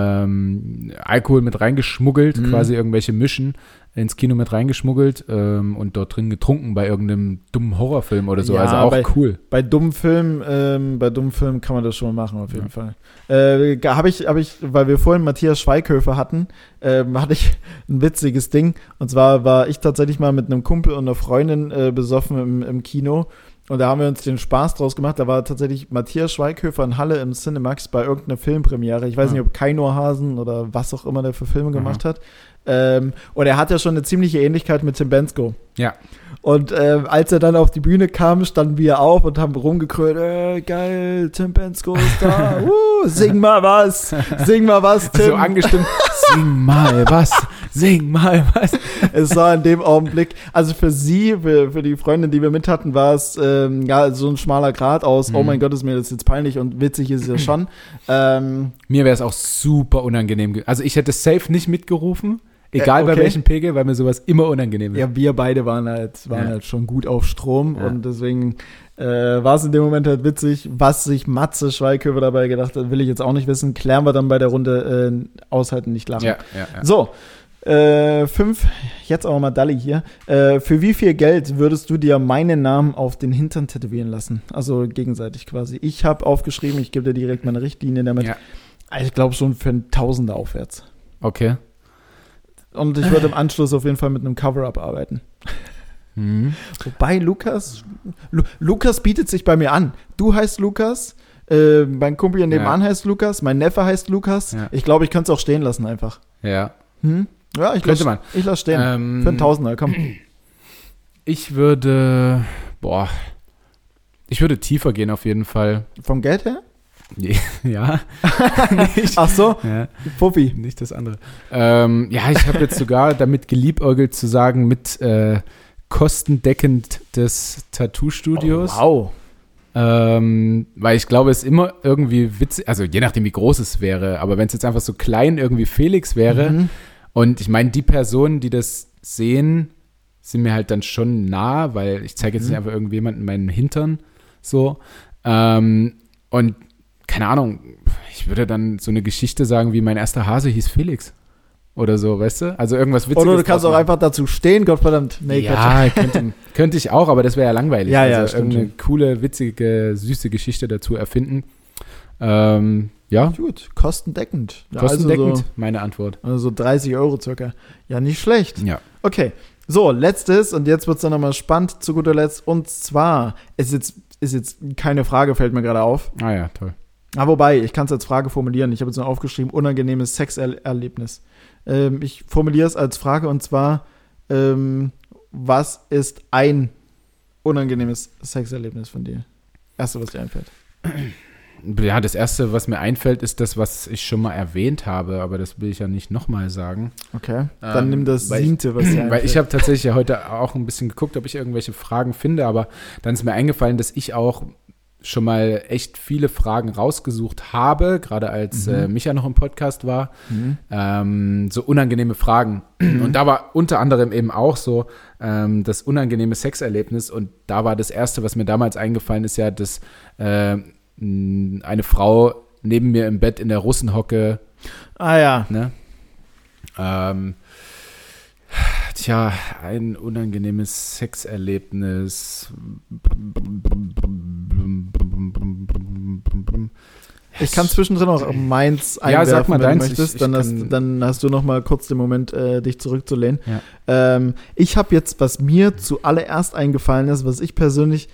Speaker 1: ähm, Alkohol mit reingeschmuggelt,
Speaker 2: Mhm.
Speaker 1: quasi irgendwelche Mischen ins Kino mit reingeschmuggelt ähm, und dort drin getrunken bei irgendeinem dummen Horrorfilm oder so.
Speaker 2: Ja,
Speaker 1: also auch
Speaker 2: bei-
Speaker 1: cool.
Speaker 2: Bei dummen Filmen, ähm, bei dummen Filmen kann man das schon mal machen, auf jeden Fall. Äh, habe ich, hab ich, weil wir vorhin Matthias Schweighöfer hatten, ähm, hatte ich ein witziges Ding. Und zwar war ich tatsächlich mal mit einem Kumpel und einer Freundin äh, besoffen im, im Kino. Und da haben wir uns den Spaß draus gemacht. Da war tatsächlich Matthias Schweighöfer in Halle im Cinemax bei irgendeiner Filmpremiere. Ich weiß
Speaker 1: Ah.
Speaker 2: nicht, ob Kainor Hasen oder was auch immer der für Filme gemacht hat. Ähm, und er hat ja schon eine ziemliche Ähnlichkeit mit Tim Bensko.
Speaker 1: Ja.
Speaker 2: Und äh, als er dann auf die Bühne kam, standen wir auf und haben rumgekrönt, äh, geil, Tim Bensko ist da, uh, sing mal was, sing mal was, Tim.
Speaker 1: So angestimmt, sing mal was, sing mal was.
Speaker 2: es war in dem Augenblick, also für sie, für, für die Freundin, die wir mit hatten, war es ähm, ja, so ein schmaler Grat aus, oh mein Gott, ist mir das jetzt peinlich und witzig ist es ja schon. ähm,
Speaker 1: Mir wäre es auch super unangenehm. ge- Also ich hätte safe nicht mitgerufen, egal bei
Speaker 2: Äh, okay.
Speaker 1: welchem Pegel, weil mir sowas immer unangenehm ist.
Speaker 2: ja, wir beide waren halt, waren
Speaker 1: Ja.
Speaker 2: halt schon gut auf Strom
Speaker 1: Ja.
Speaker 2: und deswegen äh, war es in dem Moment halt witzig, was sich Matze Schweighöfer dabei gedacht hat, will ich jetzt auch nicht wissen, klären wir dann bei der Runde äh, aushalten, nicht lachen.
Speaker 1: ja, ja. ja.
Speaker 2: So, äh, fünf, jetzt auch mal Dalli hier. Äh, für wie viel Geld würdest du dir meinen Namen auf den Hintern tätowieren lassen? Also gegenseitig quasi. Ich habe aufgeschrieben, ich gebe dir direkt meine Richtlinie damit.
Speaker 1: Ja.
Speaker 2: Ah, Ich glaube schon für einen Tausender aufwärts.
Speaker 1: Okay.
Speaker 2: Und ich würde im Anschluss auf jeden Fall mit einem Cover-Up arbeiten.
Speaker 1: Mhm.
Speaker 2: Wobei Lukas, Lu Lukas bietet sich bei mir an. Du heißt Lukas, äh, mein Kumpel hier nebenan heißt Lukas, mein Neffe heißt Lukas.
Speaker 1: Ja.
Speaker 2: Ich glaube, ich könnte es auch stehen lassen einfach.
Speaker 1: Ja.
Speaker 2: Hm? Ja, ich
Speaker 1: Könnte
Speaker 2: lasse
Speaker 1: man.
Speaker 2: lass stehen.
Speaker 1: Ähm,
Speaker 2: für einen Tausender, komm.
Speaker 1: Ich würde, boah, ich würde tiefer gehen auf jeden Fall.
Speaker 2: Vom Geld her?
Speaker 1: ja. nicht,
Speaker 2: Ach so, Oh,
Speaker 1: ja,
Speaker 2: Puffi.
Speaker 1: nicht das andere. Ähm, ja, ich habe jetzt sogar damit geliebäugelt zu sagen, mit äh, kostendeckend des Tattoo-Studios.
Speaker 2: Oh, wow.
Speaker 1: Ähm, weil ich glaube, es immer irgendwie witzig, also je nachdem, wie groß es wäre, aber wenn es jetzt einfach so klein irgendwie Felix wäre,
Speaker 2: Mhm.
Speaker 1: Und ich meine, die Personen, die das sehen, sind mir halt dann schon nah, weil ich zeige jetzt
Speaker 2: Mhm.
Speaker 1: nicht einfach irgendjemanden meinen Hintern so. Ähm, und keine Ahnung, ich würde dann so eine Geschichte sagen, wie mein erster Hase hieß Felix. Oder so, weißt du? Also irgendwas Witziges.
Speaker 2: Oder du
Speaker 1: draus
Speaker 2: kannst auch
Speaker 1: machen.
Speaker 2: einfach dazu stehen, Gottverdammt. Nee, Quatsch.
Speaker 1: ja, könnte, könnte ich auch, aber das wäre ja langweilig.
Speaker 2: Ja, ja,
Speaker 1: also
Speaker 2: stimmt
Speaker 1: irgendeine coole, witzige, süße Geschichte dazu erfinden. Ähm, ja,
Speaker 2: Gut, kostendeckend. Ja,
Speaker 1: kostendeckend,
Speaker 2: Also so,
Speaker 1: meine Antwort.
Speaker 2: also so 30 Euro circa. Ja, nicht schlecht.
Speaker 1: Ja.
Speaker 2: Okay, so, letztes, und jetzt wird es dann nochmal spannend zu guter Letzt. Und zwar, ist jetzt, ist jetzt keine Frage, fällt mir gerade auf.
Speaker 1: Ah ja, toll.
Speaker 2: Ah, wobei, ich kann es als Frage formulieren. Ich habe jetzt nur aufgeschrieben, unangenehmes Sexerlebnis. Ähm, ich formuliere es als Frage und zwar, ähm, was ist ein unangenehmes Sexerlebnis von dir? Erste, was dir einfällt.
Speaker 1: Ja, das Erste, was mir einfällt, ist das, was ich schon mal erwähnt habe, aber das will ich ja nicht nochmal sagen.
Speaker 2: Okay. Dann
Speaker 1: Ähm,
Speaker 2: nimm das
Speaker 1: weil ich-
Speaker 2: siebte, was dir
Speaker 1: Weil ich
Speaker 2: einfällt.
Speaker 1: habe tatsächlich ja heute auch ein bisschen geguckt, ob ich irgendwelche Fragen finde, aber dann ist mir eingefallen, dass ich auch schon mal echt viele Fragen rausgesucht habe, gerade als äh, Micha noch im Podcast war,
Speaker 2: Mhm.
Speaker 1: ähm, so unangenehme Fragen. Und da war unter anderem eben auch so ähm, das unangenehme Sexerlebnis. Und da war das Erste, was mir damals eingefallen ist, ja, dass äh, mh, eine Frau neben mir im Bett in der Russenhocke
Speaker 2: Ah ja.
Speaker 1: Ne? Ähm, tja, ein unangenehmes Sexerlebnis.
Speaker 2: Ich kann zwischendrin auch meins einwerfen,
Speaker 1: Ja, sag mal
Speaker 2: wenn
Speaker 1: deins,
Speaker 2: du möchtest.
Speaker 1: ich- ich
Speaker 2: dann, hast,
Speaker 1: kann-
Speaker 2: dann hast du noch mal kurz den Moment, äh, dich zurückzulehnen.
Speaker 1: Ja.
Speaker 2: Ähm, ich habe jetzt, was mir zuallererst eingefallen ist, was ich persönlich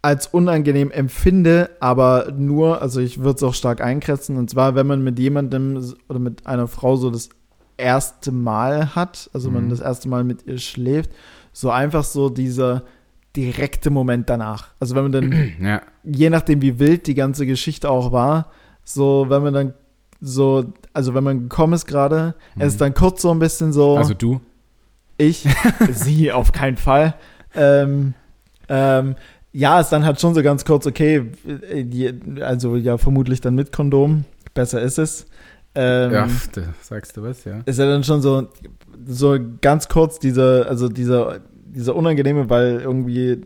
Speaker 2: als unangenehm empfinde, aber nur, also ich würde es auch stark eingrenzen, und zwar, wenn man mit jemandem s- oder mit einer Frau so das erste Mal hat, also man
Speaker 1: Mhm.
Speaker 2: das erste Mal mit ihr schläft, so einfach so dieser direkte Moment danach. Also wenn man dann
Speaker 1: Ja,
Speaker 2: je nachdem, wie wild die ganze Geschichte auch war, so, wenn man dann so, also wenn man gekommen ist gerade, es ist dann kurz so ein bisschen so,
Speaker 1: also du.
Speaker 2: ich, sie auf keinen Fall. Ähm, ähm, ja, ist dann halt schon so ganz kurz, okay, äh, die- also ja, vermutlich dann mit Kondom, besser ist es. Ähm,
Speaker 1: ja, pf, da sagst du was, ja.
Speaker 2: ist ja dann schon so, so ganz kurz dieser, also dieser, dieser unangenehme, weil irgendwie,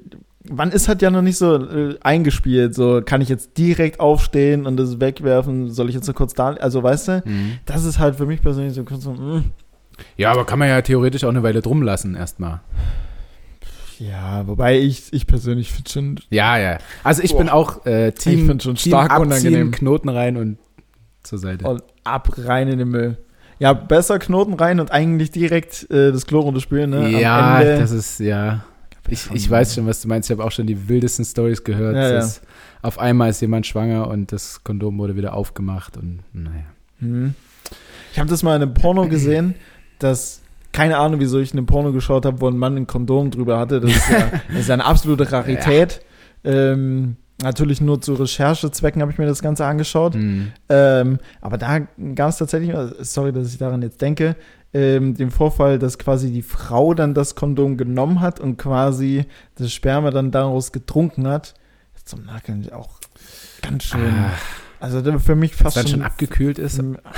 Speaker 2: man ist halt ja noch nicht so äh, eingespielt, so kann ich jetzt direkt aufstehen und das wegwerfen, soll ich jetzt so kurz da, also weißt du, das ist halt für mich persönlich so kurz so, mm,
Speaker 1: Ja, aber kann man ja theoretisch auch eine Weile drum lassen erstmal.
Speaker 2: ja, wobei ich, ich persönlich finde schon,
Speaker 1: Ja, ja. Also ich
Speaker 2: Boah.
Speaker 1: bin auch äh, Team,
Speaker 2: find schon
Speaker 1: Team
Speaker 2: stark
Speaker 1: abziehen,
Speaker 2: unangenehm. Oh,
Speaker 1: Knoten rein und zur Seite.
Speaker 2: und ab rein in den Müll. Ja, besser Knoten rein und eigentlich direkt äh, das Klo runterspülen, ne? am
Speaker 1: ja,
Speaker 2: Ende.
Speaker 1: das ist, ja. Ich, ich weiß schon, was du meinst. Ich habe auch schon die wildesten Stories gehört.
Speaker 2: Ja,
Speaker 1: dass Auf einmal ist jemand schwanger und das Kondom wurde wieder aufgemacht und naja.
Speaker 2: Mhm. Ich habe das mal in einem Porno gesehen, dass keine Ahnung, wieso ich in einem Porno geschaut habe, wo ein Mann ein Kondom drüber hatte. Das ist, ja, das ist eine absolute Rarität. Ähm, natürlich nur zu Recherchezwecken habe ich mir das Ganze angeschaut.
Speaker 1: Hm.
Speaker 2: Ähm, aber da gab es tatsächlich, sorry, dass ich daran jetzt denke, ähm, den Vorfall, dass quasi die Frau dann das Kondom genommen hat und quasi das Sperma dann daraus getrunken hat. Zum Nachgang auch ganz schön.
Speaker 1: Ah,
Speaker 2: Also für mich
Speaker 1: was
Speaker 2: fast
Speaker 1: dann
Speaker 2: schon
Speaker 1: schon abgekühlt ist.
Speaker 2: ähm, ah,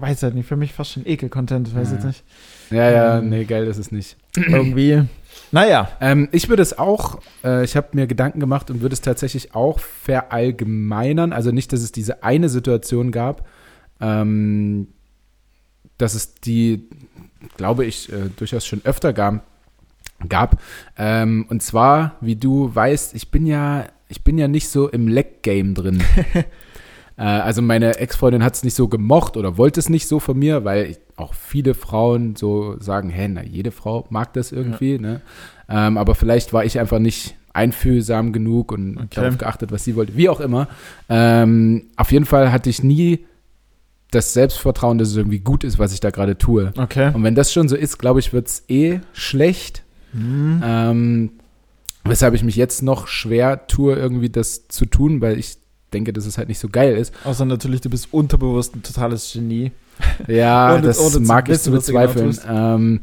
Speaker 2: weiß halt nicht, für mich fast schon Ekel-Content, weiß
Speaker 1: Ja.
Speaker 2: jetzt nicht.
Speaker 1: Ja, ja,
Speaker 2: ähm,
Speaker 1: nee, geil ist es nicht.
Speaker 2: Hm. Irgendwie. Naja.
Speaker 1: Ähm, ich würde es auch, äh, ich habe mir Gedanken gemacht und würde es tatsächlich auch verallgemeinern. Also nicht, dass es diese eine Situation gab, ähm, dass es die, glaube ich, äh, durchaus schon öfter gab. gab. Ähm, und zwar, wie du weißt, ich bin ja, ich bin ja nicht so im Leck-Game drin. Äh, Also meine Ex-Freundin hat es nicht so gemocht oder wollte es nicht so von mir, weil ich, auch viele Frauen so sagen, hä, na, jede Frau mag das irgendwie, ne? Ähm, aber vielleicht war ich einfach nicht einfühlsam genug und
Speaker 2: Okay.
Speaker 1: darauf geachtet, was sie wollte, wie auch immer. Ähm, auf jeden Fall hatte ich nie das Selbstvertrauen, dass es irgendwie gut ist, was ich da gerade tue.
Speaker 2: Okay.
Speaker 1: Und wenn das schon so ist, glaube ich, wird es eh schlecht.
Speaker 2: Hm.
Speaker 1: Ähm, weshalb ich mich jetzt noch schwer tue, irgendwie das zu tun, weil ich denke, dass es halt nicht so geil ist.
Speaker 2: Außer natürlich, du bist unterbewusst ein totales Genie.
Speaker 1: Ja,
Speaker 2: Ohne-
Speaker 1: das
Speaker 2: ohne zu
Speaker 1: mag ich zu
Speaker 2: wissen, was du genau
Speaker 1: bezweifeln.
Speaker 2: tust.
Speaker 1: ähm,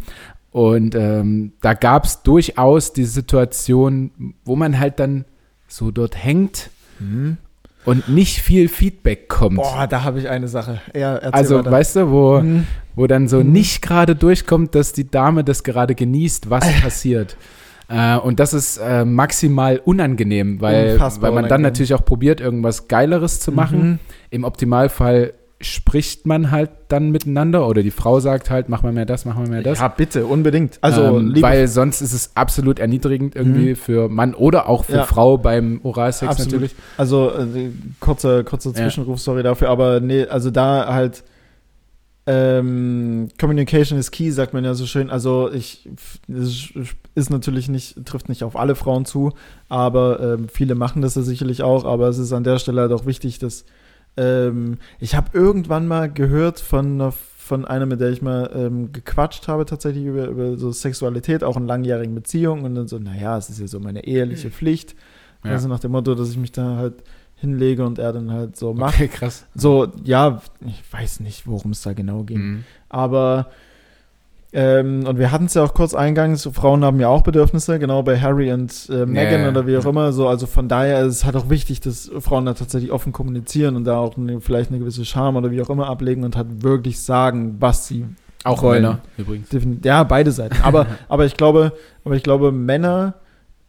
Speaker 1: und ähm, da gab es durchaus die Situation, wo man halt dann so dort hängt
Speaker 2: Hm.
Speaker 1: und nicht viel Feedback kommt.
Speaker 2: Boah, da habe ich eine Sache. Ja, erzähl
Speaker 1: also,
Speaker 2: weiter.
Speaker 1: weißt du, wo,
Speaker 2: Hm.
Speaker 1: wo dann so
Speaker 2: Mhm.
Speaker 1: nicht gerade durchkommt, dass die Dame das gerade genießt, was passiert. Äh, und das ist äh, maximal unangenehm, weil, weil man
Speaker 2: Unfassbar
Speaker 1: dann
Speaker 2: unangenehm.
Speaker 1: natürlich auch probiert, irgendwas Geileres zu machen.
Speaker 2: Mhm.
Speaker 1: Im Optimalfall spricht man halt dann miteinander oder die Frau sagt halt, mach mal mehr das, mach mal mehr das.
Speaker 2: ja, bitte, unbedingt. Also,
Speaker 1: ähm,
Speaker 2: liebe
Speaker 1: weil sonst ist es absolut erniedrigend irgendwie
Speaker 2: Mhm.
Speaker 1: für Mann oder auch für
Speaker 2: Ja.
Speaker 1: Frau beim Oralsex
Speaker 2: Absolut.
Speaker 1: natürlich.
Speaker 2: Also äh, kurzer, kurzer
Speaker 1: Ja.
Speaker 2: Zwischenruf, sorry dafür, aber nee, also da halt ähm, Communication is key, sagt man ja so schön. Also ich es ist natürlich nicht, trifft nicht auf alle Frauen zu, aber ähm, viele machen das ja sicherlich auch, aber es ist an der Stelle halt auch wichtig, dass ähm, ich habe irgendwann mal gehört von einer von einer, mit der ich mal ähm, gequatscht habe, tatsächlich über, über so Sexualität, auch in langjährigen
Speaker 1: Mhm.
Speaker 2: Beziehungen und dann so, naja, es ist ja so meine eheliche Pflicht,
Speaker 1: Ja.
Speaker 2: also nach dem Motto, dass ich mich da halt hinlege und er dann halt so macht.
Speaker 1: Okay, krass.
Speaker 2: So, ja, ich weiß nicht, worum es da genau ging.
Speaker 1: Mhm.
Speaker 2: Aber ähm, und wir hatten es ja auch kurz eingangs, Frauen haben ja auch Bedürfnisse, genau bei Harry und äh, Meghan
Speaker 1: ja,
Speaker 2: oder wie auch
Speaker 1: ja.
Speaker 2: immer. So, also von daher ist es halt auch wichtig, dass Frauen da tatsächlich offen kommunizieren und da auch eine, vielleicht eine gewisse Scham oder wie auch immer ablegen und halt wirklich sagen, was sie
Speaker 1: Auch
Speaker 2: Wollen.
Speaker 1: Männer übrigens.
Speaker 2: defin- Ja, beide Seiten. Aber, aber ich glaube, aber ich glaube, Männer,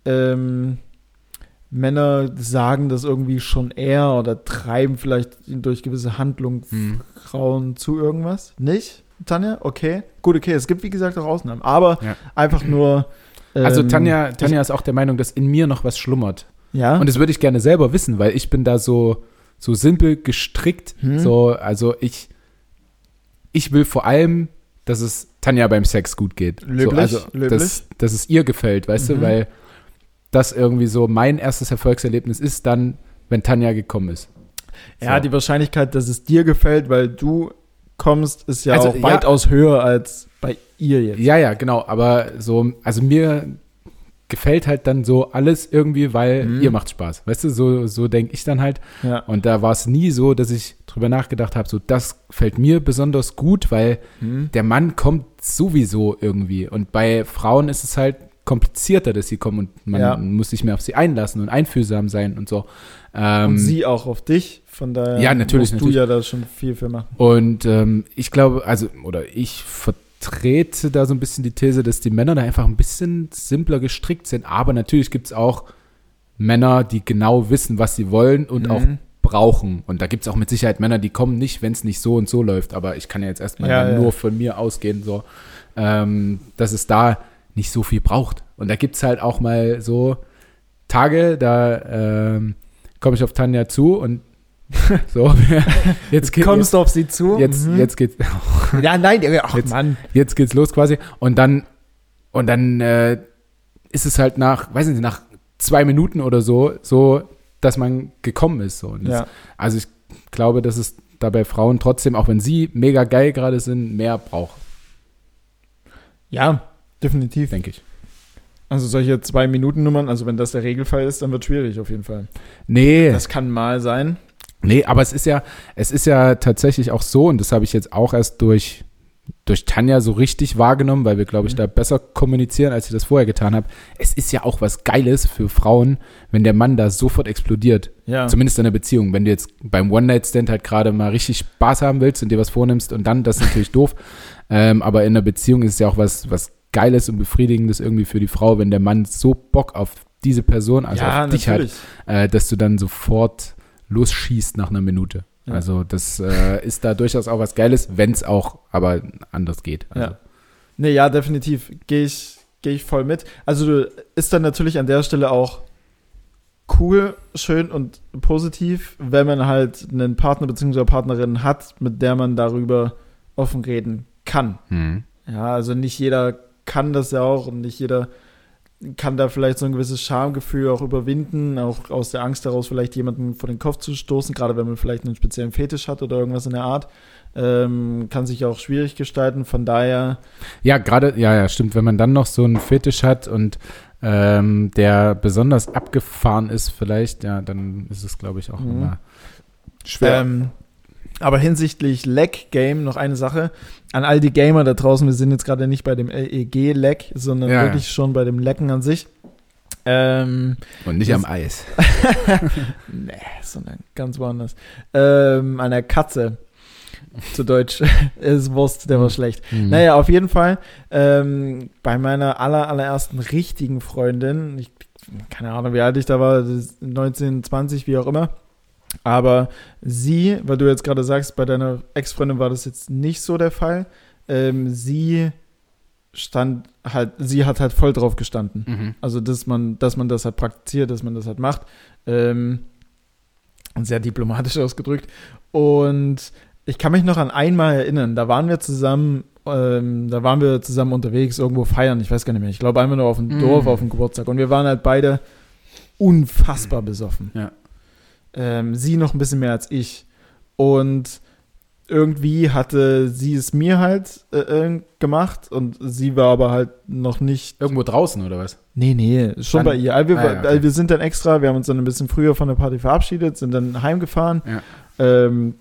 Speaker 2: ähm, Männer sagen das irgendwie schon eher oder treiben vielleicht durch gewisse Handlungen
Speaker 1: Mhm.
Speaker 2: Frauen zu irgendwas? Nicht, Tanja? Okay. Gut, okay. Es gibt, wie gesagt, auch Ausnahmen. Aber
Speaker 1: Ja.
Speaker 2: einfach nur. ähm,
Speaker 1: Also Tanja, Tanja ist auch der Meinung, dass in mir noch was schlummert.
Speaker 2: Ja.
Speaker 1: Und das würde ich gerne selber wissen, weil ich bin da so, so simpel gestrickt.
Speaker 2: Hm.
Speaker 1: So, also ich, ich will vor allem, dass es Tanja beim Sex gut geht. so,
Speaker 2: Löblich,
Speaker 1: also,
Speaker 2: löblich.
Speaker 1: Dass, dass es ihr gefällt, weißt du,
Speaker 2: Mhm.
Speaker 1: weil das irgendwie so mein erstes Erfolgserlebnis ist dann, wenn Tanja gekommen ist.
Speaker 2: ja,
Speaker 1: so.
Speaker 2: die Wahrscheinlichkeit, dass es dir gefällt, weil du kommst, ist ja
Speaker 1: Also,
Speaker 2: auch
Speaker 1: ja.
Speaker 2: weitaus höher als bei ihr jetzt.
Speaker 1: Ja, ja, genau, aber so, also mir gefällt halt dann so alles irgendwie, weil
Speaker 2: Mhm.
Speaker 1: ihr macht Spaß. Weißt du, so, so denke ich dann halt.
Speaker 2: Ja.
Speaker 1: Und da war es nie so, dass ich drüber nachgedacht habe, so das fällt mir besonders gut, weil
Speaker 2: Mhm.
Speaker 1: der Mann kommt sowieso irgendwie. Und bei Frauen ist es halt komplizierter, dass sie kommen und man
Speaker 2: Ja.
Speaker 1: muss sich mehr auf sie einlassen und einfühlsam sein und so. Ähm,
Speaker 2: Und
Speaker 1: und
Speaker 2: sie auch auf dich. Von daher
Speaker 1: Ja, natürlich,
Speaker 2: musst
Speaker 1: natürlich.
Speaker 2: du ja da schon viel für machen.
Speaker 1: ähm, ich glaube, also, oder ich vertrete da so ein bisschen die These, dass die Männer da einfach ein bisschen simpler gestrickt sind. Aber natürlich gibt es auch Männer, die genau wissen, was sie wollen und auch
Speaker 2: Mhm.
Speaker 1: brauchen. Und da gibt es auch mit Sicherheit Männer, die kommen nicht, wenn es nicht so und so läuft. Aber ich kann ja jetzt erstmal
Speaker 2: Ja,
Speaker 1: dann
Speaker 2: ja.
Speaker 1: nur von mir ausgehen, so, ähm, dass es da nicht so viel braucht. Und da gibt es halt auch mal so Tage, da ähm, komme ich auf Tanja zu und so, jetzt geht,
Speaker 2: Kommst du auf sie zu?
Speaker 1: jetzt,
Speaker 2: Mhm.
Speaker 1: jetzt geht's,
Speaker 2: Ja, nein, ja, ach
Speaker 1: Jetzt-
Speaker 2: Mann.
Speaker 1: jetzt geht's los quasi. Und dann, und dann äh, ist es halt nach, weiß nicht, nach zwei Minuten oder so, so, dass man gekommen ist. So. Und das
Speaker 2: Ja.
Speaker 1: also ich glaube, dass es da bei Frauen trotzdem, auch wenn sie mega geil gerade sind, mehr braucht,
Speaker 2: ja, definitiv.
Speaker 1: denke ich.
Speaker 2: Also solche Zwei-Minuten-Nummern, also wenn das der Regelfall ist, dann wird schwierig auf jeden Fall.
Speaker 1: Nee,
Speaker 2: Das kann mal sein.
Speaker 1: nee, aber es ist ja, es ist ja tatsächlich auch so, und das habe ich jetzt auch erst durch, durch Tanja so richtig wahrgenommen, weil wir, glaube ich,
Speaker 2: Mhm.
Speaker 1: da besser kommunizieren, als ich das vorher getan habe. Es ist ja auch was Geiles für Frauen, wenn der Mann da sofort explodiert.
Speaker 2: Ja.
Speaker 1: Zumindest in einer Beziehung. Wenn du jetzt beim One-Night-Stand halt gerade mal richtig Spaß haben willst und dir was vornimmst und dann, das ist natürlich doof. Ähm, aber in einer Beziehung ist es ja auch was, was Geiles und Befriedigendes irgendwie für die Frau, wenn der Mann so Bock auf diese Person, also auf dich hat, äh, dass du dann sofort losschießt nach einer Minute.
Speaker 2: Ja.
Speaker 1: Also das äh, ist da durchaus auch was Geiles, wenn es auch aber anders geht. Also,
Speaker 2: Ja. Nee, ja, definitiv. Gehe ich, geh ich voll mit. Also du- ist dann natürlich an der Stelle auch cool, schön und positiv, wenn man halt einen Partner bzw. Partnerin hat, mit der man darüber offen reden kann.
Speaker 1: Hm.
Speaker 2: Ja, also nicht jeder kann das ja auch und nicht jeder kann da vielleicht so ein gewisses Schamgefühl auch überwinden, auch aus der Angst heraus vielleicht jemanden vor den Kopf zu stoßen, gerade wenn man vielleicht einen speziellen Fetisch hat oder irgendwas in der Art, ähm, kann sich auch schwierig gestalten. Von daher,
Speaker 1: Ja, gerade, ja, ja, stimmt. Wenn man dann noch so einen Fetisch hat und ähm, der besonders abgefahren ist, vielleicht, ja, dann ist es, glaube ich, auch
Speaker 2: Mhm.
Speaker 1: immer
Speaker 2: Ähm, aber hinsichtlich Lag-Game noch eine Sache. An all die Gamer da draußen, wir sind jetzt gerade nicht bei dem LEG-Lag, sondern
Speaker 1: Ja, ja.
Speaker 2: wirklich schon bei dem Lecken an sich. Ähm,
Speaker 1: Und nicht
Speaker 2: das-
Speaker 1: am Eis.
Speaker 2: nee, sondern ganz woanders. Ähm, an der Katze. Zu Deutsch. ist Wurst, der war schlecht.
Speaker 1: Mhm.
Speaker 2: Naja, auf jeden Fall. Ähm, bei meiner aller, allerersten richtigen Freundin, ich, keine Ahnung, wie alt ich da war, das ist 19, 20, wie auch immer. Aber sie, weil du jetzt gerade sagst, bei deiner Ex-Freundin war das jetzt nicht so der Fall. Ähm, sie stand halt, sie hat halt voll drauf gestanden.
Speaker 1: Mhm.
Speaker 2: Also, dass man, dass man das halt praktiziert, dass man das halt macht. Ähm, sehr diplomatisch ausgedrückt. Und ich kann mich noch an einmal erinnern, da waren wir zusammen, ähm, da waren wir zusammen unterwegs, irgendwo feiern, ich weiß gar nicht mehr. Ich glaube einmal nur auf dem
Speaker 1: Mhm.
Speaker 2: Dorf, auf dem Geburtstag. Und wir waren halt beide unfassbar besoffen.
Speaker 1: Ja.
Speaker 2: Ähm, sie noch ein bisschen mehr als ich. Und irgendwie hatte sie es mir halt äh, äh, gemacht und sie war aber halt noch nicht.
Speaker 1: Irgendwo draußen oder was?
Speaker 2: Nee, nee, schon
Speaker 1: Dann-
Speaker 2: bei ihr. Also wir,
Speaker 1: Ah, ja, okay.
Speaker 2: also wir sind dann extra, wir haben uns dann ein bisschen früher von der Party verabschiedet, sind dann heimgefahren.
Speaker 1: Ja.
Speaker 2: Ähm,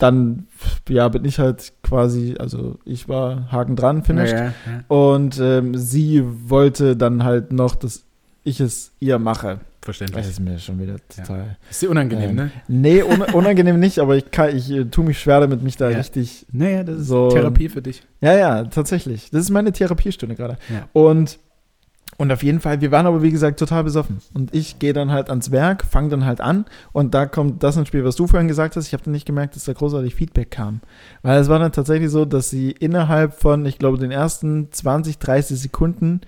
Speaker 2: dann, ja, bin ich halt quasi, also ich war Haken dran, finished.
Speaker 1: Ja, ja.
Speaker 2: Und ähm, sie wollte dann halt noch, dass ich es ihr mache.
Speaker 1: Verständlich.
Speaker 2: Das ist mir schon wieder total.
Speaker 1: Ist dir unangenehm,
Speaker 2: Ähm,
Speaker 1: ne?
Speaker 2: Nee, un unangenehm nicht, aber ich, kann, ich äh, tue mich schwer damit, mich da
Speaker 1: Ja.
Speaker 2: richtig
Speaker 1: Naja,
Speaker 2: das ist Therapie
Speaker 1: für dich.
Speaker 2: Ja, ja, tatsächlich. Das ist meine Therapiestunde gerade.
Speaker 1: Ja.
Speaker 2: Und, und auf jeden Fall, wir waren aber wie gesagt total besoffen. Und ich gehe dann halt ans Werk, fange dann halt an und da kommt das ins Spiel, was du vorhin gesagt hast. Ich habe dann nicht gemerkt, dass da großartig Feedback kam. Weil es war dann tatsächlich so, dass sie innerhalb von, ich glaube, den ersten 20, 30 Sekunden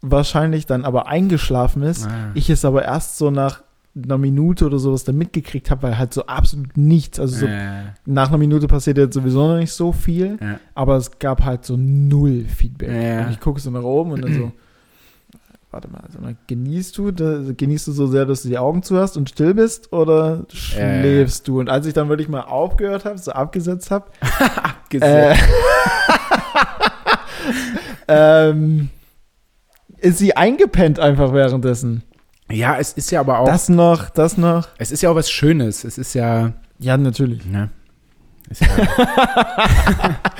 Speaker 2: wahrscheinlich dann aber eingeschlafen ist.
Speaker 1: Ah.
Speaker 2: Ich es aber erst so nach einer Minute oder sowas dann mitgekriegt habe, weil halt so absolut nichts, also so
Speaker 1: Äh,
Speaker 2: nach einer Minute passiert jetzt sowieso noch nicht so viel,
Speaker 1: Ja.
Speaker 2: aber es gab halt so null Feedback.
Speaker 1: Ja.
Speaker 2: Und ich gucke so nach oben und dann so, warte mal, sag mal, genießt du, da, genießt du so sehr, dass du die Augen zu hast und still bist oder schläfst du? Und als ich dann wirklich mal aufgehört habe, so abgesetzt habe, äh, ähm, ist sie eingepennt einfach währenddessen.
Speaker 1: ja, es ist ja aber auch,
Speaker 2: Das noch, das noch.
Speaker 1: es ist ja auch was Schönes. Es ist ja,
Speaker 2: Ja, natürlich.
Speaker 1: ne? Ist ja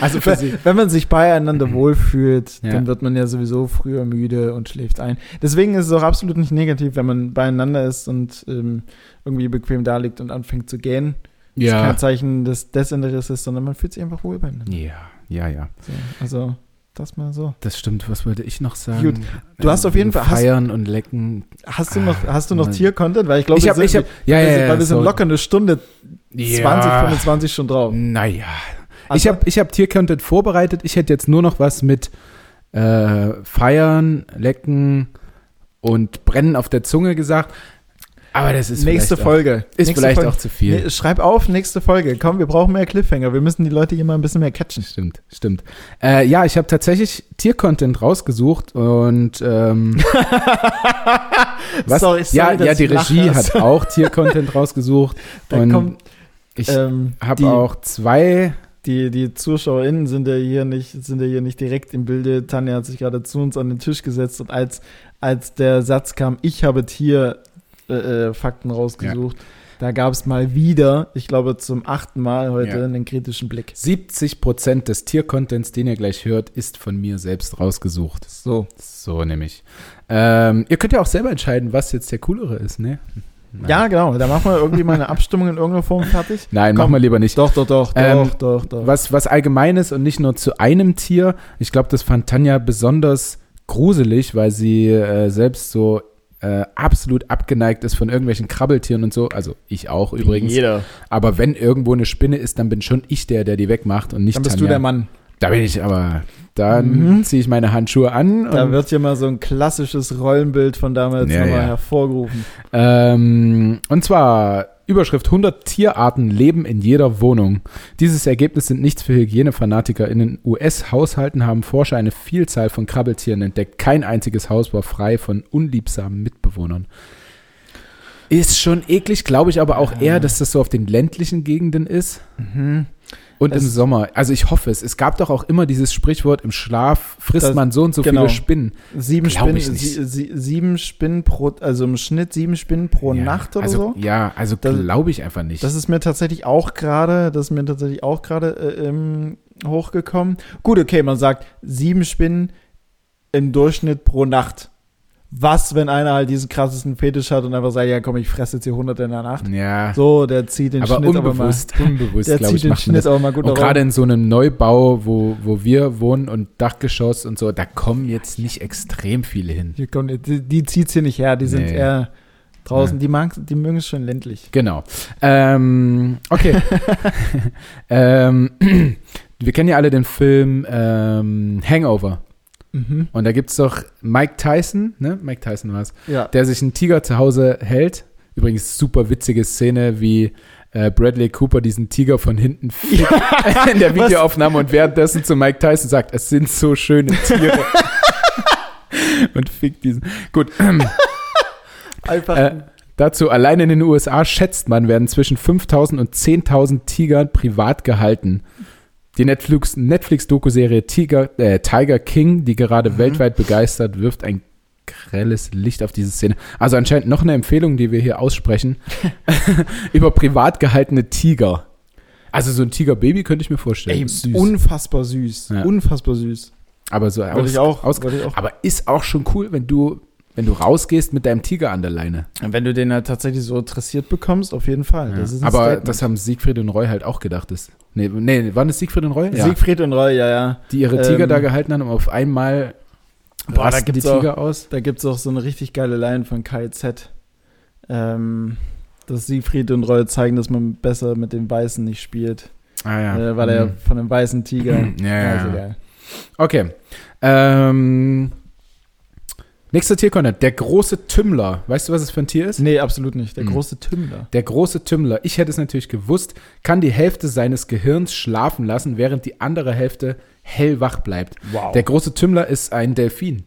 Speaker 1: also für sie.
Speaker 2: Wenn man sich beieinander wohlfühlt,
Speaker 1: Mhm. Ja.
Speaker 2: dann wird man ja sowieso früher müde und schläft ein. Deswegen ist es auch absolut nicht negativ, wenn man beieinander ist und ähm, irgendwie bequem da liegt und anfängt zu gähnen. Das ist
Speaker 1: Ja.
Speaker 2: kein Zeichen des Desinteresses, sondern man fühlt sich einfach wohl beieinander.
Speaker 1: Ja, ja, ja.
Speaker 2: So, also, das mal so.
Speaker 1: Das stimmt. Was wollte ich noch sagen? Also
Speaker 2: Gut. Du hast auf jeden Fall- hast-
Speaker 1: Feiern und lecken.
Speaker 2: Hast du noch,
Speaker 1: Ah,
Speaker 2: hast du noch
Speaker 1: Mann.
Speaker 2: Tier-Content? Weil ich glaube,
Speaker 1: ich habe,
Speaker 2: wir
Speaker 1: ich
Speaker 2: sind,
Speaker 1: habe, ja, ja,
Speaker 2: wir sind,
Speaker 1: ja.
Speaker 2: weil wir sind
Speaker 1: sorry.
Speaker 2: locker eine Stunde 20,
Speaker 1: ja.
Speaker 2: 25 schon drauf.
Speaker 1: Naja.
Speaker 2: Also-
Speaker 1: ich habe ich hab Tiercontent vorbereitet. Ich hätte jetzt nur noch was mit äh, Feiern, Lecken und Brennen auf der Zunge gesagt. Aber das ist
Speaker 2: nächste
Speaker 1: vielleicht auch,
Speaker 2: Folge.
Speaker 1: ist
Speaker 2: nächste
Speaker 1: vielleicht
Speaker 2: Folge.
Speaker 1: auch zu viel.
Speaker 2: Nee, schreib auf, nächste Folge. Komm, wir brauchen mehr Cliffhanger. Wir müssen die Leute hier mal ein bisschen mehr catchen.
Speaker 1: Stimmt, stimmt. Äh, ja, ich habe tatsächlich Tiercontent rausgesucht und ähm, was?
Speaker 2: Sorry, sorry,
Speaker 1: ja,
Speaker 2: dass
Speaker 1: ja, die
Speaker 2: ich lache.
Speaker 1: Regie hat auch Tiercontent rausgesucht
Speaker 2: Da
Speaker 1: und
Speaker 2: kommt,
Speaker 1: ich
Speaker 2: ähm, die,
Speaker 1: habe auch zwei.
Speaker 2: Die, die ZuschauerInnen sind ja hier nicht, sind ja hier nicht direkt im Bilde. Tanja hat sich gerade zu uns an den Tisch gesetzt und als, als der Satz kam, ich habe Tierfakten äh, Fakten rausgesucht, da gab es mal wieder, ich glaube zum achten Mal heute,
Speaker 1: Ja.
Speaker 2: einen kritischen Blick.
Speaker 1: 70 Prozent des Tiercontents, den ihr gleich hört, ist von mir selbst rausgesucht.
Speaker 2: So.
Speaker 1: So nämlich. Ähm, ihr könnt ja auch selber entscheiden, was jetzt der coolere ist, ne? Nein.
Speaker 2: Ja, genau. Da machen wir irgendwie mal eine Abstimmung in irgendeiner Form fertig.
Speaker 1: Nein,
Speaker 2: Komm.
Speaker 1: machen wir lieber nicht.
Speaker 2: Doch, doch, doch,
Speaker 1: Ähm,
Speaker 2: doch, doch, doch.
Speaker 1: Was, was allgemeines und nicht nur zu einem Tier. Ich glaube, das fand Tanja besonders gruselig, weil sie äh, selbst so äh, absolut abgeneigt ist von irgendwelchen Krabbeltieren und so. Also ich auch übrigens.
Speaker 2: Jeder.
Speaker 1: Aber wenn irgendwo eine Spinne ist, dann bin schon ich der, der die wegmacht und nicht
Speaker 2: Dann bist
Speaker 1: Tanja.
Speaker 2: du der Mann.
Speaker 1: Da bin ich aber. Dann
Speaker 2: Mhm.
Speaker 1: ziehe ich meine Handschuhe an.
Speaker 2: Da
Speaker 1: und-
Speaker 2: wird hier mal so ein klassisches Rollenbild von damals
Speaker 1: Ähm. Ja,
Speaker 2: nochmal
Speaker 1: ja.
Speaker 2: hervorgerufen.
Speaker 1: Ähm, und zwar Überschrift 100 Tierarten leben in jeder Wohnung. Dieses Ergebnis sind nichts für Hygienefanatiker. In den US-Haushalten haben Forscher eine Vielzahl von Krabbeltieren entdeckt. Kein einziges Haus war frei von unliebsamen Mitbewohnern. Ist schon eklig, glaube ich aber auch eher, dass das so auf den ländlichen Gegenden ist. Mhm. Und im
Speaker 2: Es-
Speaker 1: Sommer. Also ich hoffe es. Es gab doch auch immer dieses Sprichwort, im Schlaf frisst
Speaker 2: Das-
Speaker 1: man so und so
Speaker 2: genau.
Speaker 1: viele Spinnen.
Speaker 2: Sieben
Speaker 1: Glaub
Speaker 2: Spinnen,
Speaker 1: ich nicht.
Speaker 2: sie, sie, sieben Spinnen pro, also im Schnitt sieben Spinnen pro
Speaker 1: ja.
Speaker 2: Nacht oder
Speaker 1: also,
Speaker 2: so.
Speaker 1: Ja, also
Speaker 2: Das-
Speaker 1: glaube ich einfach nicht.
Speaker 2: Das ist mir tatsächlich auch gerade, das ist mir tatsächlich auch gerade äh, ähm, hochgekommen. Gut, okay, man sagt sieben Spinnen im Durchschnitt pro Nacht. Was, wenn einer halt diesen krassesten Fetisch hat und einfach sagt, ja komm, ich fresse jetzt hier 100 in der Nacht.
Speaker 1: ja.
Speaker 2: So, der zieht den
Speaker 1: aber
Speaker 2: Schnitt
Speaker 1: unbewusst, unbewusst,
Speaker 2: aber mal, der
Speaker 1: glaube
Speaker 2: zieht
Speaker 1: ich,
Speaker 2: den
Speaker 1: macht man
Speaker 2: Schnitt
Speaker 1: das.
Speaker 2: aber mal gut
Speaker 1: Und
Speaker 2: nach oben.
Speaker 1: gerade in so einem Neubau, wo, wo wir wohnen und Dachgeschoss und so, da kommen jetzt nicht extrem viele hin.
Speaker 2: Hier kommt, die, die zieht's hier nicht her, die sind
Speaker 1: Nee.
Speaker 2: eher draußen. Die, mag, die mögen es schon ländlich.
Speaker 1: Genau. Ähm, okay. ähm, wir kennen ja alle den Film ähm, Hangover.
Speaker 2: Mhm.
Speaker 1: Und da gibt es doch Mike Tyson, ne? Mike Tyson war es,
Speaker 2: Ja.
Speaker 1: der sich einen Tiger zu Hause hält. Übrigens super witzige Szene, wie äh, Bradley Cooper diesen Tiger von hinten fickt in der
Speaker 2: was-
Speaker 1: Videoaufnahme und währenddessen zu Mike Tyson sagt, es sind so schöne Tiere. und fickt diesen. Gut,
Speaker 2: Einfach
Speaker 1: äh, Dazu allein in den USA schätzt man, werden zwischen 5000 und 10.000 Tigern privat gehalten. Die Netflix- Netflix-Doku-Serie Tiger, äh, Tiger King, die gerade
Speaker 2: Mhm.
Speaker 1: weltweit begeistert, wirft ein grelles Licht auf diese Szene. Also anscheinend noch eine Empfehlung, die wir hier aussprechen, über privat gehaltene Tiger. Also so ein Tigerbaby könnte ich mir vorstellen.
Speaker 2: Ey, unfassbar süß.
Speaker 1: Ja.
Speaker 2: Unfassbar süß.
Speaker 1: aber so
Speaker 2: Würde
Speaker 1: aus,
Speaker 2: ich auch.
Speaker 1: aus,
Speaker 2: Würde ich auch.
Speaker 1: aber ist auch schon cool, wenn du, wenn du rausgehst mit deinem Tiger an der Leine.
Speaker 2: Und wenn du den halt tatsächlich so interessiert bekommst, auf jeden Fall. Das ist ein
Speaker 1: Aber
Speaker 2: Statement.
Speaker 1: das haben Siegfried und Roy halt auch gedacht. Ist. Nee, nee, waren es Siegfried und Roy?
Speaker 2: Siegfried und Roy, ja, ja.
Speaker 1: Die ihre Tiger
Speaker 2: Ähm,
Speaker 1: da gehalten haben und auf einmal
Speaker 2: Boah, da
Speaker 1: rasten die
Speaker 2: gibt's auch-
Speaker 1: Tiger aus.
Speaker 2: Da gibt es auch so eine richtig geile Line von KZ. Ähm, dass Siegfried und Roy zeigen, dass man besser mit den Weißen nicht spielt.
Speaker 1: Ah
Speaker 2: Äh, weil er von dem weißen Tiger.
Speaker 1: Ja, ja,
Speaker 2: ist
Speaker 1: ja.
Speaker 2: egal.
Speaker 1: Okay. Ähm, nächster Tiercontent. Der große Tümmler. Weißt du, was es für ein Tier ist?
Speaker 2: Nee, absolut nicht. Der
Speaker 1: Mhm.
Speaker 2: große Tümmler.
Speaker 1: Der große Tümmler, ich hätte es natürlich gewusst, kann die Hälfte seines Gehirns schlafen lassen, während die andere Hälfte hellwach bleibt.
Speaker 2: Wow.
Speaker 1: Der große Tümmler ist ein Delfin.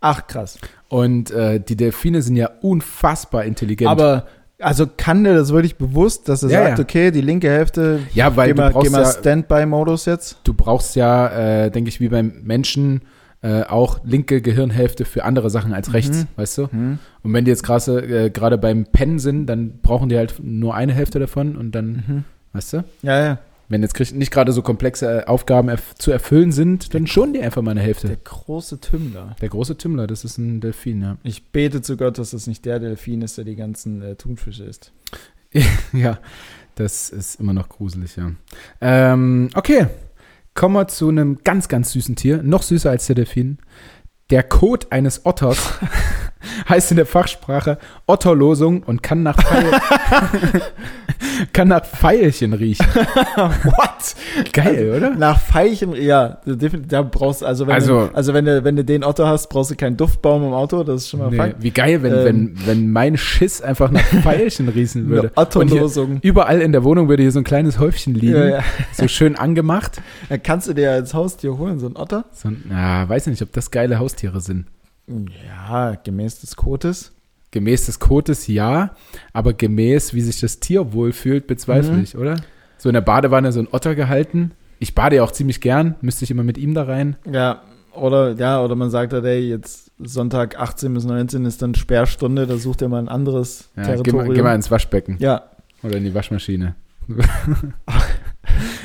Speaker 2: Ach, krass.
Speaker 1: Und äh, die Delfine sind ja unfassbar intelligent.
Speaker 2: Aber, also kann der das wirklich bewusst, dass er
Speaker 1: Ja,
Speaker 2: sagt,
Speaker 1: ja.
Speaker 2: okay, die linke Hälfte,
Speaker 1: ja, weil
Speaker 2: geh
Speaker 1: du
Speaker 2: mal, geh
Speaker 1: brauchst,
Speaker 2: mal
Speaker 1: ja,
Speaker 2: Standby-Modus jetzt?
Speaker 1: du brauchst ja, äh, denke ich, wie beim Menschen äh, auch linke Gehirnhälfte für andere Sachen
Speaker 2: Mhm.
Speaker 1: als rechts, weißt du?
Speaker 2: Hm?
Speaker 1: Und wenn die jetzt krasse, äh, gerade beim Pennen sind, dann brauchen die halt nur eine Hälfte davon und dann,
Speaker 2: Mhm.
Speaker 1: weißt du?
Speaker 2: Ja, ja.
Speaker 1: Wenn jetzt krieg- nicht gerade so komplexe äh, Aufgaben erf zu erfüllen sind, dann schon die einfach mal eine
Speaker 2: Der
Speaker 1: Hälfte.
Speaker 2: große Tümmler.
Speaker 1: Der große Tümmler, das ist ein Delfin, ja.
Speaker 2: Ich bete zu Gott, dass das nicht der Delfin ist, der die ganzen äh, Thunfische isst.
Speaker 1: Ja, das ist immer noch gruselig, ja. Ähm, okay, kommen wir zu einem ganz, ganz süßen Tier, noch süßer als der Delfin. Der Kot eines Otters heißt in der Fachsprache Otterlosung und kann nach, Pfeil kann nach Pfeilchen riechen.
Speaker 2: What? Also,
Speaker 1: Geil, oder?
Speaker 2: Nach Veilchen, ja, definitiv, da brauchst also wenn
Speaker 1: Also-
Speaker 2: du, also wenn du, wenn du den Otto hast, brauchst du keinen Duftbaum im Auto, das ist schon mal
Speaker 1: Nee,
Speaker 2: Fakt.
Speaker 1: wie geil, wenn,
Speaker 2: Ähm.
Speaker 1: wenn, wenn mein Schiss einfach nach Pfeilchen riechen würde.
Speaker 2: Eine
Speaker 1: Und hier,
Speaker 2: Otto-Losung.
Speaker 1: überall in der Wohnung würde hier so ein kleines Häufchen liegen,
Speaker 2: Ja, ja.
Speaker 1: so schön angemacht.
Speaker 2: Dann kannst du dir als Haustier holen, so einen Otter.
Speaker 1: So, ein- ja, weiß nicht, ob das geile Haustiere sind.
Speaker 2: Ja, gemäß des Kotes.
Speaker 1: Gemäß des Codes ja, aber gemäß, wie sich das Tier wohlfühlt, bezweifle
Speaker 2: Mhm.
Speaker 1: ich, oder? So in der Badewanne so ein Otter gehalten. Ich bade ja auch ziemlich gern, müsste ich immer mit ihm da rein.
Speaker 2: Ja, oder, ja, oder man sagt halt, ey, jetzt Sonntag 18 bis 19 ist dann Sperrstunde, da sucht er mal ein anderes
Speaker 1: Ja, geh,
Speaker 2: Territorium.
Speaker 1: mal, geh mal ins Waschbecken
Speaker 2: ja,
Speaker 1: oder in die Waschmaschine.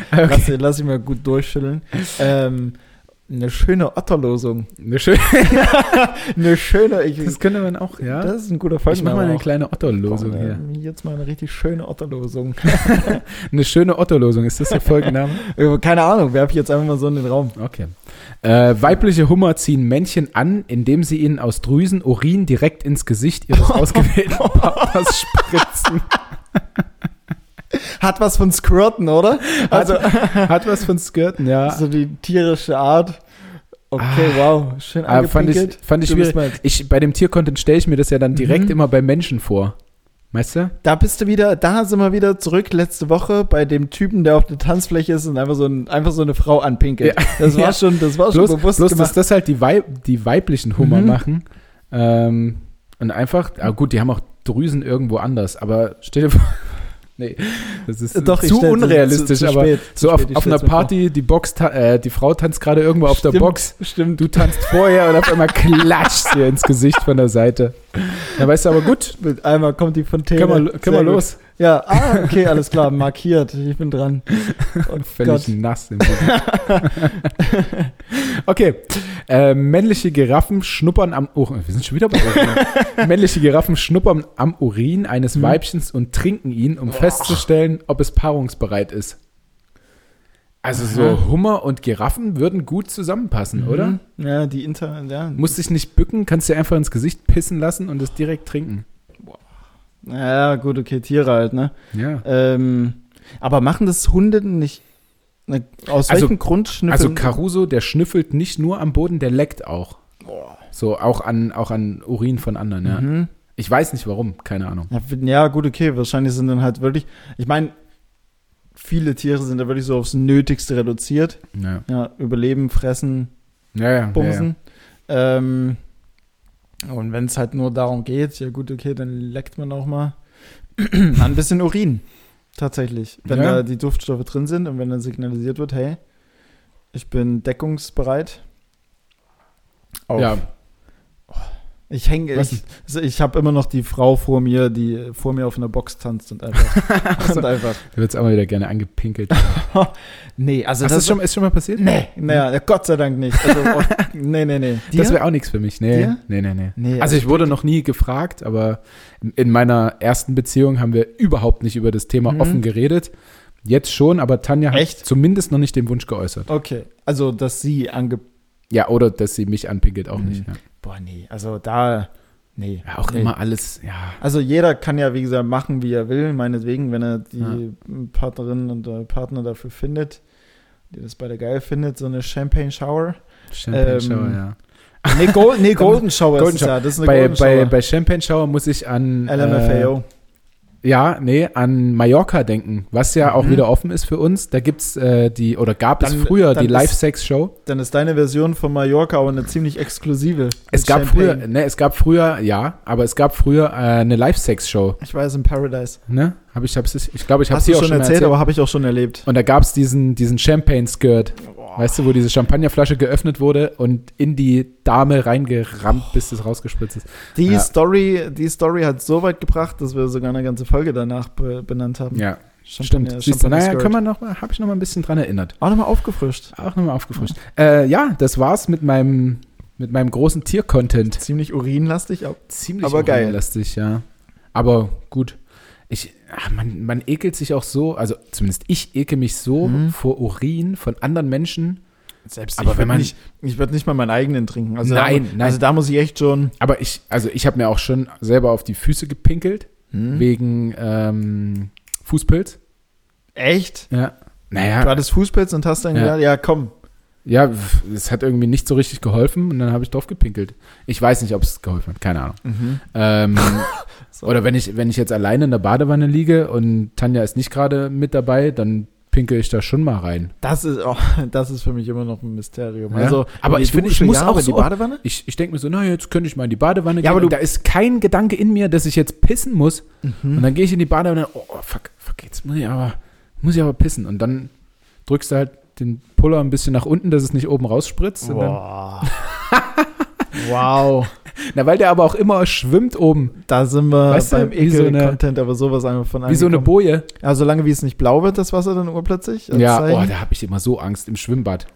Speaker 2: lass, lass ich mal gut durchschütteln. ähm, eine schöne Otterlosung.
Speaker 1: Eine schöne,
Speaker 2: Eine schöne, ich,
Speaker 1: das könnte man auch, ja.
Speaker 2: das ist ein guter
Speaker 1: Ich mache
Speaker 2: Folgenname.
Speaker 1: mal eine
Speaker 2: auch.
Speaker 1: kleine Otterlosung
Speaker 2: Boah,
Speaker 1: hier.
Speaker 2: ne, Jetzt mal eine richtig schöne Otterlosung.
Speaker 1: Eine schöne Otterlosung, ist das der Folgenname?
Speaker 2: Äh, Keine Ahnung, werfe ich jetzt einfach mal so in den Raum.
Speaker 1: Okay. Äh, weibliche Hummer ziehen Männchen an, indem sie ihnen aus Drüsen Urin direkt ins Gesicht ihres ausgewählten Partners spritzen.
Speaker 2: Hat was von Squirten, oder? Also,
Speaker 1: Hat was von Skirten, ja.
Speaker 2: so die tierische Art. Okay, wow, schön
Speaker 1: Ah, fand ich-
Speaker 2: angepinkelt.
Speaker 1: fand ich
Speaker 2: Du bist
Speaker 1: schwierig.
Speaker 2: mal jetzt-
Speaker 1: Ich, bei dem Tiercontent stelle ich mir das ja dann direkt
Speaker 2: Mhm.
Speaker 1: immer bei Menschen vor. Weißt du?
Speaker 2: Da bist du wieder, da sind wir wieder zurück letzte Woche bei dem Typen, der auf der Tanzfläche ist und einfach so, ein, einfach so eine Frau anpinkelt.
Speaker 1: Ja.
Speaker 2: Das war
Speaker 1: Ja.
Speaker 2: schon, das war schon
Speaker 1: Bloß,
Speaker 2: bewusst
Speaker 1: bloß dass
Speaker 2: gemacht.
Speaker 1: das halt die, Weib, die weiblichen Hummer
Speaker 2: Mhm.
Speaker 1: machen. Ähm, und einfach, ah, gut, die haben auch Drüsen irgendwo anders, aber stell dir vor. Nee, das ist
Speaker 2: ich
Speaker 1: zu
Speaker 2: stell-
Speaker 1: unrealistisch,
Speaker 2: zu
Speaker 1: aber
Speaker 2: spät,
Speaker 1: so
Speaker 2: zu
Speaker 1: auf,
Speaker 2: spät, ich
Speaker 1: auf einer
Speaker 2: stell's mir vor.
Speaker 1: Party, die Box, ta- äh, die Frau tanzt gerade irgendwo auf der
Speaker 2: Stimmt,
Speaker 1: Box,
Speaker 2: Stimmt.
Speaker 1: du tanzt vorher und auf einmal klatscht ihr ins Gesicht von der Seite. Da weißt du aber gut,
Speaker 2: Mit einmal kommt die Fontäne.
Speaker 1: können wir,
Speaker 2: Sehr
Speaker 1: können wir
Speaker 2: gut.
Speaker 1: los.
Speaker 2: Ja, ah, okay, alles klar, markiert. Ich bin dran. Oh
Speaker 1: Völlig nass im Gesicht. Okay. Äh, männliche Giraffen schnuppern am oh, wir sind schon wieder bei Urin. Männliche Giraffen schnuppern am Urin
Speaker 2: Mhm.
Speaker 1: eines Weibchens und trinken ihn,
Speaker 2: Oh.
Speaker 1: um festzustellen, ob es paarungsbereit ist. Also so Hummer und Giraffen würden gut
Speaker 2: Mhm.
Speaker 1: zusammenpassen, oder?
Speaker 2: Ja, die Inter, ja.
Speaker 1: Musst dich nicht bücken, kannst dir einfach ins Gesicht pissen lassen und es direkt trinken.
Speaker 2: Ja, gut, okay, Tiere halt, ne?
Speaker 1: Ja.
Speaker 2: Ähm, aber machen das Hunde nicht? Ne, aus
Speaker 1: Also-
Speaker 2: welchem Grund schnüffeln?
Speaker 1: Also Caruso, der schnüffelt nicht nur am Boden, der leckt auch.
Speaker 2: Boah.
Speaker 1: So auch an auch an Urin von anderen, ja.
Speaker 2: Mhm.
Speaker 1: Ich weiß nicht warum, keine Ahnung.
Speaker 2: Ja, find- ja, gut, okay, wahrscheinlich sind dann halt wirklich, ich meine, viele Tiere sind da wirklich so aufs Nötigste reduziert.
Speaker 1: Ja,
Speaker 2: Ja, überleben, fressen,
Speaker 1: ja, ja.
Speaker 2: bumsen. Ähm, Und wenn es halt nur darum geht, ja gut, okay, dann leckt man auch mal ein bisschen Urin. Tatsächlich. Wenn
Speaker 1: Ja.
Speaker 2: da die Duftstoffe drin sind und wenn dann signalisiert wird, hey, ich bin deckungsbereit. Auf.
Speaker 1: Ja,
Speaker 2: Ich hänge,
Speaker 1: Was?
Speaker 2: ich, also ich habe immer noch die Frau vor mir, die vor mir auf einer Box tanzt und einfach.
Speaker 1: Also
Speaker 2: und einfach.
Speaker 1: da wird es auch mal wieder gerne angepinkelt.
Speaker 2: Nee, also
Speaker 1: Hast
Speaker 2: das
Speaker 1: du schon, ist schon mal passiert?
Speaker 2: Nee, naja, Gott sei Dank nicht. Also, oh, nee, nee, nee.
Speaker 1: Das wäre auch nichts für mich. Nee,
Speaker 2: Dir?
Speaker 1: nee, nee, nee.
Speaker 2: nee,
Speaker 1: Also ich wurde noch nie gefragt, aber in meiner ersten Beziehung haben wir überhaupt nicht über das Thema
Speaker 2: Mhm.
Speaker 1: offen geredet. Jetzt schon, aber Tanja hat
Speaker 2: Echt?
Speaker 1: zumindest noch nicht den Wunsch geäußert.
Speaker 2: okay. Also, dass sie ange.
Speaker 1: Ja, oder dass sie mich anpinkelt auch
Speaker 2: Mhm.
Speaker 1: nicht. Ja.
Speaker 2: Boah, nee. Also, da. Nee.
Speaker 1: ja, auch
Speaker 2: nee.
Speaker 1: immer alles, ja.
Speaker 2: Also, jeder kann ja, wie gesagt, machen, wie er will. Meinetwegen, wenn er die
Speaker 1: Ja.
Speaker 2: Partnerin und äh, Partner dafür findet, die das beide geil findet, so eine Champagne Shower.
Speaker 1: Champagne Shower,
Speaker 2: Ähm,
Speaker 1: ja.
Speaker 2: Nee, Gold, nee Golden Shower
Speaker 1: Golden
Speaker 2: ist es ja. Das ist eine
Speaker 1: Bei,
Speaker 2: Golden
Speaker 1: bei,
Speaker 2: Shower.
Speaker 1: bei Champagne Shower muss ich an
Speaker 2: LMFAO.
Speaker 1: Äh, ja, nee, an Mallorca denken, was ja auch
Speaker 2: Mhm.
Speaker 1: wieder offen ist für uns. Da gibt's äh, die oder gab es
Speaker 2: Dann-
Speaker 1: früher
Speaker 2: dann
Speaker 1: die
Speaker 2: ist-
Speaker 1: Live Sex Show.
Speaker 2: Dann ist deine Version von Mallorca aber eine ziemlich exklusive.
Speaker 1: Es
Speaker 2: Mit
Speaker 1: gab
Speaker 2: Champagne.
Speaker 1: früher, ne, es gab früher, ja, aber es gab früher äh, eine Live-Sex-Show,
Speaker 2: Ich weiß, in Paradise.
Speaker 1: ne? Hab ich, hab's, ich glaube, ich habe
Speaker 2: Hast
Speaker 1: sie
Speaker 2: du
Speaker 1: auch
Speaker 2: schon erzählt,
Speaker 1: erzählt.
Speaker 2: aber habe ich auch schon erlebt.
Speaker 1: Und da gab's diesen, diesen Champagne-Skirt, weißt du, wo diese Champagnerflasche geöffnet wurde und in die Dame reingerammt, bis es rausgespritzt ist.
Speaker 2: Die
Speaker 1: Ja.
Speaker 2: Story, die Story hat so weit gebracht, dass wir sogar eine ganze Folge danach be benannt haben.
Speaker 1: Ja,
Speaker 2: Champagner-
Speaker 1: stimmt. Siehst du,
Speaker 2: Champagner
Speaker 1: naja,
Speaker 2: Skirt.
Speaker 1: kann man noch mal, hab ich noch mal ein bisschen dran erinnert.
Speaker 2: auch nochmal aufgefrischt.
Speaker 1: Auch nochmal aufgefrischt. Äh, ja, das war's mit meinem, mit meinem großen Tier-Content.
Speaker 2: Ziemlich urinlastig, aber
Speaker 1: ziemlich
Speaker 2: Aber geil.
Speaker 1: lastig, ja. Aber gut. Ich, ah, man, man ekelt sich auch so, also zumindest ich ekel mich so
Speaker 2: Mhm.
Speaker 1: vor Urin von anderen Menschen.
Speaker 2: selbst
Speaker 1: Aber
Speaker 2: ich
Speaker 1: wenn
Speaker 2: würd
Speaker 1: man-
Speaker 2: nicht, ich würde nicht mal meinen eigenen trinken. Also
Speaker 1: Nein,
Speaker 2: da,
Speaker 1: nein.
Speaker 2: Also da muss ich echt schon.
Speaker 1: Aber ich, also ich habe mir auch schon selber auf die Füße gepinkelt,
Speaker 2: Mhm.
Speaker 1: wegen ähm, Fußpilz.
Speaker 2: Echt?
Speaker 1: Ja.
Speaker 2: Du
Speaker 1: Naja,
Speaker 2: hattest Fußpilz und hast dann
Speaker 1: Ja.
Speaker 2: gedacht, ja komm.
Speaker 1: ja, pf, es hat irgendwie nicht so richtig geholfen und dann habe ich drauf gepinkelt. Ich weiß nicht, ob es geholfen hat, keine Ahnung. Ähm,
Speaker 2: Mhm. So.
Speaker 1: Oder wenn ich, wenn ich jetzt alleine in der Badewanne liege und Tanja ist nicht gerade mit dabei, dann pinkel ich da schon mal rein.
Speaker 2: Das ist oh, das ist für mich immer noch ein Mysterium.
Speaker 1: Ja.
Speaker 2: Also,
Speaker 1: Aber
Speaker 2: in die
Speaker 1: ich finde, ich
Speaker 2: Dusche,
Speaker 1: muss
Speaker 2: ja,
Speaker 1: auch
Speaker 2: aber in die
Speaker 1: so-
Speaker 2: Badewanne.
Speaker 1: Ich, ich denke mir so, na, jetzt könnte ich mal in die Badewanne gehen.
Speaker 2: aber
Speaker 1: und
Speaker 2: du-
Speaker 1: da ist kein Gedanke in mir, dass ich jetzt pissen muss.
Speaker 2: Mhm.
Speaker 1: Und dann gehe ich in die Badewanne, oh, oh, fuck, fuck, jetzt muss ich aber, muss ich aber pissen. Und dann drückst du halt den Puller ein bisschen nach unten, dass es nicht oben rausspritzt. Und dann,
Speaker 2: Boah. wow.
Speaker 1: na, weil der aber auch immer schwimmt oben,
Speaker 2: Da sind wir
Speaker 1: Weißt du,
Speaker 2: beim
Speaker 1: wie so eine-
Speaker 2: Ekel-Content, aber sowas einfach von
Speaker 1: wie so eine
Speaker 2: angekommen.
Speaker 1: Boje.
Speaker 2: Ja, solange wie es nicht blau wird, das Wasser dann urplötzlich. als
Speaker 1: Ja, oh,
Speaker 2: Zeichen.
Speaker 1: da habe ich immer so Angst im Schwimmbad.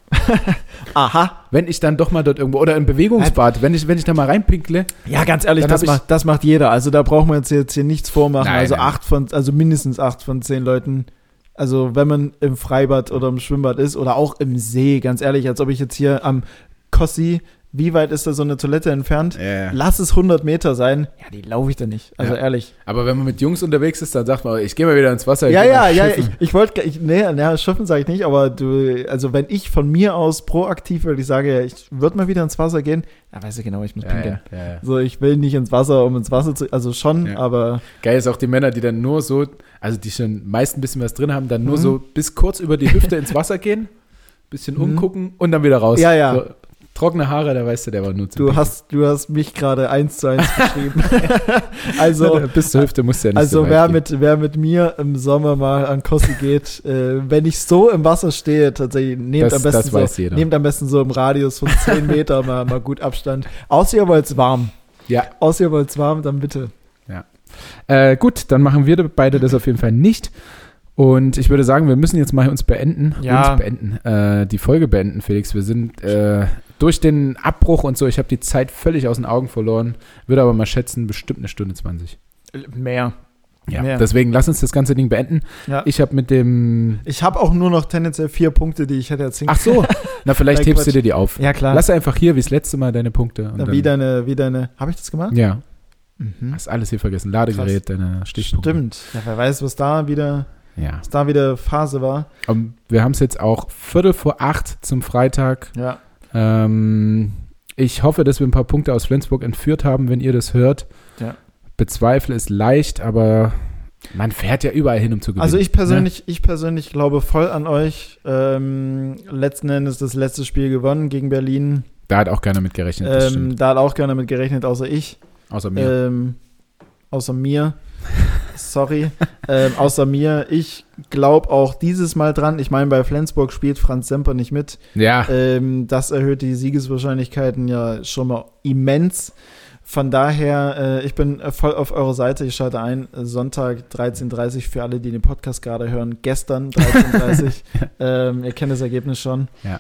Speaker 2: Aha.
Speaker 1: Wenn ich dann doch mal dort irgendwo, oder im
Speaker 2: Halt.
Speaker 1: Bewegungsbad, wenn ich, wenn ich da mal reinpinkle,
Speaker 2: Ja, ganz ehrlich,
Speaker 1: Dann
Speaker 2: das
Speaker 1: hab ich-
Speaker 2: macht, das macht jeder. Also da brauchen wir uns jetzt hier nichts vormachen.
Speaker 1: Nein,
Speaker 2: also
Speaker 1: nein.
Speaker 2: acht von, also mindestens acht von zehn Leuten. Also wenn man im Freibad oder im Schwimmbad ist oder auch im See, ganz ehrlich, als ob ich jetzt hier am Kossi, wie weit ist da so eine Toilette entfernt? Lass es 100 Meter sein. Ja, die laufe ich da nicht. Also
Speaker 1: Ja.
Speaker 2: ehrlich.
Speaker 1: aber wenn man mit Jungs unterwegs ist, dann sagt man, ich gehe mal wieder ins Wasser. ich
Speaker 2: Ja,
Speaker 1: geh mal
Speaker 2: ja, ja,
Speaker 1: schiffen.
Speaker 2: ich, ich wollte, ich, nee, na, schiffen sage ich nicht, aber du, also wenn ich von mir aus proaktiv würde, ich sage, ja, ich würde mal wieder ins Wasser gehen, ja, weiß ich genau, ich muss
Speaker 1: Ja,
Speaker 2: pinkeln.
Speaker 1: ja, ja, ja.
Speaker 2: So, ich will nicht ins Wasser, um ins Wasser zu, also schon,
Speaker 1: Ja.
Speaker 2: aber
Speaker 1: Geil ist auch die Männer, die dann nur so, also die schon meist ein bisschen was drin haben, dann nur
Speaker 2: Mhm.
Speaker 1: so bis kurz über die Hüfte ins Wasser gehen, bisschen
Speaker 2: Mhm.
Speaker 1: umgucken und dann wieder raus.
Speaker 2: Ja, ja.
Speaker 1: So, trockene Haare, da weißt du, der war nur zu
Speaker 2: du hast, du hast mich gerade eins zu eins beschrieben. also,
Speaker 1: bis zur Hüfte musst du ja nicht
Speaker 2: also
Speaker 1: so
Speaker 2: wer
Speaker 1: weit
Speaker 2: mit, wer mit mir im Sommer mal an Kossi geht, äh, wenn ich so im Wasser stehe, tatsächlich, nehmt
Speaker 1: Das-
Speaker 2: am besten
Speaker 1: das weiß
Speaker 2: so,
Speaker 1: jeder.
Speaker 2: nehmt am besten so im Radius von 10 Meter mal, mal gut Abstand. Außer ihr wollt's warm.
Speaker 1: gehen. Ja,
Speaker 2: Außer ihr wollt's warm, dann bitte.
Speaker 1: äh, gut, dann machen wir beide das auf jeden Fall nicht. Und ich würde sagen, wir müssen jetzt mal uns beenden,
Speaker 2: Ja.
Speaker 1: uns beenden, äh, die Folge beenden, Felix. Wir sind äh, durch den Abbruch und so, ich habe die Zeit völlig aus den Augen verloren, würde aber mal schätzen, bestimmt eine Stunde 20.
Speaker 2: Mehr.
Speaker 1: Ja,
Speaker 2: Ja.
Speaker 1: deswegen lass uns das ganze Ding beenden.
Speaker 2: Ja.
Speaker 1: Ich habe mit dem.
Speaker 2: Ich habe auch nur noch tendenziell vier Punkte, die ich hätte erzielen
Speaker 1: Ach so, na, vielleicht
Speaker 2: Nein,
Speaker 1: hebst du
Speaker 2: Quatsch.
Speaker 1: dir die auf.
Speaker 2: Ja, klar.
Speaker 1: Lass einfach hier wie das letzte Mal deine Punkte. Und
Speaker 2: Na, wie deine, wie deine. Habe ich das gemacht?
Speaker 1: ja,
Speaker 2: Mhm.
Speaker 1: hast alles hier vergessen. Ladegerät, deine Stichpunkte.
Speaker 2: Stimmt. Ja, wer weiß, was da wieder,
Speaker 1: Ja.
Speaker 2: was da wieder Phase war.
Speaker 1: Und wir haben es jetzt auch Viertel vor acht zum Freitag.
Speaker 2: Ja.
Speaker 1: Ähm, ich hoffe, dass wir ein paar Punkte aus Flensburg entführt haben, wenn ihr das hört.
Speaker 2: Ja.
Speaker 1: Bezweifle es leicht, aber man fährt ja überall hin, um zu gewinnen.
Speaker 2: Also ich persönlich, ich persönlich glaube voll an euch. Ähm, letzten Endes das letzte Spiel gewonnen gegen Berlin.
Speaker 1: ne? Da hat auch keiner mit gerechnet, das
Speaker 2: Ähm,
Speaker 1: stimmt.
Speaker 2: da hat auch keiner mit gerechnet, außer ich.
Speaker 1: Außer mir.
Speaker 2: Ähm, außer mir. Sorry. ähm, außer mir. Ich glaube auch dieses Mal dran. Ich meine, bei Flensburg spielt Franz Semper nicht mit.
Speaker 1: ja,
Speaker 2: Ähm, das erhöht die Siegeswahrscheinlichkeiten ja schon mal immens. Von daher, äh, ich bin äh, voll auf eurer Seite. Ich schalte ein. äh, Sonntag 13.30 Uhr für alle, die den Podcast gerade hören. Gestern 13.30 Uhr. ähm, ihr kennt das Ergebnis schon.
Speaker 1: Ja.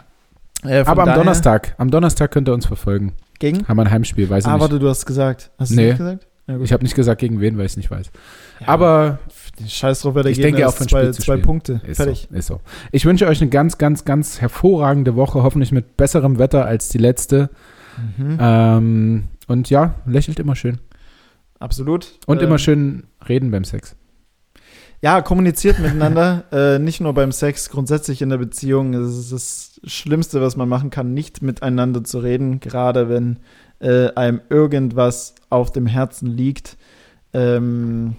Speaker 2: Äh, von
Speaker 1: aber am
Speaker 2: daher-
Speaker 1: Donnerstag, am Donnerstag könnt ihr uns verfolgen.
Speaker 2: Gegen?
Speaker 1: Haben wir ein Heimspiel, weiß ich
Speaker 2: Ah,
Speaker 1: nicht.
Speaker 2: warte, du hast gesagt. Hast
Speaker 1: Nee.
Speaker 2: du nicht gesagt? Ja, gut.
Speaker 1: Ich habe nicht gesagt, gegen wen, weil ich es nicht weiß.
Speaker 2: Ja,
Speaker 1: Aber
Speaker 2: Scheiß drauf, wer der
Speaker 1: Ich
Speaker 2: Gegner
Speaker 1: denke,
Speaker 2: ist.
Speaker 1: auch von
Speaker 2: zwei,
Speaker 1: Spiel zu
Speaker 2: zwei
Speaker 1: Spiel.
Speaker 2: Punkte.
Speaker 1: ist so,
Speaker 2: Fertig.
Speaker 1: ist so. Ich wünsche euch eine ganz, ganz, ganz hervorragende Woche. Hoffentlich mit besserem Wetter als die letzte.
Speaker 2: Mhm.
Speaker 1: Ähm, und ja, lächelt immer schön.
Speaker 2: Absolut.
Speaker 1: Und
Speaker 2: Ähm,
Speaker 1: immer schön reden beim Sex.
Speaker 2: Ja, kommuniziert miteinander. Äh, nicht nur beim Sex, grundsätzlich in der Beziehung. Es ist das Schlimmste, was man machen kann, nicht miteinander zu reden, gerade wenn äh, einem irgendwas auf dem Herzen liegt. Ähm,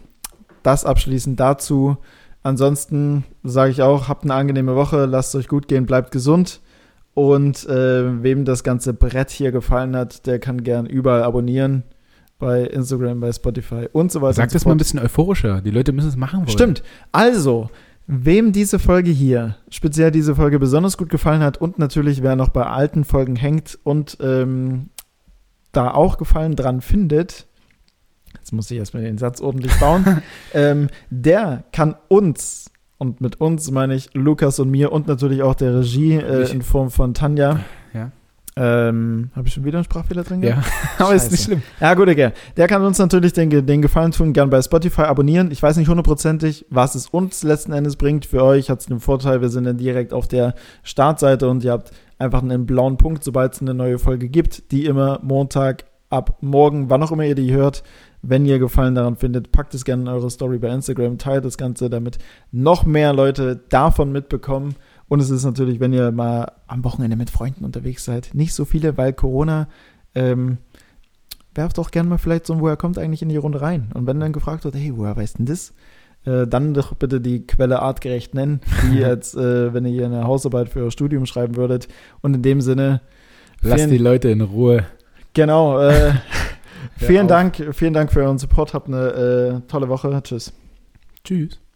Speaker 2: das abschließend dazu. Ansonsten sage ich auch, habt eine angenehme Woche, lasst euch gut gehen, bleibt gesund. Und äh, wem das ganze Brett hier gefallen hat, der kann gern überall abonnieren. Bei Instagram, bei Spotify und so weiter.
Speaker 1: Sag
Speaker 2: und so
Speaker 1: das mal ein bisschen euphorischer. Die Leute müssen es machen wollen.
Speaker 2: Stimmt. Also, wem diese Folge hier, speziell diese Folge, besonders gut gefallen hat und natürlich wer noch bei alten Folgen hängt und ähm, da auch Gefallen dran findet, jetzt muss ich erstmal den Satz ordentlich bauen, ähm, der kann uns. Und mit uns meine ich Lukas und mir und natürlich auch der Regie äh,
Speaker 1: Ich-
Speaker 2: in Form von Tanja.
Speaker 1: Ja.
Speaker 2: Ähm, Habe ich schon wieder einen Sprachfehler drin? gehabt?
Speaker 1: Ja, Also, aber ist nicht
Speaker 2: Scheiße.
Speaker 1: schlimm.
Speaker 2: Ja, gut, okay. Der kann uns natürlich den, Ge- den Gefallen tun, gern bei Spotify abonnieren. Ich weiß nicht hundertprozentig, was es uns letzten Endes bringt. Für euch hat es einen Vorteil, wir sind dann direkt auf der Startseite und ihr habt einfach einen blauen Punkt, sobald es eine neue Folge gibt, die immer Montag ab morgen, wann auch immer ihr die hört. Wenn ihr Gefallen daran findet, packt es gerne in eure Story bei Instagram, teilt das Ganze, damit noch mehr Leute davon mitbekommen. Und es ist natürlich, wenn ihr mal am Wochenende mit Freunden unterwegs seid, nicht so viele, weil Corona, ähm, werft auch gerne mal vielleicht so ein Woher kommt eigentlich in die Runde rein. Und wenn dann gefragt wird, hey, woher weißt denn das? Äh, dann doch bitte die Quelle artgerecht nennen, die als äh, wenn ihr hier eine Hausarbeit für euer Studium schreiben würdet. Und in dem Sinne,
Speaker 1: Lasst
Speaker 2: vielen-
Speaker 1: die Leute in Ruhe.
Speaker 2: Genau. Äh,
Speaker 1: Hör
Speaker 2: vielen
Speaker 1: auf.
Speaker 2: Dank, vielen Dank für euren Support. Habt eine äh, tolle Woche. Tschüss.
Speaker 1: Tschüss.